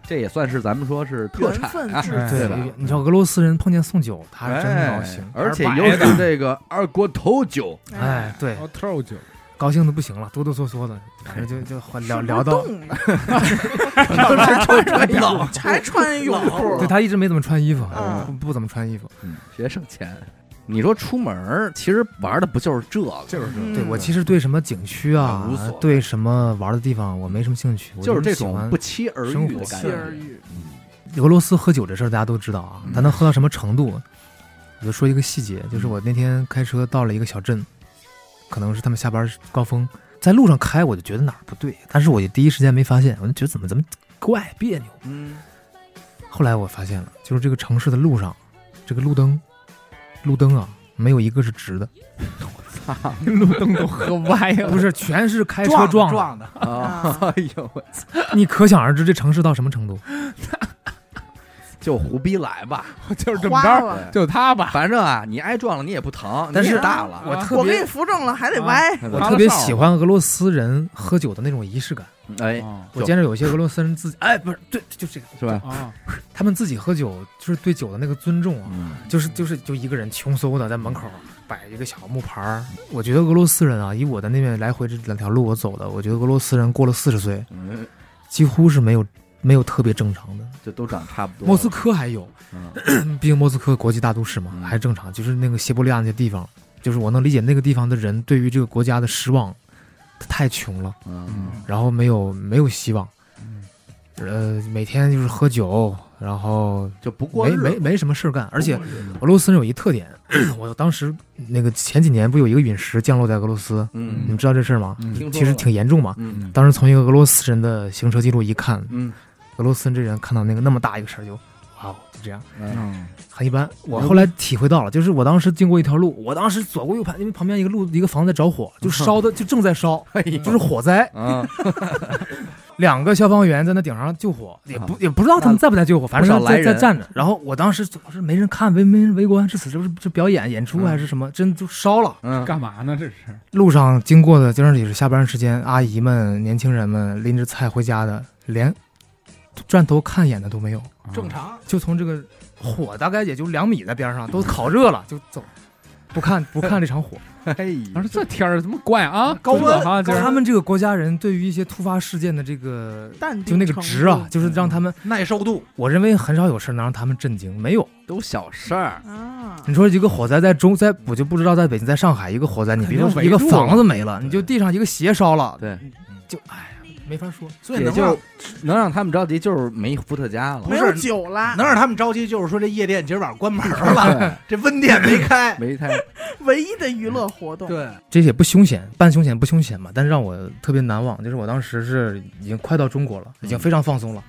这也算是咱们说是特
缘
产
分
啊，
至
哎
对
对
吧
吧？你知道俄罗斯人碰见送酒，他是真高
哎
兴，，
而且
白
尤
的
其这个二锅头酒，
哎，，对，
我透哦酒，
高兴的不行了，哆哆嗦嗦的，反正就就聊聊到，
冻的，
穿冷，
还穿一泳裤
对，他一直没怎么穿衣服，
嗯
不不怎么穿衣服。
嗯，别省钱。你说出门儿，其实玩的不就是这个？
就是这
嗯
对我其实对什么景区啊
啊无所谓，
对什么玩的地方，我没什么兴趣，我
就是这
喜
种
欢
不期而
生
遇
活
的
不
感
期而
觉。
遇，
俄罗斯喝酒这事儿大家都知道啊
嗯，
他能喝到什么程度？我就说一个细节，就是我那天开车到了一个小镇，可能是他们下班高峰，在路上开我就觉得哪儿不对，但是我就第一时间没发现，我就觉得怎么怎么怪别扭。
嗯，
后来我发现了，就是这个城市的路上，这个路灯，路灯啊，没有一个是直的，
路灯都喝歪了，
不是，全是
嗯
开车
撞
撞的。
撞的，
啊， 哎呦喂，
你可想而知，这城市到什么程度？
就胡逼来吧，
就是这么
花
着，
了，
就他吧，
反正啊，你挨撞了你也不疼，
但
你也
是
大了，
我
特
我给
别
你扶正了还得歪，
对
我
吧
特别喜欢俄罗斯人喝酒的那种仪式感。
哎，
啊
我见着有些俄罗斯人自己，哎，不是，对，就这个，
是吧？
啊，
他们自己喝酒就是对酒的那个尊重啊，
嗯，
就是就是就一个人穷嗖的在门口摆一个小木牌儿。我觉得俄罗斯人啊，以我在那边来回这两条路我走的，我觉得俄罗斯人过了四十岁，
嗯，
几乎是没有没有特别正常的。
这都长差不多了。
莫斯科还有，
嗯，
毕竟莫斯科国际大都市嘛
嗯，
还正常。就是那个西伯利亚那些地方，就是我能理解那个地方的人对于这个国家的失望，他太穷了，
嗯
然后没有没有希望，
嗯
呃，每天就是喝酒，然后
就不过
没
日子
没没什么事儿干。而且
不过日子
俄罗斯人有一特点， 我当时那个前几年不有一个陨石降落在俄罗斯，你
嗯
们知道这事儿吗？
嗯
听
其实挺严重嘛。
嗯
当时从一个俄罗斯人的行车记录一看，
嗯
俄罗斯人这人看到那个那么大一个事儿就，哇哦，就这样。
嗯
嗯，
很一般。我后来体会到了，就是我当时经过一条路，我当时左顾右盼，因为旁边一个路一个房子在 着火，就烧的就正在烧，
哎呦
就是火灾。
啊，
两个消防员在那顶上救火，也不
啊
也不知道他们
那
在不在救火，反
不
正
少来
在在
人
站着。然后我当时我说没人看，没没人围观，这此这不是这表演演出
嗯
还是什么？真就烧了。
嗯，
干嘛呢？这是
路上经过的，经常也是下班时间，阿姨们、年轻人们拎着菜回家的，连转头看一眼的都没有。
哦
正常。
就从这个火大概也就两米的边上，都烤热了就走。不看不看这场 火。
哎呀，
我说这天儿怎么怪啊？
高温
哈，今
他
儿
们这个国家人对于一些突发事件的这个
淡定
就那个
程
值啊
度，
就是让他们，
耐受度，
我认为很少有事能让他们震惊，没有。
都小事儿，
啊，
你说一个火灾在中，在我就不知道在北京，在上海一个火灾，你
肯
别
定
说
围
一个
住
房
了
子没了，你就地上一个鞋烧了，
对，
就哎呀，没法说。
所以
也
能
就
让
是能让他们着急，就是没伏特加 了，
没
不
有
是
酒啦，
能让他们着急，就是说这夜店今儿晚上关门了，这温店没开。
没太
唯一的娱乐活动。
对，
这也不凶险，半凶险不凶险嘛。但是让我特别难忘，就是我当时是已经快到中国了，已经非常放松了，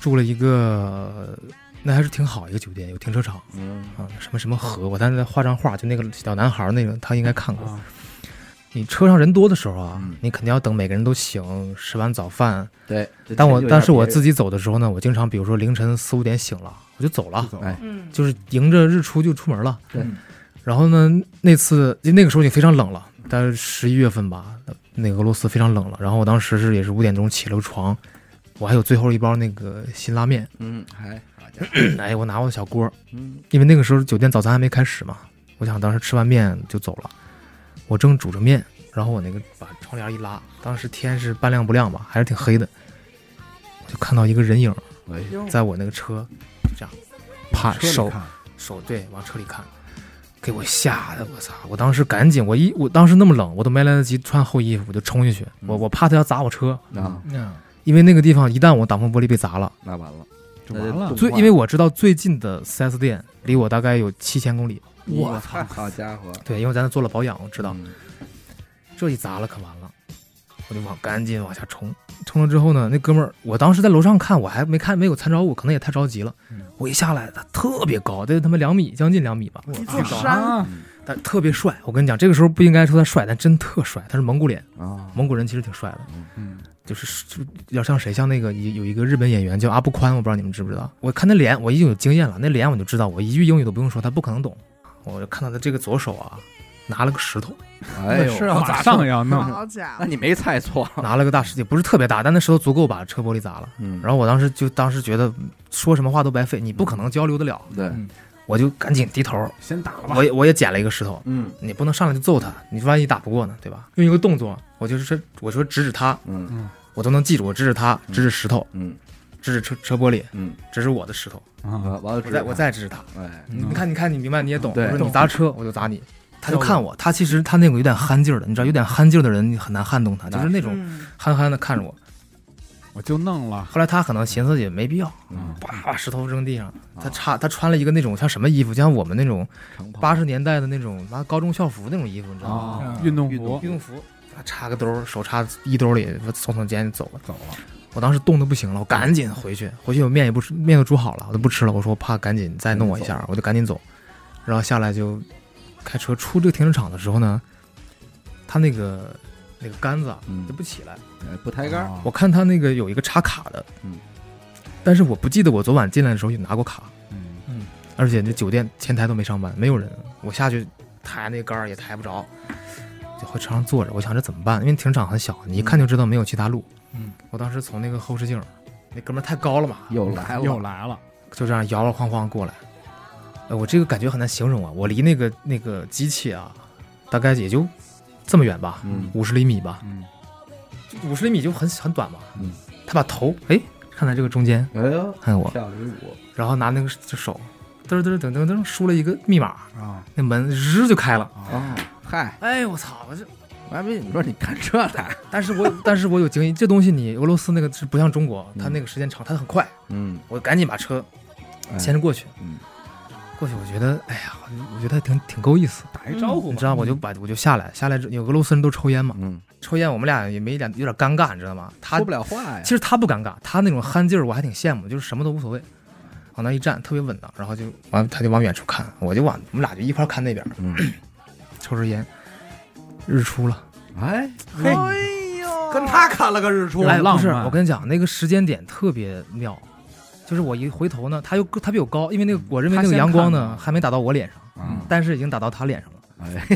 住了一个那还是挺好一个酒店，有停车场
嗯
啊，什么什么河，我当时在画张画，就那个小男孩儿那个，他应该看过。
啊
你车上人多的时候啊，
嗯
你肯定要等每个人都醒，吃完早饭。
对。
但我但是我自
己
己走的时候呢，我经常比如说凌晨四五点醒了，我就走了。
走
哎
嗯，
就是迎着日出就出门了。
对
然后呢，那次就那个时候已经非常冷了，但是十一月份吧，那个俄罗斯非常冷了。然后我当时是也是五点钟起了床，我还有最后一包那个辛拉面，
嗯还好家伙
哎，我拿我的小锅，
嗯
因为那个时候酒店早餐还没开始嘛，我想当时吃完面就走了。我正煮着面，然后我那个把窗帘一拉，当时天是半亮不亮吧，还是挺黑的，我就看到一个人影
哎
哟
在我那个车这样，啪
车里
手
看
手对往车里看，给我吓得我操！我当时赶紧，我一我当时那么冷，我都没来得及穿厚衣服，我就冲进去，我我怕他要砸我车，
那
因为那个地方一旦我挡风玻璃被砸了，
那完了，
就完了
那。就
最因为我知道最近的 4S 店离我大概有七千公里，
我操，好家伙，
对，因为咱做了保养，我知道
嗯
这一砸了可完了，我就往赶紧往下冲，冲了之后呢，那哥们儿，我当时在楼上看，我还没看没有参照物，可能也太着急了
嗯，
我一下来他特别高，得有他妈两米将近两米吧，
一座
啊
山，
嗯
但特别帅。我跟你讲，这个时候不应该说他帅，但真特帅。他是蒙古脸，
啊，
蒙古人其实挺帅的，
嗯，
就是就有点像谁，像那个有有一个日本演员叫阿部宽，我不知道你们知不知道。我看那脸，我已经有经验了，那脸我就知道，我一句英语都不用说，他不可能懂。我就看到他这个左手啊，拿了个石头，
哎呦，
是要
啊马
砸
上要弄，
好家
那
伙，
你没猜错，
拿了个大石，也不是特别大，但那石头足够把车玻璃砸了。
嗯
然后我当时就当时觉得说什么话都白费，你不可能交流得了，
对，
我就赶紧低头，
先打吧
我。也我也捡了一个石头，
嗯
你不能上来就揍他，你万一打不过呢，对吧？用一个动作，我就是说我说指指他，
嗯
我都能记住，我指指他，指指石头，
嗯
指指车车玻璃，
嗯，
指指我的石头，
啊，
完完了，
我再我再指指他。
哎，
嗯
你看，你看，你明白，你也懂。
对
我说
懂
你砸车，我就砸你。他就看我，他其实他那个有点憨劲儿的，你知道，有点憨劲儿的人你很难撼动他，就是那种
嗯，
憨憨的看着我。
我就弄了。
后来他可能寻思也没必要，
嗯
叭把石头扔地上。他
啊
插他穿了一个那种像什么衣服，像我们那种
长跑
八十年代的那种拿高中校服那种衣服，你知道吗？
啊
嗯，
运动
运动
服
运动服，他插个兜儿，手插衣兜里，从从间走了。
走了，
我当时冻得不行了，我赶紧回去，回去我面也不吃，面都煮好了，我都不吃了。我说我怕赶紧再弄我一下，我就赶紧走。然后下来就开车出这个停车场的时候呢，他那个那个杆子啊
嗯
就不起来。
哎不抬杆儿，
啊
我看他那个有一个插卡的，
嗯，
但是我不记得我昨晚进来的时候有拿过卡，
嗯
而且那酒店前台都没上班，没有人，我下去抬那杆儿也抬不着，就回车上坐着。我想这怎么办？因为停车场很小，你一看就知道没有其他路。
嗯，
我当时从那个后视镜，那哥们儿太高了嘛，
又来 了，
又来了，
就这样摇摇晃晃过来。呃，我这个感觉很难形容啊，我离那个那个机器啊，大概也就这么远吧，
嗯
五十厘米吧，
嗯，
五十厘米就很很短嘛。
嗯，
他把头哎看在这个中间
哎呦，
看我，
跳了一舞，
然后拿那个手嘚儿嘚儿噔噔噔输了一个密码，
啊
那门日就开了。
啊，
哦，嗨，
哎我操！我这，
妈逼，你说你干这来，
但是我但是我有经验，这东西你俄罗斯那个是不像中国，它
嗯
那个时间长，它很快，
嗯，
我赶紧把车
哎
牵着过去。
嗯
过去我觉得，哎呀，我我觉得还挺挺够意思。
打一招呼
你
吧，
知道，我就把我就下来，下来之有俄罗斯人都抽烟嘛，
嗯，
抽烟我们俩也没脸，有点尴尬，你知道吗？他
说不了话呀
其，实他不尴尬，他那种憨劲儿我还挺羡慕，就是什么都无所谓，往那一站特别稳当，然后就完他就往远处看，我就往我们俩就一块儿看那边，
嗯，
抽着烟，日出了。
哎，
嘿
哎呦，
跟他看了个日出
有，点
哎，
浪
不是，
漫
我跟你讲，那个时间点特别妙，就是我一回头呢，他又他比我高，因为那个我认为
嗯他
那个
先
阳光
看
呢
的
还没打到我脸上，
嗯，
但是已经打到他脸上了。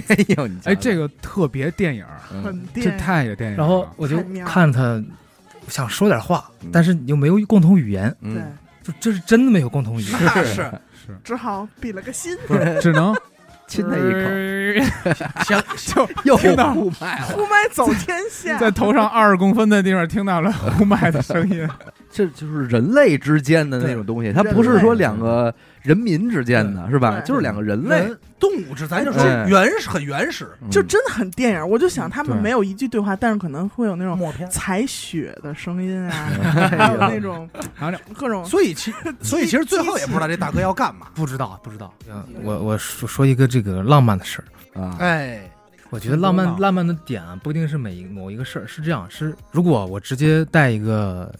哎呦，你
哎，这
个，
个特别电影儿，
嗯
很
这
电，
太有电影了。
然后我就
太妙了
看他，想说点话
嗯，
但是又没有共同语言，
对
嗯，，
就这是真的没有共同语言。
那是
是
只好比了个心，
不是只能
亲他一口，
行，就
又
听到
不卖了。
呼麦走天下，
嗯
在头上二十公分的地方听到 了呼麦的声
哎
音，
这就是人类之间的那种东西，它不是说两个人民之间的，是吧？
对
就是两个人类，
人动物之，咱就说
哎
原始，很原始，
嗯
就真的很电影。我就想他们
对
没有一句对话，但是可能会有那种
默片。
采血的声音 啊， 还
哎呦
有那种
然后
各种
所以 其所以其实最后也不知道这大哥要干嘛。
不知道，不知道。嗯，我我说说一个这个浪漫的事儿，
啊，
哎，
我觉得浪漫
浪
浪漫的点啊，不一定是每一某一个事儿，是这样，是如果我直接带一个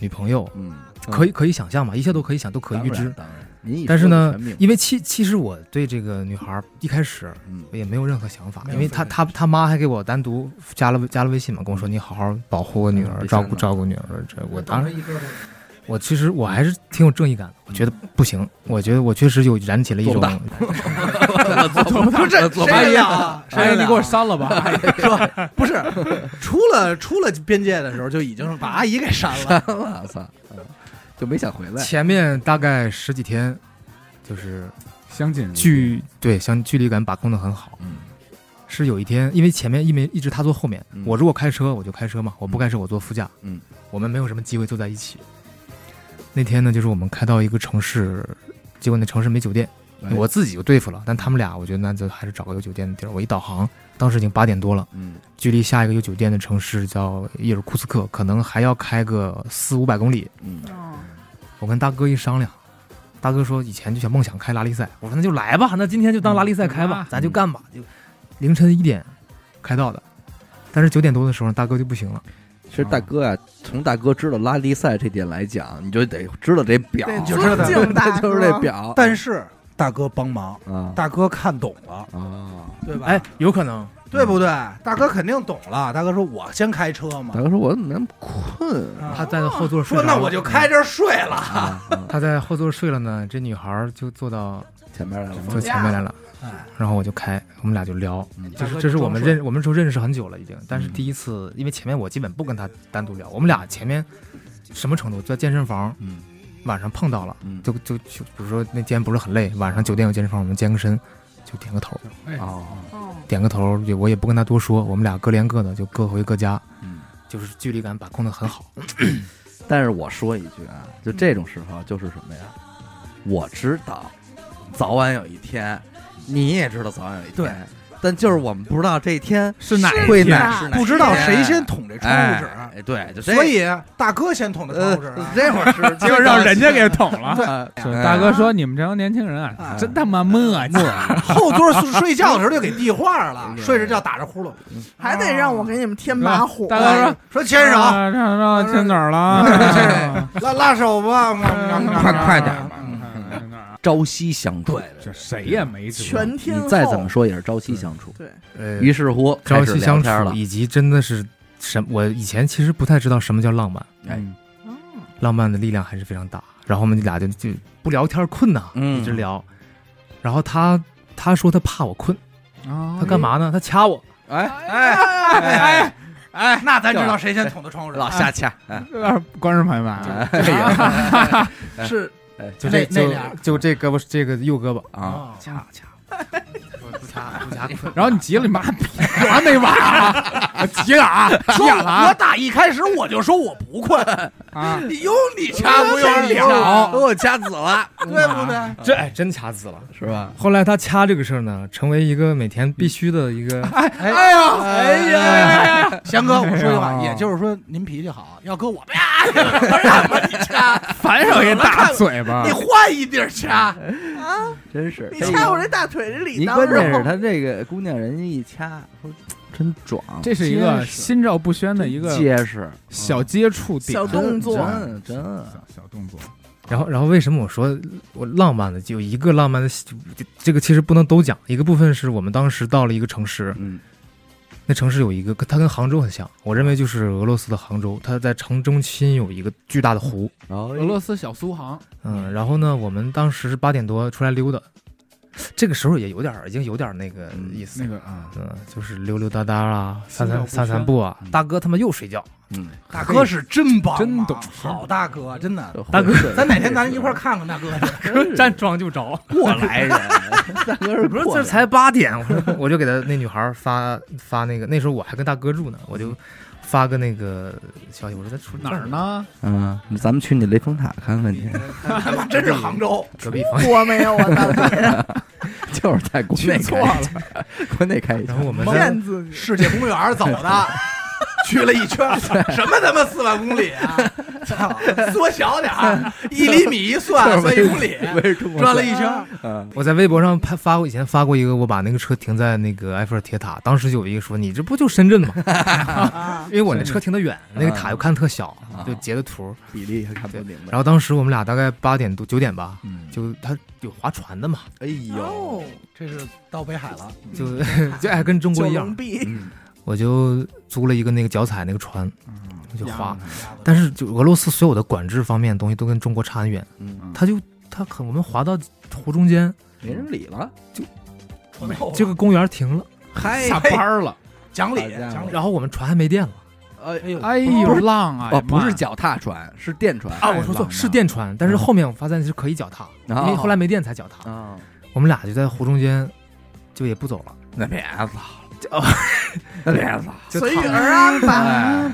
女朋友，
嗯，
可以可以想象嘛，一切都可以想，都可
当然
预知。
当然，您已
但是
说的
呢
全，明白
因为其其实我对这个女孩儿一开始
嗯
我也没有任何想法，
没有
因为她
非常
她她妈还给我单独加了加了微信嘛，跟我说你好好保护我女
嗯
儿，
别
照
删
顾
了
照顾女儿。这我当时
一根
我其实我还是挺有正义感的，我觉得不行，我觉得我确实有燃起了一
做不
种
大
不是
左
谁
半
呀、啊？谁
哎，
呀
你给我删了吧，
说不是，出了出了边界的时候就已经把阿姨给删了。
我操，嗯就没想回来。
前面大概十几天，就是
相近
距对相距离感把控的很好。
嗯
是有一天，因为前面一没一直他坐后面，
嗯
我如果开车我就开车嘛，我不开车我坐副驾。
嗯，
我们没有什么机会坐在一起。那天呢，就是我们开到一个城市，结果那城市没酒店，
哎
我自己就对付了。但他们俩，我觉得那就还是找个有酒店的地儿。我一导航，当时已经八点多了，
嗯
距离下一个有酒店的城市叫伊尔库茨克，可能还要开个四五百公里。
嗯，
哦
我跟大哥一商量，大哥说以前就想梦想开拉力赛，我说那就来吧，那今天就当拉力赛开吧，
嗯
咱就干吧，就凌晨一点开到的，但是九点多的时候大哥就不行了，
其实大哥啊，从大哥知道拉力赛这点来讲，你就得知道这表，
对
就知道
尊敬大
就是
哥
这表。
但是大哥帮忙，
啊
大哥看懂了，
啊，
对吧？
哎，，有可能，
对不对？大哥肯定懂了。大哥说：“我先开车嘛
大。哥说我怎么那么困
啊
他在后座睡
说
着了嗯
那我就开。这儿睡了。
啊？嗯
他在后座睡了呢，这女孩儿就坐到
前面来了
坐
吗？
前面来了，
哎，
然后我就开，我们俩就聊，
嗯
这
大
是
哥
这是我们
装睡
认我们说认识很久了已经，但是
嗯
第一次，因为前面我基本不跟他单独聊，我们俩前面什么程度，在健身房
嗯
晚上碰到了，
嗯，
就就就比如说那天不是很累，晚上酒店有健身房，我们健个身，就点个头，
哎，
哦，
哦，
点个头，也我也不跟他多说，我们俩各连各的，就各回各家，
嗯。
就是距离感把控的很好。
但是我说一句啊，就这种时候就是什么呀？我知道，早晚有一天，你也知道早晚有一天，但就是我们不知道这一天
是哪一
会
天
哪是哪一天，
不知道谁先捅这窗户纸
哎，哎对，就这
所以大哥先捅的窗
呃
户纸啊。
这会儿 是
结果让人家给捅 了。
啊
是
哎
大哥说：“你们这帮年轻人啊，
哎
真他妈磨叽，
后座睡觉的时候就给递话了，
对
睡着觉打着呼噜，
还
哎
得让我给你们添啊
是
把
吧
火。
大哥说
说牵手，
啊让让牵哪儿了？
拉拉手吧，嗯 快
嗯
快快点嗯儿
吧！
朝夕相处
对，，
这谁也没辙
全天
你再
候
怎么说也是朝夕相处。
对，
呃，
于是乎，
朝
开始
夕
聊
相处
天了，
以及真的是什，我以前其实不太知道什么叫浪漫，
哎
嗯
嗯
浪漫的力量还是非常大。然后我们俩就就不聊天困呐，
嗯
一直聊。然后他他说他怕我困，
啊
他干？嘛呢？他掐我，
哎，
哎哎哎，那咱知道谁先捅的窗户纸
老下掐，哎
这点观众朋友们啊，
哎呀
了，是
就这
那那
就
俩
就这胳膊这个右胳膊
啊，
掐掐，
不掐不掐困。
然后你急了，你妈逼，我还没完啊！我急了啊，急
说
眼了
我
啊
打一开始我就说我不困，
啊！
你用你掐不用你
掐
掐，
给我掐紫了，
对不对？
这哎真掐死了。
是吧？
后来他掐这个事儿呢，成为一个每天必须的一个，
哎呀，哎呀，翔哥，我说句
哎
话，
呀
也就是说您脾气好，要搁我吧，
反手一大嘴巴
哎你，换一地儿掐，
啊，
真是
你
这
掐我这大腿这里
您
当
关键是
肉，
他这个姑娘，人家一掐，说真壮，
这是一个心照不宣的一个
结实
小接触点，
小动作
真真
小小动作。
然后然后为什么我说我浪漫的就一个浪漫的这这个其实不能都讲，一个部分是我们当时到了一个城市，
嗯
那城市有一个它跟杭州很像，我认为就是俄罗斯的杭州，它在城中心有一个巨大的湖，
然后哎
俄罗斯小苏杭，
嗯，然后呢，我们当时是八点多出来溜达，这个时候也有点儿已经有点儿那个意思
那
了，
个啊，
嗯，就是溜溜达达啊，散
心
散
照不
散
宣
散步啊
嗯，
大哥他们又睡觉，
嗯，
大哥是真棒啊，
真懂事
好大哥，真的。
大哥
会
咱哪天咱一块儿看看大哥 去，
站桩就着，
过来人， 大哥是
我说
过
这
来
才八点，我说我就给他那女孩发发那个，那时候我还跟大哥住呢，我就发个那个消息，我说他出去
嗯哪儿？呢？
嗯，咱们去你雷峰塔看看去，
他妈真是杭州，
隔壁房。
我没有啊我的
就是在国内
去错
开一
了，
家，国内开一家
然后我们在
骗自己。
世界公园走 的，去了一圈，什么他妈四万公里啊！操，缩小点 儿，一厘米一算，算一公里，
围着中国
转了
转
一圈。
嗯，
我在微博上拍发过，以前发过一个，我把那个车停在那个埃菲尔铁塔，当时就有一个说你这不就深圳吗？ 因为我那车停得远，
嗯
那个塔又看得特小
啊，
就截的图。
比例还看不明白。
然后当时我们俩大概八点多九点吧，
嗯，
就他有划船的嘛，
哎呦
哦，，
这是到北海了，
就就 爱跟中国
九
一
龙
样，
壁
嗯
我就租了一个那个脚踩那个船，我就划
呀。，
但是就俄罗斯所有的管制方面的东西都跟中国差很远，
嗯，
他就他可我们滑到湖中间，
没人理了，
船
哦
头
这个公园停了，
嗨
下班儿了，
讲理
好家伙
讲理。
然后我们船还没电了
呃
哎呦
哎呦浪啊！
哦，不是
讲
脚踏船，是电船
啊！
太
我说
浪
错，
漫
是电船，
嗯
但是后面我发现是可以脚踏，
哦
因为后来没电才脚踏。
啊，
我们俩就在湖中间，就也不走了，
那别操了，那别操了，
就
随遇
躺
而安吧。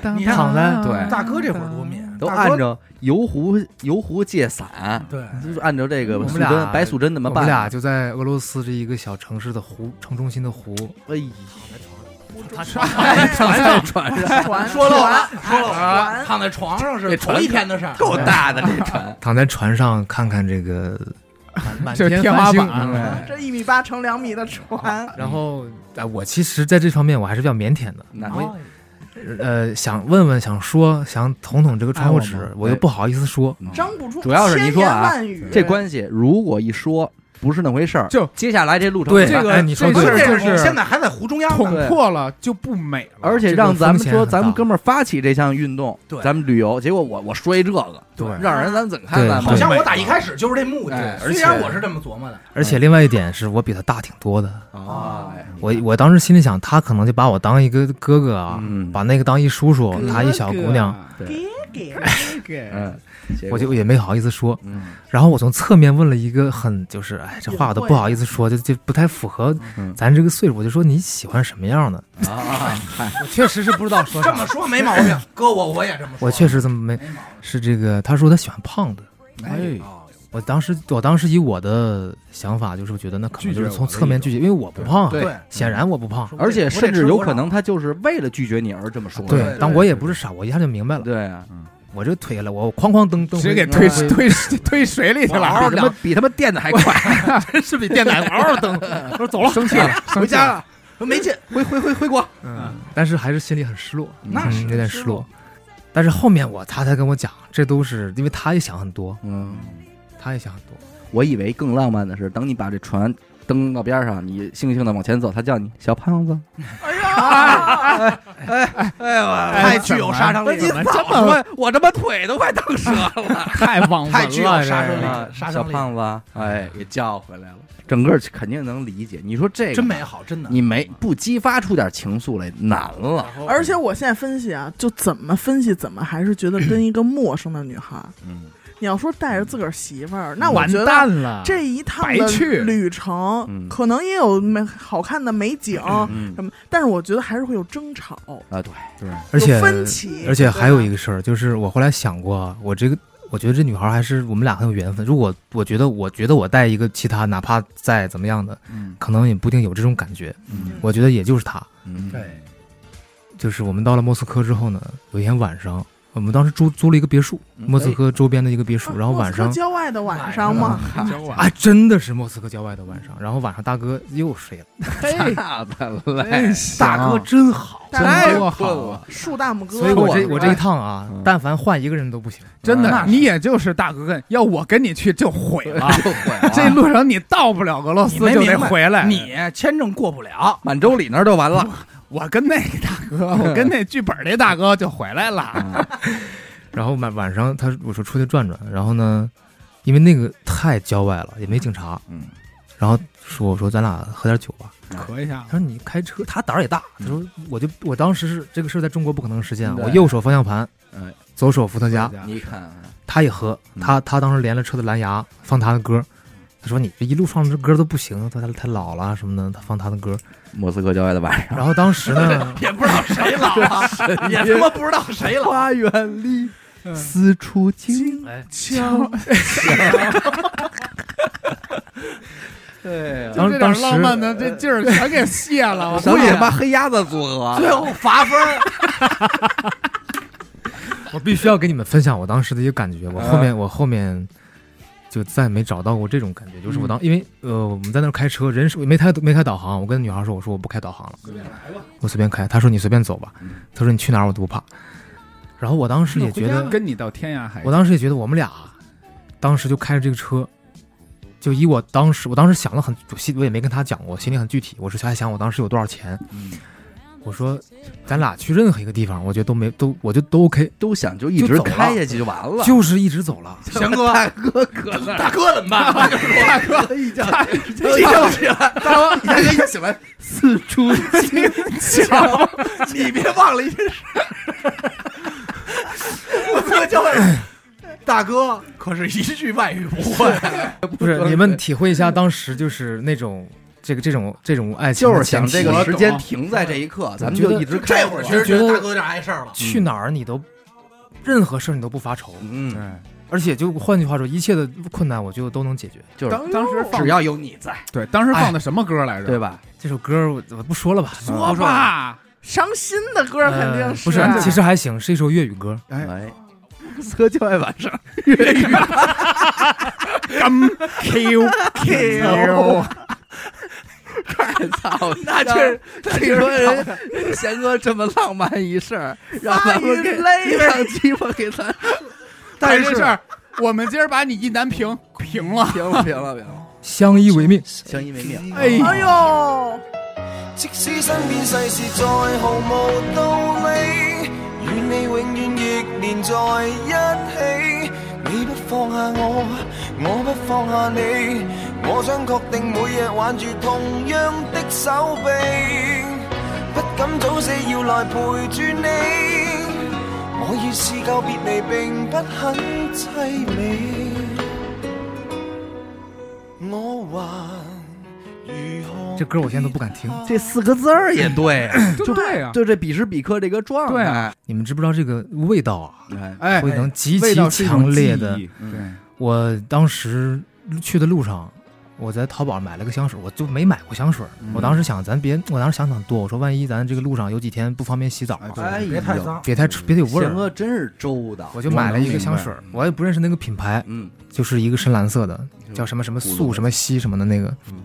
哎
你看
躺在
对
大哥这会儿多敏，
都
大
按
哥
照游湖游湖借伞，
对，
就是按照这个
我们
素
俩
贞白素贞那么
我们
办，啊
俩就在俄罗斯这一个小城市的湖城中心的湖，
哎呦，
他船
哎
躺在船上，
船
说漏了，
船
说漏了，
船
躺在床上是
哎这
头一天的事儿，
够大的这船，
躺在船上看看这个满 满
就是
天
天
繁
花
星
板
嗯
哎
这一米八乘两米的船，
然后，哎，我其实在这方面我还是比较腼腆的，
哎
那
哦。
呃，想问问，想说，想捅捅这个窗户
爱我
纸
吗，
哎我嗯又不好意思说。
张不出
主要是你说啊
千言万语
这关系如果一说不是那回事儿，
就
接下来这路程
对
很
这
大
个
哎你说
这
对
个
了
事
这
儿
是
就是
现在还在湖中央呢，
捅破了就不美了，
而且
这个
让咱们
风险
说
很
咱们
大
哥们儿发起这项运动，
对
咱们旅游，结果我我说一这个，
对
让人咱们怎么看
对
咱们
好像
对
我打一开始就是这目的
哎，
虽
而
然
且
我是这么琢磨的，
而且另外一点是我比他大挺多的，
啊，哎
我我当时心里想，他可能就把我当一个哥哥啊，
嗯
把那个当一叔叔，
嗯
他一小姑娘，，
对，
给
给
嗯，结
我
果
就也没好意思说。
嗯
然后我从侧面问了一个很就是，哎，这话我都不好意思说，就就不太符合
嗯
咱这个岁数。我就说你喜欢什么样的？
啊，
哎
我确实是不知道说
这么。说没毛病，哥我我也这么说，
我确实这么没
没毛
是这个，他说他喜欢胖的。
哎
病。，哦
我当时，我当时以我的想法，就是我觉得那可能就是从侧面拒
拒
绝，因为我不胖啊，
对
对，
显然我不胖，
而且甚至有可能他就是为了拒绝你而这么说的，
对
但我也不是傻，我一下就明白了，
对啊，
我这腿了，我哐哐蹬蹬回，
直接给推
蹬回
推推水里去
比
了，
他妈比他妈电的还快，
真是比电缆嗷嗷蹬， 我说走了，
生气了，
回
生气
家
了，
了，
说没劲，
回回回回国，
嗯，但是还是心里很失落，
那是
嗯有点失落。但是后面我他才跟我讲，这都是因为他也想很多，
嗯，
他也想很多，
我以为更浪漫的是，等你把这船蹬到边上，你悻悻的往前走，他叫你小胖子，
哎呀，
哎呦，太具有杀伤力
怎
了，
么这么
我他妈腿都快蹬折了。
太网文
太具有
了？
杀
这
伤力
个
啊，
杀
小
伤力
胖子，哎，给叫回来了，整个肯定能理解。你说这个
真美好，真的。
你没不激发出点情愫来难了。
而且我现在分析啊，就怎么分析，怎么还是觉得跟一个陌生的女孩儿，
嗯，
你要说带着自个儿媳妇儿，那我
完
觉得
蛋了，
这一趟的
白去
旅程，
嗯
可能也有美好看的美景
嗯
什么，但是我觉得还是会有争吵，
啊，对，
而且
有分歧，啊
而且还有一
个
个事儿，就是我后来想过，啊我这个我觉得这女孩还是我们俩很有缘分。如果我觉得我觉得我带一个其他，哪怕再怎么样的，
嗯
可能也不一定有这种感觉。
嗯
我觉得也就是她，
嗯，
对，
就是我们到了莫斯科之后呢，有一天晚上，我们当时租租了一个别墅，
嗯
莫
哎
斯科周边的一个别
啊
墅，然后晚上
郊外的晚上嘛，
交往
啊，真的是莫斯科郊外的晚上，然后晚上大哥又睡了，
哎下的嘞，
哎
大哥真好。
大概
真
太
多
困
好
了
啊，
树大拇哥，
所以我这
我
我这一趟啊
嗯，
但凡换一个人都不行。
真
那
的，
是
你也就是大哥跟，要我跟你去就毁了。
就毁了。
这路上你到不了俄罗斯
你没
就
明
得
白
回来。
你签证过不了，
满洲里那儿就完了。
我跟那个大哥，我跟那剧本那大哥就回来了。
然后晚晚上他我说出去转转，然后呢，因为那个太郊外了，也没警察，
嗯，
然后说我说咱俩喝点酒吧，
咳一下
他说你开车，他胆儿也大。他说我就我当时是这个事儿在中国不可能实现啊，
嗯对
我右手方向盘
哎，
左手伏特加，
你看啊，
他也喝，
嗯
他他当时连了车的蓝牙放他的歌。他说：“你这一路放这歌都不行，他他他老了什么的，他放他的 歌。
莫斯科郊外的晚上，
然后当时呢，
也不知道谁老了，也他妈不知道谁老。
花园里四处静
哎，
悄。对呀，
当
就这点
当时
浪漫的这劲儿全给 泄了，我
什么他妈黑鸭子组合
最后罚分儿，
我必须要跟你们分享我当时的一个感觉。我后面我后面就再没找到过这种感觉，就是我当因为呃我们在那儿开车，人是没开没开导航，我跟女孩说我说我不开导航了，我随便开。她说你随便走吧
嗯，
她说你去哪儿我都不怕。然后我当时也觉得，
跟你到天涯海角
我，当时也觉得我们俩当时就开着这个车。就以我当时，我当时想了很，我心我也没跟她讲过，心里很具体。我是还想我当时有多少钱，
嗯
我说咱俩去任何一个地方，我觉得都没都，我觉得都 OK，
都想就一直开下去就完了。
就是一直走了。
翔哥，大哥可大哥怎么办？大哥
一觉一
一觉起来，
大哥一起 来四处静悄。
你别忘了一件事， 我特教 大哥可是一句外语不会，
不是你们体会一下当时就是那种这个这种这种爱情
就
的
是想
前
这
提
个时间停在这一刻，咱们就一直开
这
下去
会儿其实
觉得
大哥有点碍事儿了。
去哪儿你都任何事儿你都不发愁，
对
嗯，，
而且就换句话说，一切的困难我觉得都能解决。
就是
当当时放
只要有你在，
对当时放的什么歌来着？
对吧？
这首歌我我不说了吧，
说
说吧，
伤心的歌
呃
肯定啊
不是，其实还行，是一首粤语歌。
哎，
哎，喝郊外晚上，
干 Q Q，
操！
那这是
你说人人 贤哥这么浪漫一事儿，让咱们给
Fire
让鸡巴给 咱
但是 这事儿我们今儿把你一男平平了。
平了平了平了，
相依为命，
相依为命。
哎
哎呦，
即使身边世事再毫无道理，与你永远亦连在一起。你不放下我，我不放下你，我想确定每日挽住同样的手臂，不敢早死要来陪住你。我已试够别离，并不很凄美，我还如何？
这歌我现在都不敢听。
哎
这四个字
啊
儿也对，
就对呀，
就这彼时彼刻这个状态。
对啊
你们知不知道这个味道啊？
哎，
哎，
会能极
味
其
道是一种
强烈
记
的。
忆
嗯
对，
我当时去的路上，我在淘宝买了个香水，我就没买过香水。我当时想，咱别，我当时想想多，我说万一咱这个路路上有几天不方便洗澡啊，
对
哎，
别太脏，
别太别有味
贤
儿，
哥真是周到
我。就买了一个香水
我，
我也不认识那个品牌，
嗯，
就是一个深蓝色的，叫 什么什么
古董
素什么烯什么的那个
嗯。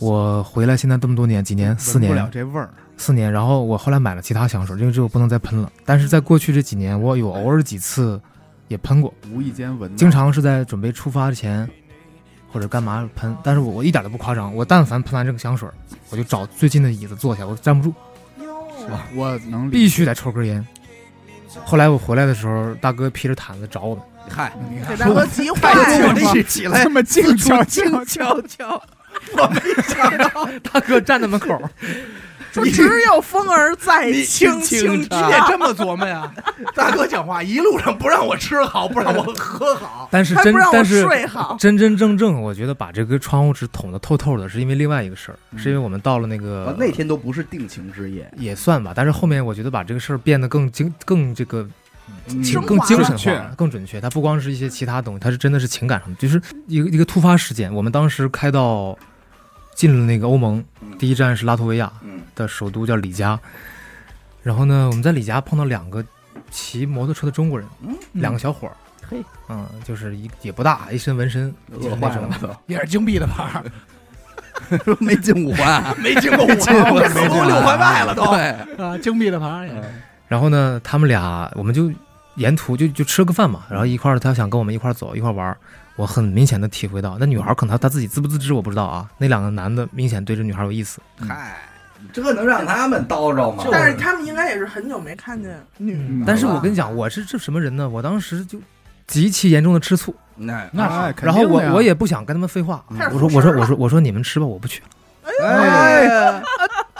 我回来现在这么多年，几年，四
嗯闻不了
年，
这味儿，
四年。然后我后来买了其他香水，因为这个不能再喷了。但是在过去这几年，我有偶尔几次也喷过，
无意间闻到，
经常是在准备出发前或者干嘛喷，但是我我一点都不夸张，我但凡喷完这个香水，我就找最近的椅子坐下，我站不住，
我
嗯
能理
必须得抽根烟。后来我回来的时候，大哥披着毯子找我们，
嗨，
给大哥急坏
太
了
近。了
起
解这么静悄悄
悄悄，
大哥站在门口，
说只有风儿在
你
轻
轻
你
唱
唱
得这么琢磨呀？ 大哥讲话一路上不让我吃好，不让我喝好，
但是
还
真
不让我
但是
睡好。
真真正正，我觉得把这个窗户纸捅得透透的，是因为另外一个事儿，
嗯
是因为我们到了那
我
个
那天都不是定情之 夜，
也算吧，但是后面我觉得把这个事儿变得更精更这个
升
情
华
更精神
准确
化了，更准确。它不光是一些其他东西，它是真的是情感上的，就是一个一个突发事件。我们当时开到进了那个欧盟，第一站是拉脱维亚
嗯
的首都叫里加，然后呢，我们在里加碰到两个骑摩托车的中国人，两个小伙儿，
嘿，
嗯，就是一也不大，一身纹身，就是
饿
那
坏
种。
了
也是金币的牌，
都，没进啊五环，
没经 过五环，我
没
四
进
五六环外了都。
对，
啊，金币的牌也
然后呢，他们俩我们就沿途就就吃了个饭嘛，然后一块儿，他想跟我们一块儿走，一块儿玩儿。我很明显的体会到，那女孩儿可能她她自己自不自知，我不知道啊。那两个男的明显对这女孩儿有意思，
嗨，这能让他们叨着吗？
但是他们应该也是很久没看见女
嗯
的
但是我
了
跟你讲，我是这什么人呢？我当时就极其严重的吃醋，
那
那是，
然后
哎肯定
我
的呀
我也不想跟他们废话，
开始
我说
服食
我说
了
我说我说你们吃吧，我不去。
哎，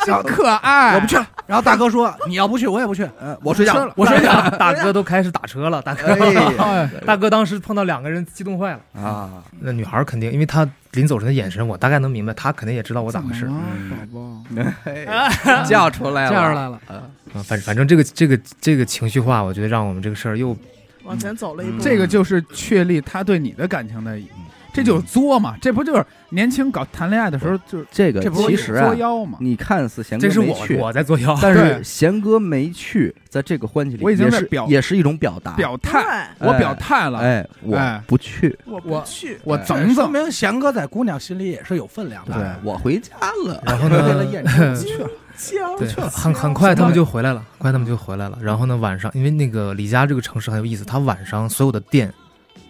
小
可爱，
我不去了。然后大哥说：“你要不去，我也不去。”嗯，我睡觉了，
我
我睡
睡
觉
觉
了。
了。 大哥都开始打车了，大哥，
哎，
大哥当时碰到两个人，激动坏了。
啊，
那女孩儿肯定，因为她临走时的眼神，我大概能明白，她肯定也知道我咋回事
怎
儿。哎嗯
么了
嗯
宝宝，
叫出来了，
叫出来了
啊，
啊反反正这个这个这个情绪化，我觉得让我们这个事儿又
往前走了一步，
这个就是确立他对你的感情的，
嗯
这就是作嘛，这不就是年轻搞谈恋爱的时候就是
这个
这不
其
是
实啊
作，妖
嗯
嘛？
你看似贤哥
这是
没
我
去，
我在作妖。
但是
对
贤哥没去，在这个关系里
我已经
也
在
是
表
也是一种表达，
表
嗯
对，
态，我表态了，
哎，
哎
我不去，
我
我
不去，
哎
我
整
整
说
整，
明翔哥在姑娘心里也是有分量的。
对
我回家了，
然后
为了
呢
验，证 去了，
交
对，
交
很
啊
很快他们就回来了，很快他们就回来了。然后呢，晚上因为那个李家这个城市很有意思，它晚上所有的店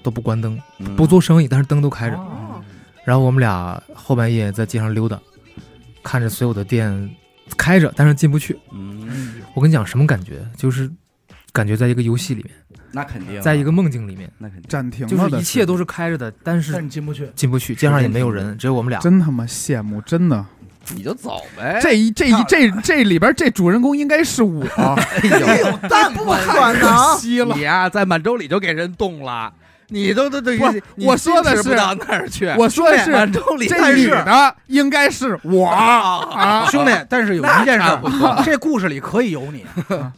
都不关灯，
嗯
不做生意，但是灯都开着。
哦
然后我们俩后半夜在街上溜达，看着所有的店开着，但是进不去。
嗯，
我跟你讲什么感觉，就是感觉在一个游戏里面，
那肯定，
在一个梦境里面，
啊那肯定，
暂停
就
了的
是一切都是开着的，但
但
是
你进不去。
进不去，街上也没有人，只有我们俩。
真他妈羡慕，真的。
你就走呗，
这一这一这这里边这主人公应该是我，
哎呦，
但不可能，
吸了。
你呀，在满洲里就给人动了，你都都都
不是，
你
我说的
矜持不
是
到那儿去，
我说的是
满洲里，
这
但
女
是
的应该是我啊，
兄弟，但是有一件
那
事
差不多
儿，这故事里可以 有你，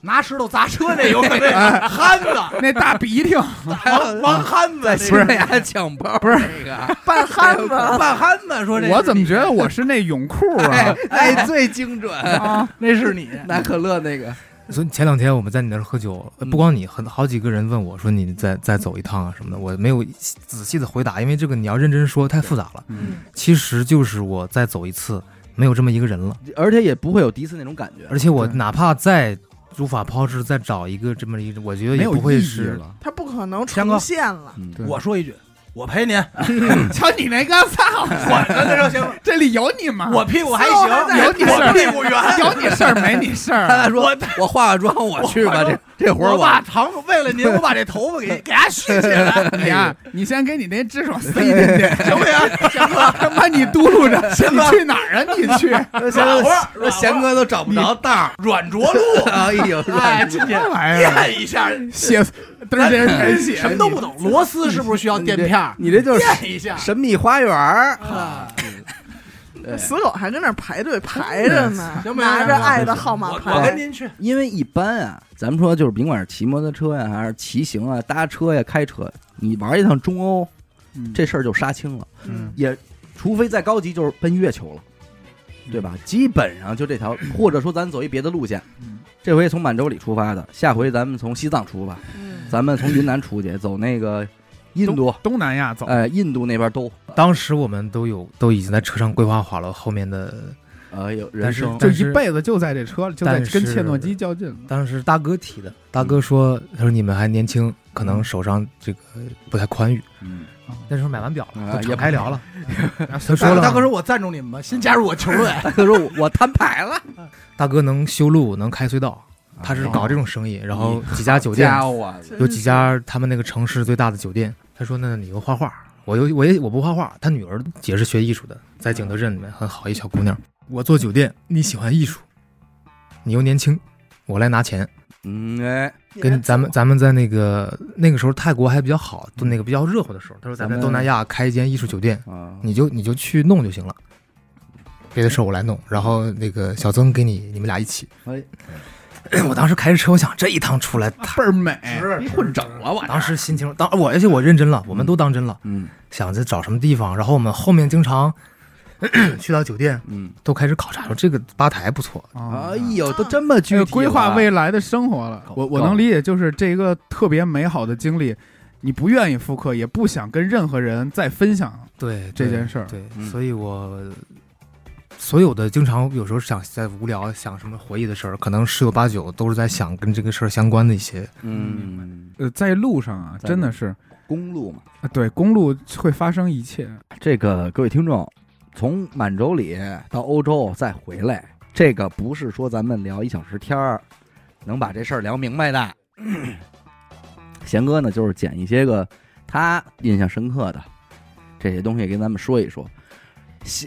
拿石头砸车那有可能 憨子，
那大鼻涕，
哎
王
啊
王憨子，
西班牙抢包不是那个，
半憨子，
半憨子说这是
我怎么觉得我是那泳裤 啊？
哎，最精 准，
啊，
那是你？
拿可乐那个，
所以前两天我们在你那儿喝酒，
嗯
呃不光你，很好几个人问我说你再再走一趟啊什么的，我没有仔细的回答，因为这个你要认真说太复杂了。
嗯
其实就是我再走一次，没有这么一个人了，
而且也不会有第一次那种感觉，
而且我
对
哪怕再如法炮制，再找一个这么一个，我觉得
没
也
有
不会
意义
是。
了。
他不可能
强哥
重现了，
嗯
对
我说一句，我陪您。
瞧你那个操，
我那时候行，
这里有你吗？
啊我屁股还
我还
行，
在
有你事
我
儿
屁股圆。
有你事儿没你事
他俩
儿，
说：“我化化妆，我去吧，这这活儿
我
我
把长为了您，我把这头发 给给它蓄起来，
你呀，你先给你那智爽塞进去，
行不行？行哥，
他妈你嘟噜着，你去哪儿啊？你去，
贤哥
软和儿
说贤哥都找不着道儿。
软着 陆，
哎呦，
哎，进去
什么玩意儿？
垫一下，
写嘚儿这人写
什么都不懂。螺丝是不是需要垫片儿？
你这就是
垫一下。啊
神秘花园儿。对
死狗还跟那儿排队排着呢，
行不行
拿着爱的号码
我我
牌
跟，您去，
因为一般啊，咱们说就是甭管是骑摩托车呀，还是骑行啊、搭车呀、开车，你玩一趟中欧，
嗯
这事儿就杀青了。
嗯
也除非再高级，就是奔月球了，对吧？基本上就这条，或者说咱走一别的路线。
嗯
这回从满洲里出发的，下回咱们从西藏出发，
嗯
咱们从云南出去，走那个印度，
东南亚走，
呃，印度那边都，
当时我们都有都已经在车上规划好了后面的，
呃，有人
但是
生。
就
但
一
是
辈子就在这车里，就在
但是
跟切诺基较劲了。
当时大哥提的。大
嗯
哥说：“他说你们还年轻，可能手上这个不太宽裕。
嗯，
那时候买完表了，
啊
都
也
敞
不
开聊 了。他说
大
了，
大哥说：“我赞助你们吧，先加入 我球队。
大哥说我我摊牌了，啊
大哥能修路，能开隧道，他是搞这种生意。然后几啊哦家酒店，
家伙，啊
有几家他们那个城市最大的酒店。他说：“那你又画画，我又我也我不画画。他女儿也是学艺术的，在景德镇里面很好一小姑娘。我做酒店，你喜欢艺术，你又年轻，我来拿钱。
嗯哎，
跟咱们咱们在那个那个时候泰国还比较好，就那个比较热乎的时候。他说咱们在东南亚开一间艺术酒店，
嗯
啊，
你就你就去弄就行了。”别的事儿我来弄，然后那个小曾给你，你们俩一起。
哎，
我当时开着车，我想这一趟出来，
倍儿美，
混整了我，
当时心情当我而且我认真了，我们都当真了，
嗯
想着找什么地方。然后我们后面经常 去到酒店，
嗯，
都开始考察，说这个吧台不错。
哎
哎
呦，都这么具体
就
了嗯
规划未来的生活了
够。
我我
够
能理解，就是这一个特别美好的经历，你不愿意复刻，也不想跟任何人再分享。
对
这件事儿
对，
嗯
所以我所有的经常有时候想在无聊想什么回忆的事儿，可能十有八九都是在想跟这个事儿相关的一些。
嗯，
呃，在路上啊，
在
真的
路
是，
公路嘛。
啊对公路会发生一切。
这个各位听众，从满洲里到欧洲再回来，这个不是说咱们聊一小时天儿能把这事儿聊明白的。 贤哥呢，就是捡一些个他印象深刻的这些东西跟咱们说一说。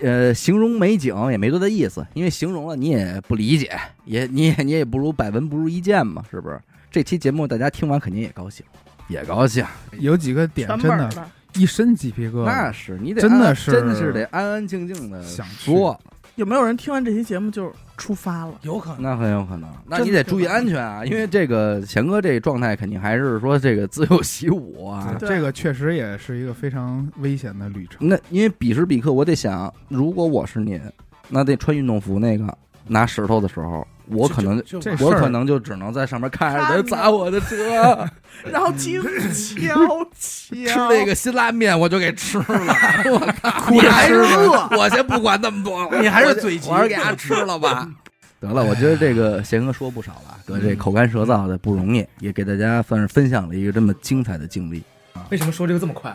呃，形容美景也没多大意思，因为形容了你也不理解，也你也你也不如百闻不如一见嘛，是不是？这期节目大家听完肯定也高兴，也高兴，
有几个点
全
真
本儿
的，
的，
一身鸡皮疙
那
瘩，
是你得
真的
安
是
真的是得安安静静的
想去
说，
有没有人听完这期节目就出发了？
有可能
那很有可能，那
真
你
的
得
是
注意
吧
安全
嗯
啊，因为这个贤哥这状态肯定还是说这个自由习武啊。
这个确实也是一个非常危险的旅程。
那因为彼时彼刻，我得想，如果我是您，那得穿运动服那个拿石头的时候，我可能
就就
这
就
事
我
儿
可能就只能在上面看着
看
人
着
砸我的车，
然后亲悄
吃
悄
那个辛拉面我就给吃了，我靠，
你还是饿，
我先不管那么多了，
你还是
我就
嘴急
我还是给他吃了吧。 嗯得了，我觉得这个贤哥说不少了，哥这口干舌燥的不容易，也给大家算是分享了一个这么精彩的经历。
为什么说这个这么快？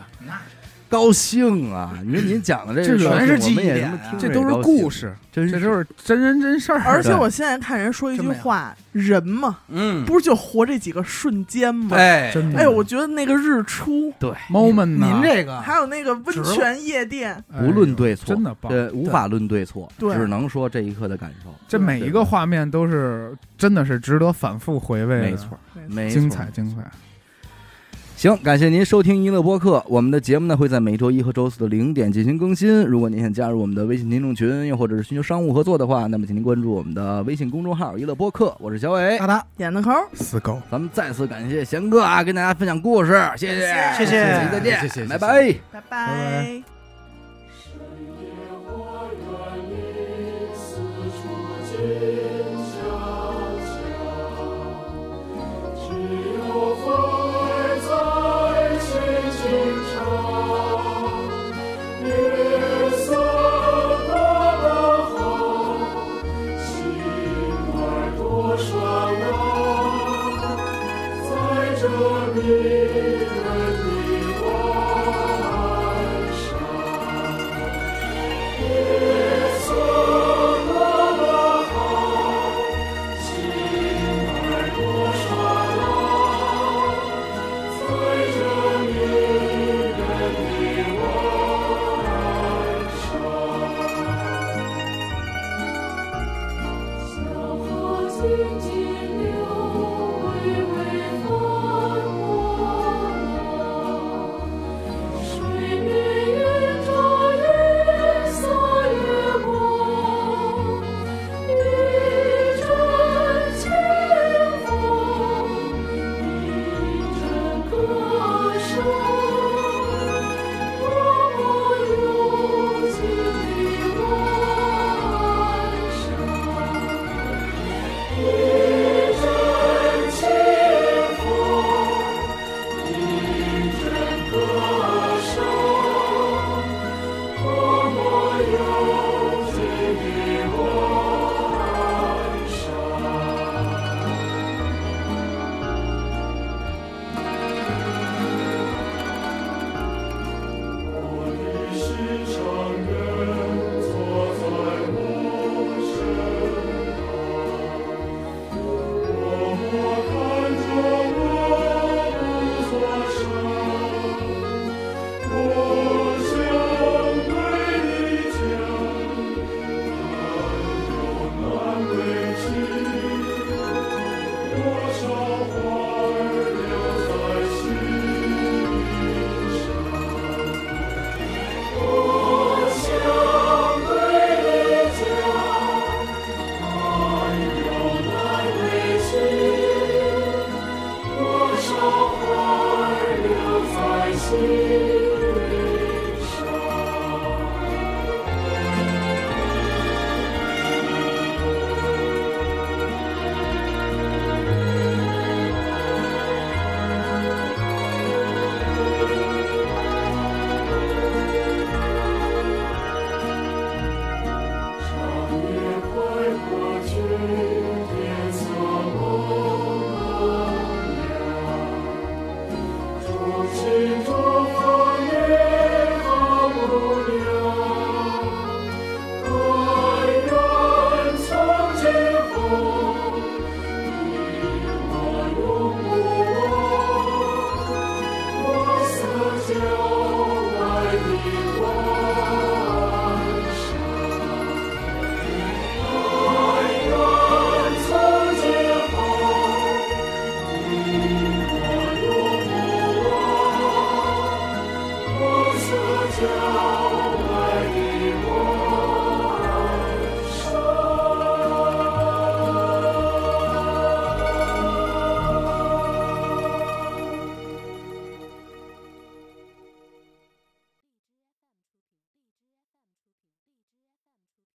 高兴啊！你说您讲的这
这
个
全
是
是记忆
我们也
点
他妈
啊
听着
这
也
都是
高兴
故，事，
真
这都是真人真事儿。
而且我现在看人说一句话，人嘛，
嗯，
不是就活这几个瞬间吗？
哎，
真的，
哎呦，我觉得那个日出，
对，
moment 呢？
您这
啊
个
还有那个温
值
泉夜店，
哎呦
无论对错
真的棒。
这无法论对错，
对
只能说这一刻的感受，
这每一个画面都是真的是值得反复回味的，
没错，没错
精彩。精彩。
行，感谢您收听娱乐播客。我们的节目呢会在每周一和周四的零点进行更新。如果您想加入我们的微信听众群，又或者是寻求商务合作的话，那么请您关注我们的微信公众号“娱乐播客”。我是小伟，
大大，
点子抠，
死狗。
咱们再次感谢贤哥啊，跟大家分享故事，谢谢，
谢谢
下期再见，
谢谢谢谢
拜拜。
拜
拜
拜。
小河静静